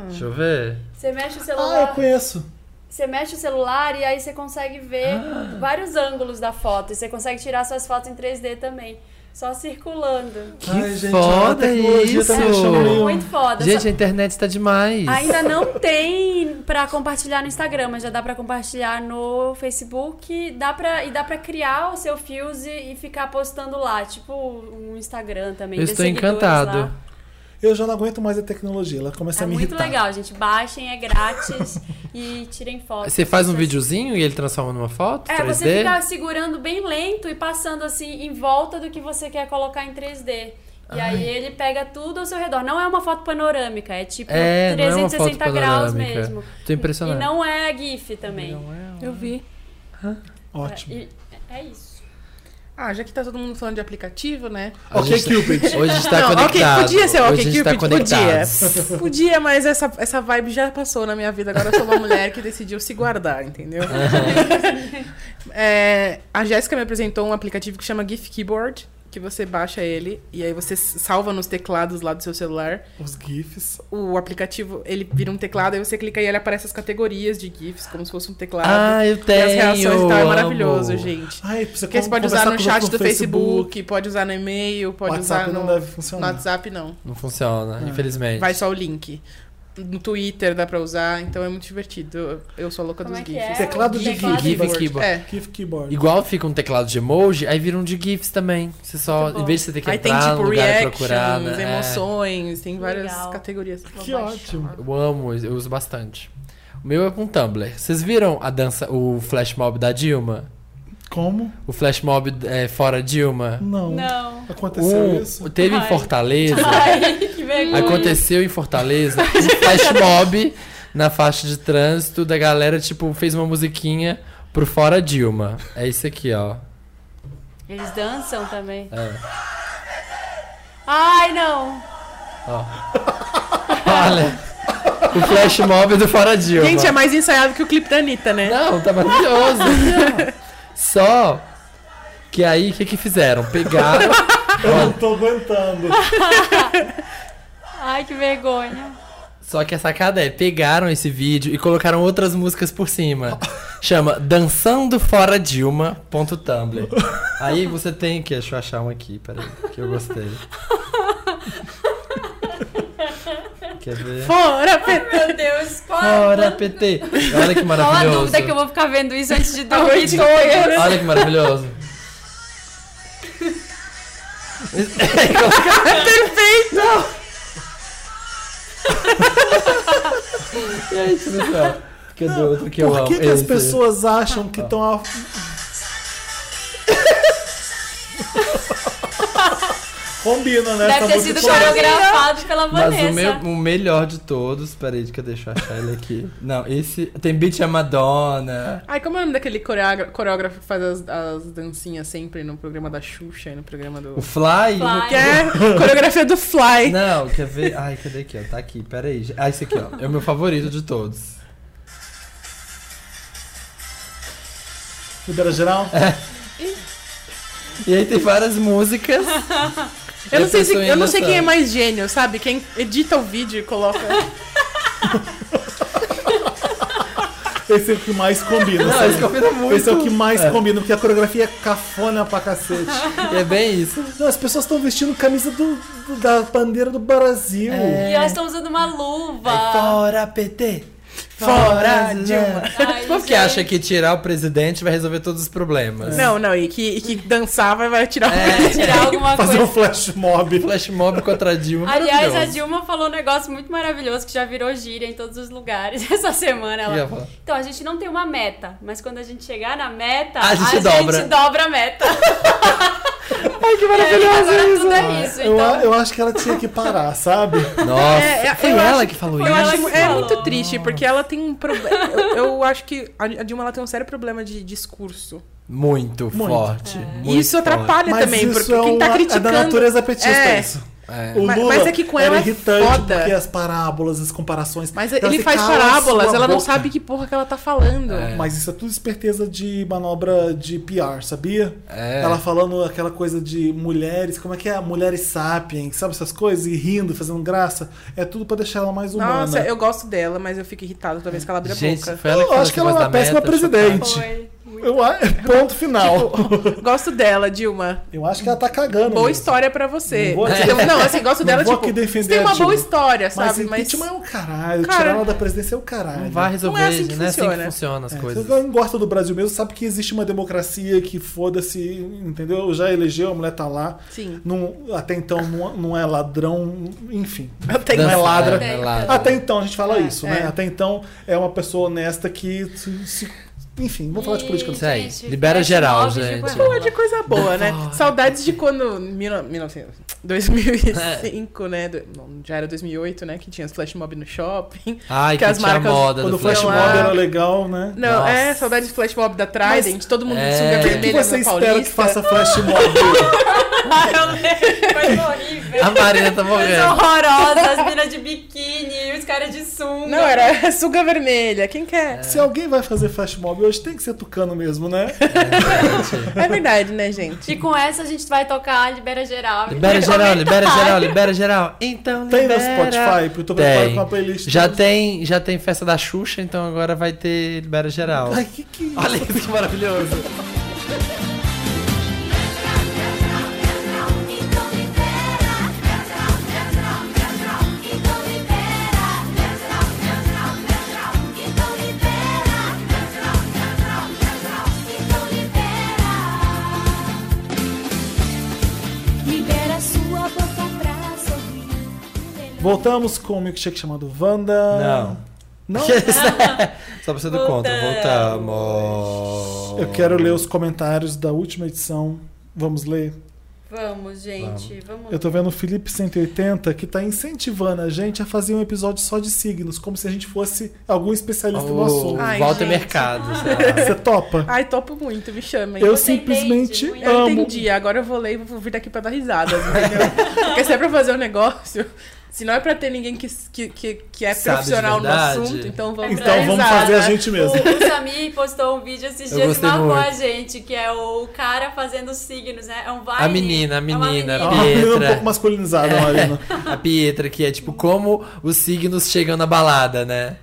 [SPEAKER 3] Deixa eu ver.
[SPEAKER 2] Você mexe o
[SPEAKER 1] Ah, eu
[SPEAKER 2] celular.
[SPEAKER 1] conheço.
[SPEAKER 2] Você mexe o celular e aí você consegue ver
[SPEAKER 3] Ah!
[SPEAKER 2] vários ângulos da foto. E você consegue tirar suas fotos em 3D também. Só circulando. É,
[SPEAKER 3] Que
[SPEAKER 1] Ai, gente, olha a
[SPEAKER 3] foda
[SPEAKER 1] tecnologia
[SPEAKER 3] isso!
[SPEAKER 1] tá me achando meio-
[SPEAKER 2] Muito foda. Só-
[SPEAKER 3] Gente, a internet tá demais.
[SPEAKER 2] Ainda não tem pra compartilhar no Instagram, mas já dá pra compartilhar no Facebook. Dá pra, e dá pra criar o seu Fuse e ficar postando lá. Tipo um Instagram também.
[SPEAKER 3] Eu
[SPEAKER 2] ter
[SPEAKER 3] estou
[SPEAKER 2] seguidores
[SPEAKER 3] encantado.
[SPEAKER 2] lá. Eu
[SPEAKER 1] Eu já não aguento mais a tecnologia. Ela começa
[SPEAKER 2] É
[SPEAKER 1] a me
[SPEAKER 2] muito
[SPEAKER 1] irritar.
[SPEAKER 2] legal, gente. Baixem, é grátis e tirem foto.
[SPEAKER 3] Você faz um
[SPEAKER 2] Vocês-
[SPEAKER 3] videozinho e ele transforma numa foto?
[SPEAKER 2] É,
[SPEAKER 3] 3D?
[SPEAKER 2] você fica segurando bem lento e passando assim em volta do que você quer colocar em 3D. E aí ele pega tudo ao seu redor. Não é uma foto panorâmica, é tipo
[SPEAKER 3] É, não é uma
[SPEAKER 2] 360
[SPEAKER 3] foto
[SPEAKER 2] graus
[SPEAKER 3] panorâmica.
[SPEAKER 2] mesmo.
[SPEAKER 3] Tô impressionado.
[SPEAKER 2] E não é GIF também.
[SPEAKER 4] Eu vi.
[SPEAKER 1] Ótimo.
[SPEAKER 2] E- é isso.
[SPEAKER 4] Ah, já que tá todo mundo falando de aplicativo, né?
[SPEAKER 3] A gente tá- Hoje a gente tá
[SPEAKER 4] Não, ok,
[SPEAKER 3] conectado.
[SPEAKER 4] podia ser o
[SPEAKER 3] Hoje
[SPEAKER 4] ok
[SPEAKER 3] a gente tá
[SPEAKER 4] Cupid,
[SPEAKER 3] conectado.
[SPEAKER 4] podia. Podia, mas essa, essa vibe já passou na minha vida. Agora eu sou uma mulher que decidiu se guardar, entendeu? É, a Jéssica me apresentou um aplicativo que chama GIF Keyboard, que você baixa ele e aí você salva nos teclados lá do seu celular.
[SPEAKER 1] Os GIFs.
[SPEAKER 4] O aplicativo, ele vira um teclado, aí você clica e ele aparece as categorias de GIFs, como se fosse um teclado.
[SPEAKER 3] Ah, eu
[SPEAKER 4] e
[SPEAKER 3] tenho.
[SPEAKER 4] as reações e tal, é
[SPEAKER 3] amo.
[SPEAKER 4] maravilhoso, gente.
[SPEAKER 1] Ai, você
[SPEAKER 4] Porque você pode usar no chat do Facebook, pode usar no e-mail, pode
[SPEAKER 1] WhatsApp
[SPEAKER 4] usar no,
[SPEAKER 1] não deve
[SPEAKER 4] no
[SPEAKER 1] funcionar.
[SPEAKER 4] WhatsApp, não.
[SPEAKER 3] Não funciona, infelizmente.
[SPEAKER 4] Ah, Vai só o link. No Twitter dá pra usar, então é muito divertido. Eu- Eu sou louca
[SPEAKER 2] Como
[SPEAKER 4] dos
[SPEAKER 2] é que
[SPEAKER 4] GIFs.
[SPEAKER 2] é?
[SPEAKER 1] Teclado de
[SPEAKER 2] Teclado
[SPEAKER 1] GIF.
[SPEAKER 2] de
[SPEAKER 3] GIF
[SPEAKER 1] keyboard.
[SPEAKER 3] keyboard.
[SPEAKER 4] É.
[SPEAKER 1] GIF keyboard.
[SPEAKER 3] Igual fica um teclado de emoji, aí vira um de GIFs também. Você só,
[SPEAKER 2] Muito bom.
[SPEAKER 3] em vez de você ter que
[SPEAKER 4] Aí tem
[SPEAKER 3] entrar no
[SPEAKER 4] tipo
[SPEAKER 3] lugar e
[SPEAKER 4] reactions,
[SPEAKER 3] procurar, né? É.
[SPEAKER 4] emoções, tem várias
[SPEAKER 2] Legal.
[SPEAKER 4] categorias.
[SPEAKER 1] Que ótimo.
[SPEAKER 3] Eu amo, eu uso bastante. O meu é com Tumblr. Vocês viram a dança, o flash mob da Dilma?
[SPEAKER 1] Como?
[SPEAKER 3] O flash mob é, fora Dilma?
[SPEAKER 1] Não.
[SPEAKER 2] Não.
[SPEAKER 1] Aconteceu isso?
[SPEAKER 3] Um, teve em
[SPEAKER 2] Ai.
[SPEAKER 3] Fortaleza.
[SPEAKER 2] Ai, que vergonha.
[SPEAKER 3] Aconteceu em Fortaleza um flash mob na faixa de trânsito da galera, tipo, fez uma musiquinha pro Fora Dilma. É isso aqui, ó.
[SPEAKER 2] Eles dançam também.
[SPEAKER 3] É.
[SPEAKER 2] Ai, não.
[SPEAKER 3] Olha, o flash mob do Fora Dilma.
[SPEAKER 4] Gente, é mais ensaiado que o clipe da Anitta, né?
[SPEAKER 3] Não, tá maravilhoso. Só que aí, o que que fizeram? Pegaram...
[SPEAKER 1] Eu não tô aguentando.
[SPEAKER 2] Ai, que vergonha.
[SPEAKER 3] Só que a sacada é, pegaram esse vídeo e colocaram outras músicas por cima. Chama Dançando Fora Dilma.tumblr. Aí você tem que, deixa eu achar um aqui, peraí, que eu gostei. Quer ver?
[SPEAKER 4] Fora,
[SPEAKER 2] Ai,
[SPEAKER 4] Pedro!
[SPEAKER 2] meu Deus. Qual, é?
[SPEAKER 3] Fora PT. Olha que
[SPEAKER 2] qual a
[SPEAKER 3] maravilhoso.
[SPEAKER 2] dúvida que eu vou ficar vendo isso antes de
[SPEAKER 4] A
[SPEAKER 2] dormir?
[SPEAKER 4] vergonha, né?
[SPEAKER 3] Olha que maravilhoso. É, Perfeito! Gente do céu. é Que é do outro que eu
[SPEAKER 1] Por
[SPEAKER 3] amo.
[SPEAKER 1] que, que as
[SPEAKER 3] Esse.
[SPEAKER 1] pessoas acham que estão a... Combina, né?
[SPEAKER 2] Deve
[SPEAKER 1] Essa
[SPEAKER 2] ter
[SPEAKER 1] música
[SPEAKER 2] sido
[SPEAKER 1] combina.
[SPEAKER 2] coreografado pela
[SPEAKER 3] Mas
[SPEAKER 2] Vanessa.
[SPEAKER 3] o, meu- o melhor de todos, peraí, que eu deixo eu achar ele aqui. Não, esse. Tem Beat a Madonna.
[SPEAKER 4] Ai, como é o nome daquele coreógrafo, coreógrafo que faz as, as dancinhas sempre no programa da Xuxa e no programa do...
[SPEAKER 3] O Fly.
[SPEAKER 2] Fly.
[SPEAKER 4] Que é coreografia do Fly.
[SPEAKER 3] Não, quer ver? Ai, cadê aqui? Ó? Tá aqui, peraí. Ah, esse aqui, ó. É o meu favorito de todos.
[SPEAKER 1] Libera geral?
[SPEAKER 3] E aí tem várias músicas. E
[SPEAKER 4] Eu não,
[SPEAKER 3] a
[SPEAKER 4] sei se-
[SPEAKER 3] pessoa ia
[SPEAKER 4] eu não sei quem é
[SPEAKER 3] dançando.
[SPEAKER 4] mais gênio, sabe? Quem edita o vídeo e coloca...
[SPEAKER 1] Esse é o que mais combina.
[SPEAKER 3] Não,
[SPEAKER 1] sabe?
[SPEAKER 3] esse combina muito.
[SPEAKER 1] Esse é o que mais combina, porque a coreografia é cafona pra cacete.
[SPEAKER 3] E é bem isso.
[SPEAKER 1] Não, as pessoas estão vestindo camisa do, do-
[SPEAKER 2] É.
[SPEAKER 1] da bandeira do Brasil.
[SPEAKER 2] E elas estão usando uma luva.
[SPEAKER 3] Fora PT!
[SPEAKER 4] Fora de uma.
[SPEAKER 2] Ai,
[SPEAKER 3] O povo que
[SPEAKER 2] gente.
[SPEAKER 3] acha que tirar o presidente vai resolver todos os problemas.
[SPEAKER 4] Não, não, e que, e que dançar vai, vai tirar o
[SPEAKER 3] É.
[SPEAKER 2] tirar alguma
[SPEAKER 1] Fazer
[SPEAKER 2] coisa.
[SPEAKER 1] um flash mob.
[SPEAKER 3] Flash mob contra a Dilma.
[SPEAKER 2] Aliás, a
[SPEAKER 3] É maravilhoso.
[SPEAKER 2] Dilma falou um negócio muito maravilhoso que já virou gíria em todos os lugares essa semana.
[SPEAKER 3] O que ela
[SPEAKER 2] Ela...
[SPEAKER 3] falou?
[SPEAKER 2] Então, a gente não tem uma meta, mas quando a gente chegar na meta,
[SPEAKER 3] A gente dobra.
[SPEAKER 2] dobra a meta. É,
[SPEAKER 1] Ai, que maravilhoso
[SPEAKER 2] Agora
[SPEAKER 1] isso.
[SPEAKER 2] tudo é
[SPEAKER 3] Ah,
[SPEAKER 2] isso.
[SPEAKER 1] Eu,
[SPEAKER 2] Então,
[SPEAKER 1] eu acho que ela tinha que parar, sabe?
[SPEAKER 3] Nossa,
[SPEAKER 4] É, é,
[SPEAKER 3] foi
[SPEAKER 4] eu
[SPEAKER 3] ela
[SPEAKER 4] acho
[SPEAKER 3] que falou
[SPEAKER 2] foi
[SPEAKER 3] isso.
[SPEAKER 2] ela que
[SPEAKER 4] É
[SPEAKER 2] falou.
[SPEAKER 4] muito triste, porque ela tem um problema. Eu, eu acho que a Dilma ela tem um sério problema de discurso.
[SPEAKER 3] Muito,
[SPEAKER 1] Muito.
[SPEAKER 3] forte.
[SPEAKER 4] E
[SPEAKER 3] muito
[SPEAKER 4] É. isso atrapalha
[SPEAKER 1] Mas
[SPEAKER 4] também,
[SPEAKER 1] isso
[SPEAKER 4] porque
[SPEAKER 1] é,
[SPEAKER 4] quem
[SPEAKER 1] uma-
[SPEAKER 4] tá
[SPEAKER 1] é da
[SPEAKER 4] criticando.
[SPEAKER 1] natureza petista
[SPEAKER 4] É.
[SPEAKER 1] isso.
[SPEAKER 3] É.
[SPEAKER 1] O
[SPEAKER 4] Mas-
[SPEAKER 1] Lula
[SPEAKER 4] mas é que com
[SPEAKER 1] era
[SPEAKER 4] ela é
[SPEAKER 1] irritante
[SPEAKER 4] foda.
[SPEAKER 1] porque as parábolas, as comparações.
[SPEAKER 4] Mas
[SPEAKER 1] Então,
[SPEAKER 4] ele
[SPEAKER 1] assim,
[SPEAKER 4] faz
[SPEAKER 1] cala
[SPEAKER 4] parábolas,
[SPEAKER 1] sua
[SPEAKER 4] ela não
[SPEAKER 1] boca.
[SPEAKER 4] sabe que porra que ela tá falando.
[SPEAKER 1] Mas isso é tudo esperteza de manobra de PR, sabia?
[SPEAKER 3] É.
[SPEAKER 1] Ela falando aquela coisa de mulheres, como é que é? Mulheres sapiens, sabe essas coisas? E rindo, fazendo graça. É tudo pra deixar ela mais humana.
[SPEAKER 4] Nossa, eu gosto dela, mas eu fico irritada toda vez que ela abre a
[SPEAKER 3] Gente,
[SPEAKER 4] boca. é
[SPEAKER 3] foi ela que
[SPEAKER 1] Eu
[SPEAKER 3] falou
[SPEAKER 1] acho que
[SPEAKER 3] esse
[SPEAKER 1] ela é uma
[SPEAKER 3] negócio
[SPEAKER 1] péssima
[SPEAKER 3] da meta, tipo,
[SPEAKER 1] presidente.
[SPEAKER 2] Foi. muito-
[SPEAKER 1] Eu a- é ponto final.
[SPEAKER 4] Gosto dela, Dilma.
[SPEAKER 1] eu acho que ela tá cagando.
[SPEAKER 4] Tipo, Boa
[SPEAKER 1] mesmo.
[SPEAKER 4] história pra você.
[SPEAKER 1] Não vou aqui-
[SPEAKER 4] Entendeu? Não, assim, gosto
[SPEAKER 1] Não
[SPEAKER 4] dela,
[SPEAKER 1] vou
[SPEAKER 4] tipo,
[SPEAKER 1] aqui defender
[SPEAKER 4] você tem
[SPEAKER 1] a
[SPEAKER 4] uma boa
[SPEAKER 1] Dilma.
[SPEAKER 4] história,
[SPEAKER 1] Mas
[SPEAKER 4] sabe? Mas
[SPEAKER 1] impeachment é o caralho.
[SPEAKER 4] Cara,
[SPEAKER 1] Tirar ela da presidência é o caralho.
[SPEAKER 3] Não vai resolver,
[SPEAKER 4] Não é assim que
[SPEAKER 3] não é assim que
[SPEAKER 4] funciona.
[SPEAKER 3] funciona as
[SPEAKER 1] É,
[SPEAKER 3] coisas.
[SPEAKER 1] Se alguém gosta do Brasil mesmo, sabe que existe uma democracia que foda-se, entendeu? Já elegeu, a mulher tá lá.
[SPEAKER 4] Sim.
[SPEAKER 1] Não- até então não, não é ladrão, enfim.
[SPEAKER 4] até
[SPEAKER 1] Não é
[SPEAKER 3] Dança,
[SPEAKER 1] ladra.
[SPEAKER 3] é, é ladra.
[SPEAKER 1] Até então a gente fala isso,
[SPEAKER 4] é.
[SPEAKER 1] né? Até então é uma pessoa honesta que se. se- enfim, vamos falar de política.
[SPEAKER 3] Isso é aí, libera geral, gente.
[SPEAKER 4] Falar de coisa boa, né? Saudades de quando. 1900,
[SPEAKER 1] É.
[SPEAKER 4] 2005, né? Do- Não, já era 2008, né? Que tinha os flash mob no shopping.
[SPEAKER 3] Ai,
[SPEAKER 4] que
[SPEAKER 3] que,
[SPEAKER 4] as
[SPEAKER 3] tinha a
[SPEAKER 4] marcas-
[SPEAKER 3] moda
[SPEAKER 1] Quando
[SPEAKER 3] é do
[SPEAKER 1] o flash
[SPEAKER 3] flash
[SPEAKER 4] Não,
[SPEAKER 1] mob
[SPEAKER 4] ah,
[SPEAKER 1] era legal, né?
[SPEAKER 4] Não,
[SPEAKER 3] Nossa.
[SPEAKER 4] é, saudades de flash mob da Trident, todo mundo
[SPEAKER 3] É.
[SPEAKER 4] de sunga
[SPEAKER 3] O que que
[SPEAKER 1] O que
[SPEAKER 4] vermelha
[SPEAKER 1] você
[SPEAKER 4] na
[SPEAKER 1] espera que
[SPEAKER 4] Paulista.
[SPEAKER 1] faça flash mob?
[SPEAKER 2] Foi horrível.
[SPEAKER 3] A Marina tá
[SPEAKER 2] Coisa
[SPEAKER 3] morrendo.
[SPEAKER 2] horrorosa, as minas de biquíni, os caras de sunga.
[SPEAKER 4] Não, era sunga vermelha, quem quer?
[SPEAKER 1] Se alguém vai fazer flash mob hoje, tem que ser tucano mesmo, né?
[SPEAKER 4] É, verdade, né, gente?
[SPEAKER 2] E com essa a gente vai tocar Libera Geral.
[SPEAKER 3] Libera geral, libera geral, libera geral. Então,
[SPEAKER 1] Tem no
[SPEAKER 3] libera.
[SPEAKER 1] Spotify, porque eu tô preparado
[SPEAKER 3] Tem.
[SPEAKER 1] com a playlist.
[SPEAKER 3] Já tem, já tem festa da Xuxa, então agora vai ter libera geral.
[SPEAKER 1] Ai, que que
[SPEAKER 3] Olha isso que maravilhoso.
[SPEAKER 7] Então libera, Metral, Metral, Metral. Então libera, Metral, Metral, Metral. Então libera, Metral, Metral, Metral. Então libera. Libera sua boca pra sorrir.
[SPEAKER 1] Voltamos com um milkshake chamado Wanda.
[SPEAKER 3] Não.
[SPEAKER 1] Não? né?
[SPEAKER 3] Só pra você do contra. Voltamos.
[SPEAKER 1] Eu quero ler os comentários da última edição. Vamos ler.
[SPEAKER 2] Vamos, gente, vamos.
[SPEAKER 1] Eu tô vendo o Felipe 180 que tá incentivando a gente a fazer um episódio só de signos, como se a gente fosse algum especialista no
[SPEAKER 3] O
[SPEAKER 1] assunto.
[SPEAKER 4] Ai,
[SPEAKER 3] Walter
[SPEAKER 4] gente.
[SPEAKER 3] Mercado. sei lá.
[SPEAKER 1] Você topa?
[SPEAKER 4] Ai, topo muito, me chamem.
[SPEAKER 1] Eu
[SPEAKER 2] você
[SPEAKER 1] simplesmente
[SPEAKER 2] entende,
[SPEAKER 4] Ah, Eu
[SPEAKER 1] amo.
[SPEAKER 4] entendi, agora eu vou ler e vou vir daqui pra dar risada, entendeu? Porque se é pra fazer um negócio, se não é pra ter ninguém que, que, que, que é
[SPEAKER 3] Sabe de
[SPEAKER 4] profissional no
[SPEAKER 3] verdade.
[SPEAKER 4] assunto, então vamos
[SPEAKER 2] pra
[SPEAKER 1] Então
[SPEAKER 4] dar
[SPEAKER 1] vamos
[SPEAKER 4] risada.
[SPEAKER 1] fazer a gente mesmo.
[SPEAKER 2] O, o Samir postou um vídeo esses
[SPEAKER 3] Eu
[SPEAKER 2] dias e
[SPEAKER 3] gostei
[SPEAKER 2] marcou
[SPEAKER 3] muito.
[SPEAKER 2] a gente, que é o cara fazendo signos, né? É um vai.
[SPEAKER 3] A menina, a
[SPEAKER 2] É
[SPEAKER 3] menina,
[SPEAKER 2] uma
[SPEAKER 1] Ah,
[SPEAKER 3] a
[SPEAKER 2] menina.
[SPEAKER 1] menina um
[SPEAKER 3] Pietra.
[SPEAKER 1] pouco masculinizada, Marina.
[SPEAKER 3] A Pietra, que é tipo como os signos chegam na balada, né?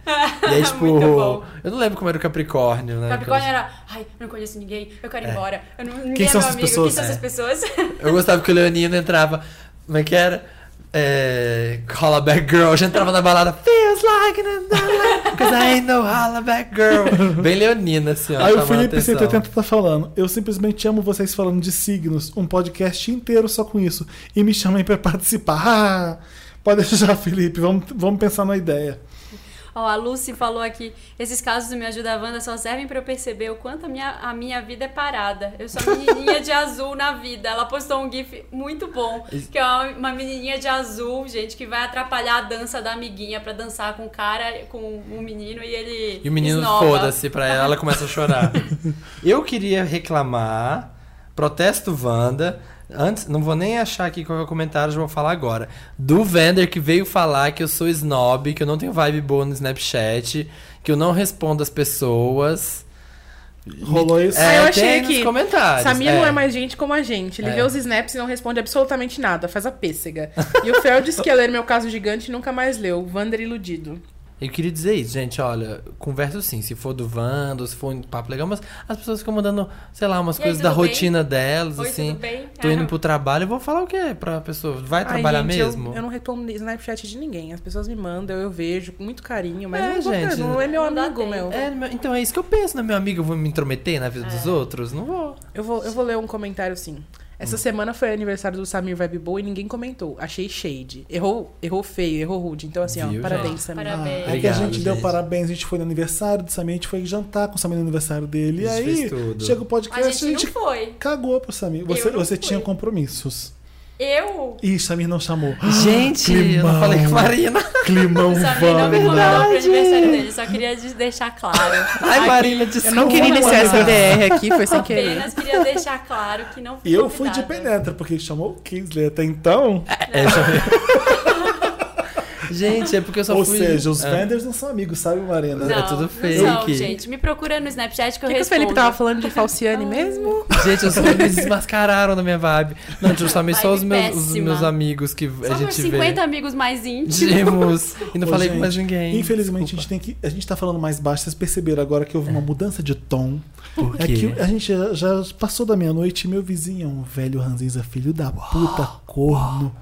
[SPEAKER 3] E aí, tipo,
[SPEAKER 2] Muito bom.
[SPEAKER 3] eu não lembro como era o Capricórnio, né?
[SPEAKER 2] Capricórnio era, ai, eu não conheço ninguém, eu quero ir embora. Eu não, ninguém
[SPEAKER 1] É. Quem
[SPEAKER 2] é
[SPEAKER 1] são
[SPEAKER 2] meu
[SPEAKER 1] essas
[SPEAKER 2] amigo,
[SPEAKER 1] pessoas?
[SPEAKER 2] quem são essas
[SPEAKER 1] É.
[SPEAKER 2] pessoas?
[SPEAKER 3] Eu gostava que o Leonino entrava. Como é que era? É, hollaback Girl. Já entrava na balada. Feels like an Because I ain't no Hollaback Girl. Bem Leonina, assim, ó.
[SPEAKER 1] Aí o
[SPEAKER 3] chamando
[SPEAKER 1] Felipe
[SPEAKER 3] atenção.
[SPEAKER 1] 180 tá falando. Eu simplesmente amo vocês falando de signos, um podcast inteiro só com isso. E me chamem pra participar. Ah, pode deixar, Felipe. Vamos, vamos pensar na ideia.
[SPEAKER 2] Ó, a Lucy falou aqui, esses casos do Me Ajuda a Wanda só servem pra eu perceber o quanto a minha, a minha vida é parada. Eu sou a menininha de azul na vida. Ela postou um gif muito bom, que é uma, uma menininha de azul, gente, que vai atrapalhar a dança da amiguinha pra dançar com o cara, com um menino, e ele
[SPEAKER 3] E o menino
[SPEAKER 2] esnoba.
[SPEAKER 3] foda-se pra ela, ela começa a chorar. Eu queria reclamar, protesto Wanda. Antes, não vou nem achar aqui qual é o comentário, já vou falar agora. Do Vander que veio falar que eu sou snob, que eu não tenho vibe boa no Snapchat, que eu não respondo as pessoas.
[SPEAKER 1] Rolou
[SPEAKER 3] É,
[SPEAKER 1] isso? É
[SPEAKER 4] Ah, eu achei
[SPEAKER 3] tem nos
[SPEAKER 4] aqui.
[SPEAKER 3] comentários.
[SPEAKER 4] Samir não é mais gente como a gente.
[SPEAKER 3] É.
[SPEAKER 4] Ele vê os snaps e não responde absolutamente nada, faz a pêssega. E o Fel diz que ia ler meu caso gigante e nunca mais leu. Wander iludido.
[SPEAKER 3] Eu queria dizer isso, gente, olha, converso sim, se for do Wanda, se for um papo legal, mas as pessoas ficam mandando, sei lá, umas
[SPEAKER 2] E aí,
[SPEAKER 3] coisas da
[SPEAKER 2] tudo bem?
[SPEAKER 3] rotina delas,
[SPEAKER 2] Oi,
[SPEAKER 3] assim.
[SPEAKER 2] tudo bem? É.
[SPEAKER 3] Tô indo pro trabalho, eu vou falar o quê pra pessoa? Vai
[SPEAKER 4] Ai,
[SPEAKER 3] trabalhar
[SPEAKER 4] gente, eu-
[SPEAKER 3] mesmo?
[SPEAKER 4] Eu, não reclamo Snapchat de ninguém. As pessoas me mandam, eu vejo com muito carinho, mas
[SPEAKER 3] É,
[SPEAKER 4] eu não, vou-
[SPEAKER 3] gente,
[SPEAKER 4] não é meu
[SPEAKER 2] não dá
[SPEAKER 4] amigo,
[SPEAKER 2] tempo.
[SPEAKER 4] meu.
[SPEAKER 3] É, meu- então é isso que eu penso, né? Meu amigo, eu vou me intrometer na vida
[SPEAKER 4] É.
[SPEAKER 3] dos outros? Não vou.
[SPEAKER 4] Eu vou, eu vou ler um comentário assim.
[SPEAKER 3] Hum.
[SPEAKER 4] Essa semana foi aniversário do Samir Vibe Boa e ninguém comentou. Achei shade. Errou, errou feio, errou rude. Então, assim,
[SPEAKER 3] Viu,
[SPEAKER 4] ó, parabéns,
[SPEAKER 3] gente?
[SPEAKER 4] Samir.
[SPEAKER 2] Parabéns.
[SPEAKER 1] Aí que a
[SPEAKER 3] Obrigado,
[SPEAKER 1] gente, deu
[SPEAKER 3] gente.
[SPEAKER 1] parabéns, a gente foi no aniversário do Samir, a gente foi jantar com o Samir no aniversário dele. E
[SPEAKER 3] Isso
[SPEAKER 1] aí
[SPEAKER 3] fez tudo.
[SPEAKER 1] chega o podcast
[SPEAKER 2] A
[SPEAKER 1] e
[SPEAKER 2] gente não foi.
[SPEAKER 1] cagou pro Samir. Você,
[SPEAKER 2] Eu não
[SPEAKER 1] você
[SPEAKER 2] fui.
[SPEAKER 1] tinha compromissos.
[SPEAKER 2] Eu?
[SPEAKER 1] Ih, Samir não chamou.
[SPEAKER 3] Gente, eu não
[SPEAKER 1] Climão.
[SPEAKER 3] falei com a Marina.
[SPEAKER 1] Climão
[SPEAKER 2] O Samir não
[SPEAKER 1] Wanda.
[SPEAKER 2] me convidou pro aniversário dele, só queria de- deixar claro.
[SPEAKER 3] Ai, Marina, É, desculpa.
[SPEAKER 4] Eu não queria iniciar essa DR aqui, foi sem querer.
[SPEAKER 2] Apenas queria deixar claro que não fui
[SPEAKER 1] E eu fui de
[SPEAKER 2] convidada.
[SPEAKER 1] penetra, porque chamou o Kingsley até então.
[SPEAKER 3] É, eu só- Gente, é porque eu só
[SPEAKER 1] Ou
[SPEAKER 3] fui...
[SPEAKER 1] seja, os
[SPEAKER 3] Ah.
[SPEAKER 1] vendors não são amigos, sabe, Marina?
[SPEAKER 3] É
[SPEAKER 2] Não,
[SPEAKER 3] tudo
[SPEAKER 2] não
[SPEAKER 3] fake.
[SPEAKER 2] são, gente. Me procura no Snapchat que eu
[SPEAKER 4] O que, que o
[SPEAKER 2] respondo.
[SPEAKER 4] Felipe tava falando de Falciane mesmo?
[SPEAKER 3] Gente, os me desmascararam da minha vibe. Não, justamente só
[SPEAKER 2] Vibe
[SPEAKER 3] os meus, os
[SPEAKER 2] péssima.
[SPEAKER 3] meus amigos que a
[SPEAKER 2] Só meus
[SPEAKER 3] gente
[SPEAKER 2] 50
[SPEAKER 3] vê.
[SPEAKER 2] amigos mais íntimos.
[SPEAKER 3] Dimos. E não
[SPEAKER 1] Ô,
[SPEAKER 3] falei com
[SPEAKER 1] gente,
[SPEAKER 3] mais ninguém.
[SPEAKER 1] Infelizmente, a gente, tem que, a gente tá falando mais baixo. Vocês perceberam agora que houve uma mudança de tom.
[SPEAKER 3] É. Por
[SPEAKER 1] É
[SPEAKER 3] quê?
[SPEAKER 1] que a gente já, já passou da meia-noite e meu vizinho é um velho ranzinza, filho da puta, corno.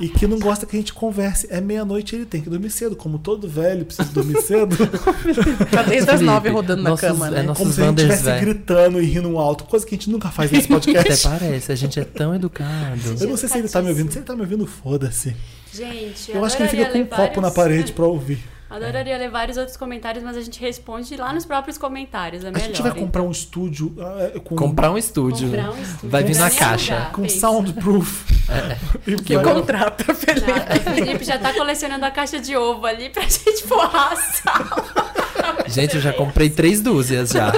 [SPEAKER 1] E que não gosta que a gente converse. É meia-noite ele tem que dormir cedo. Como todo velho precisa dormir cedo.
[SPEAKER 4] Tá desde as
[SPEAKER 3] Felipe,
[SPEAKER 4] nove rodando na
[SPEAKER 3] nossos-
[SPEAKER 4] cama,
[SPEAKER 3] é
[SPEAKER 4] né?
[SPEAKER 3] nosso-
[SPEAKER 1] como
[SPEAKER 3] Nossos
[SPEAKER 1] se a gente
[SPEAKER 3] Wanders,
[SPEAKER 1] estivesse
[SPEAKER 3] velho.
[SPEAKER 1] gritando e rindo alto. Coisa que a gente nunca faz nesse
[SPEAKER 3] Até
[SPEAKER 1] podcast.
[SPEAKER 3] parece, a gente é tão educado.
[SPEAKER 1] Eu não sei se ele tá me ouvindo. Se ele tá me ouvindo, foda-se.
[SPEAKER 2] Gente,
[SPEAKER 1] Eu acho que ele fica com
[SPEAKER 2] adoraria
[SPEAKER 1] um
[SPEAKER 2] ler
[SPEAKER 1] copo na
[SPEAKER 2] vários-
[SPEAKER 1] parede pra ouvir.
[SPEAKER 2] Adoraria ler vários outros comentários, mas a gente responde lá nos próprios comentários. É
[SPEAKER 1] A
[SPEAKER 2] melhor.
[SPEAKER 1] gente vai
[SPEAKER 2] hein?
[SPEAKER 1] comprar um estúdio ah, é, com,
[SPEAKER 3] Comprar um estúdio.
[SPEAKER 2] Comprar um estúdio.
[SPEAKER 3] Vai vir
[SPEAKER 2] Não
[SPEAKER 3] na
[SPEAKER 2] tem nem
[SPEAKER 3] caixa.
[SPEAKER 2] lugar.
[SPEAKER 1] com
[SPEAKER 2] Pensa.
[SPEAKER 1] soundproof. E
[SPEAKER 4] Que
[SPEAKER 1] vai-
[SPEAKER 4] contrata, Felipe.
[SPEAKER 2] Já- o Felipe já tá colecionando a caixa de ovo ali pra gente forrar a sala.
[SPEAKER 3] Gente, eu já comprei três dúzias já.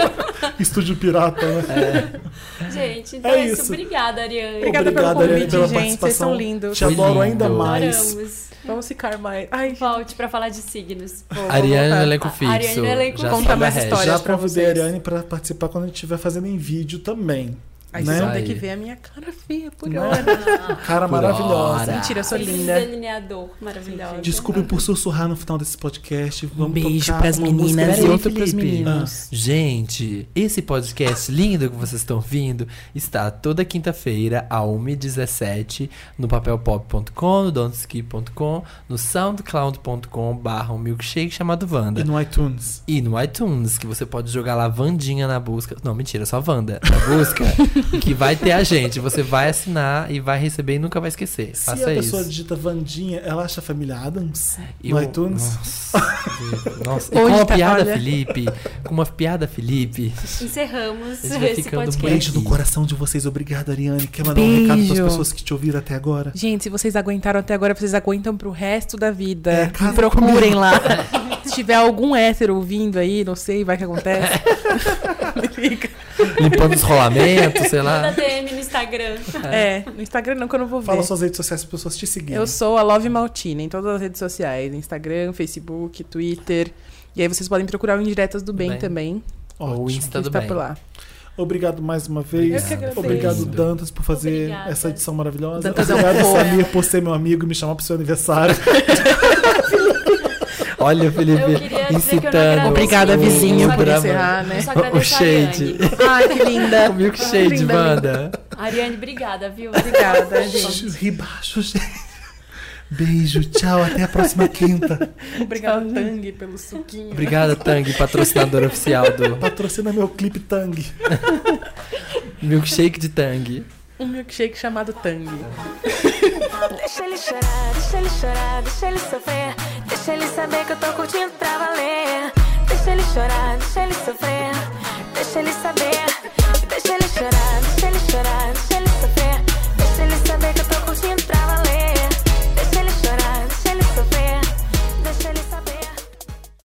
[SPEAKER 1] estúdio pirata, né?
[SPEAKER 2] Gente, então
[SPEAKER 1] É
[SPEAKER 2] é isso.
[SPEAKER 1] isso.
[SPEAKER 2] Obrigada, Ariane.
[SPEAKER 4] Obrigada pelo
[SPEAKER 1] Ariane,
[SPEAKER 4] convite, gente. Vocês são lindos.
[SPEAKER 1] Te
[SPEAKER 3] Foi
[SPEAKER 1] adoro
[SPEAKER 3] lindo.
[SPEAKER 1] ainda mais.
[SPEAKER 2] Adoramos.
[SPEAKER 4] Vamos ficar mais. Ai, vou,
[SPEAKER 2] Volte pra falar de signos.
[SPEAKER 4] vou
[SPEAKER 3] Ariane no
[SPEAKER 4] voltar.
[SPEAKER 3] elenco
[SPEAKER 2] A-
[SPEAKER 3] fixo.
[SPEAKER 2] Ariane no elenco
[SPEAKER 3] já
[SPEAKER 4] fixo.
[SPEAKER 3] sobe
[SPEAKER 4] Conta
[SPEAKER 3] a
[SPEAKER 4] mais
[SPEAKER 3] régua.
[SPEAKER 1] Já
[SPEAKER 4] histórias. pra
[SPEAKER 1] convidei a
[SPEAKER 4] vocês.
[SPEAKER 1] Ariane pra participar quando a gente estiver fazendo em vídeo também.
[SPEAKER 4] Aí
[SPEAKER 1] né?
[SPEAKER 4] vocês vão ter
[SPEAKER 3] Aí.
[SPEAKER 4] é que ver a minha cara feia por
[SPEAKER 1] Não.
[SPEAKER 4] hora.
[SPEAKER 1] Cara
[SPEAKER 3] Por
[SPEAKER 1] maravilhosa.
[SPEAKER 3] hora.
[SPEAKER 4] Mentira, eu sou
[SPEAKER 2] Feliz
[SPEAKER 4] linda.
[SPEAKER 2] delineador maravilhoso.
[SPEAKER 1] Desculpe por sussurrar no final desse podcast. Vamos
[SPEAKER 4] Um beijo
[SPEAKER 1] tocar
[SPEAKER 4] pras
[SPEAKER 1] uma música
[SPEAKER 4] meninas
[SPEAKER 1] de
[SPEAKER 4] e
[SPEAKER 1] outro
[SPEAKER 4] outro pros
[SPEAKER 1] Felipe.
[SPEAKER 4] meninos.
[SPEAKER 3] Gente, esse podcast lindo que vocês estão ouvindo está toda quinta-feira, a 1h17, no papelpop.com, no donski.com, no soundcloud.com barra um milkshake chamado
[SPEAKER 1] Ah, e
[SPEAKER 3] Wanda.
[SPEAKER 1] no iTunes.
[SPEAKER 3] E no iTunes, que você pode jogar lá Vandinha na busca. Não, mentira, só Wanda na busca. que vai ter a gente. Você vai assinar e vai receber e nunca vai esquecer.
[SPEAKER 1] Se
[SPEAKER 3] Faça
[SPEAKER 1] a
[SPEAKER 3] isso.
[SPEAKER 1] pessoa digita Vandinha, ela acha a família Adams
[SPEAKER 3] E
[SPEAKER 1] no
[SPEAKER 3] o-
[SPEAKER 1] iTunes?
[SPEAKER 3] Nossa, nossa. E
[SPEAKER 4] Hoje
[SPEAKER 3] com uma
[SPEAKER 4] tá-
[SPEAKER 3] piada
[SPEAKER 4] olha.
[SPEAKER 3] Felipe, com uma piada Felipe,
[SPEAKER 2] Encerramos
[SPEAKER 3] A gente vai
[SPEAKER 2] esse
[SPEAKER 3] ficando
[SPEAKER 1] Um
[SPEAKER 2] podcast.
[SPEAKER 1] beijo no coração de vocês. Obrigado, Ariane. Quer mandar um recado para
[SPEAKER 4] Beijo.
[SPEAKER 1] as pessoas que te ouviram até agora?
[SPEAKER 4] Gente, se vocês aguentaram até agora, vocês aguentam pro resto da vida.
[SPEAKER 1] É,
[SPEAKER 4] Me
[SPEAKER 1] casa
[SPEAKER 4] procurem
[SPEAKER 1] comigo.
[SPEAKER 4] lá. Se tiver algum hétero ouvindo aí, não sei, vai que acontece. Me liga.
[SPEAKER 3] limpando os rolamentos, sei
[SPEAKER 2] Manda
[SPEAKER 3] lá.
[SPEAKER 2] DM no Instagram.
[SPEAKER 4] É, no Instagram não que eu não vou ver.
[SPEAKER 1] Fala suas redes sociais para as pessoas te seguirem.
[SPEAKER 4] Eu sou a Love Maltina em todas as redes sociais: Instagram, Facebook, Twitter. E aí vocês podem procurar o Indiretas do Bem,
[SPEAKER 3] Bem.
[SPEAKER 4] também.
[SPEAKER 1] Ótimo.
[SPEAKER 3] O Insta do
[SPEAKER 4] está
[SPEAKER 3] bem.
[SPEAKER 4] por lá.
[SPEAKER 1] Obrigado mais uma vez.
[SPEAKER 4] Eu que agradeço.
[SPEAKER 1] Obrigado, Dantas, por fazer
[SPEAKER 2] Obrigada.
[SPEAKER 1] essa edição maravilhosa.
[SPEAKER 4] Dantas é um
[SPEAKER 1] Obrigado,
[SPEAKER 4] fofo.
[SPEAKER 1] Samir, por ser meu amigo e me chamar pro seu aniversário.
[SPEAKER 3] Olha, Felipe,
[SPEAKER 2] Eu queria dizer que eu não
[SPEAKER 3] incitando.
[SPEAKER 2] agradeço.
[SPEAKER 4] Obrigada,
[SPEAKER 3] o-
[SPEAKER 4] vizinho,
[SPEAKER 3] o
[SPEAKER 4] por
[SPEAKER 3] drama.
[SPEAKER 4] encerrar, né?
[SPEAKER 2] Eu só agradeço
[SPEAKER 3] O shade.
[SPEAKER 2] a Ariane.
[SPEAKER 4] Ai, que linda.
[SPEAKER 3] O milkshade,
[SPEAKER 4] Linda,
[SPEAKER 3] Wanda.
[SPEAKER 2] Ariane, obrigada, viu?
[SPEAKER 4] Obrigada, gente.
[SPEAKER 1] Ri baixo, gente. Beijo, tchau, até a próxima quinta.
[SPEAKER 4] Obrigada, Tang, pelo suquinho.
[SPEAKER 3] Obrigada, Tang, patrocinador oficial do
[SPEAKER 1] Patrocina meu clipe Tang.
[SPEAKER 3] milkshake de Tang.
[SPEAKER 4] Um milkshake chamado Tang.
[SPEAKER 7] Deixa ele chorar, deixa ele chorar, deixa ele sofrer. Deixa ele saber que eu tô curtindo pra valer. Deixa ele chorar, deixa ele sofrer.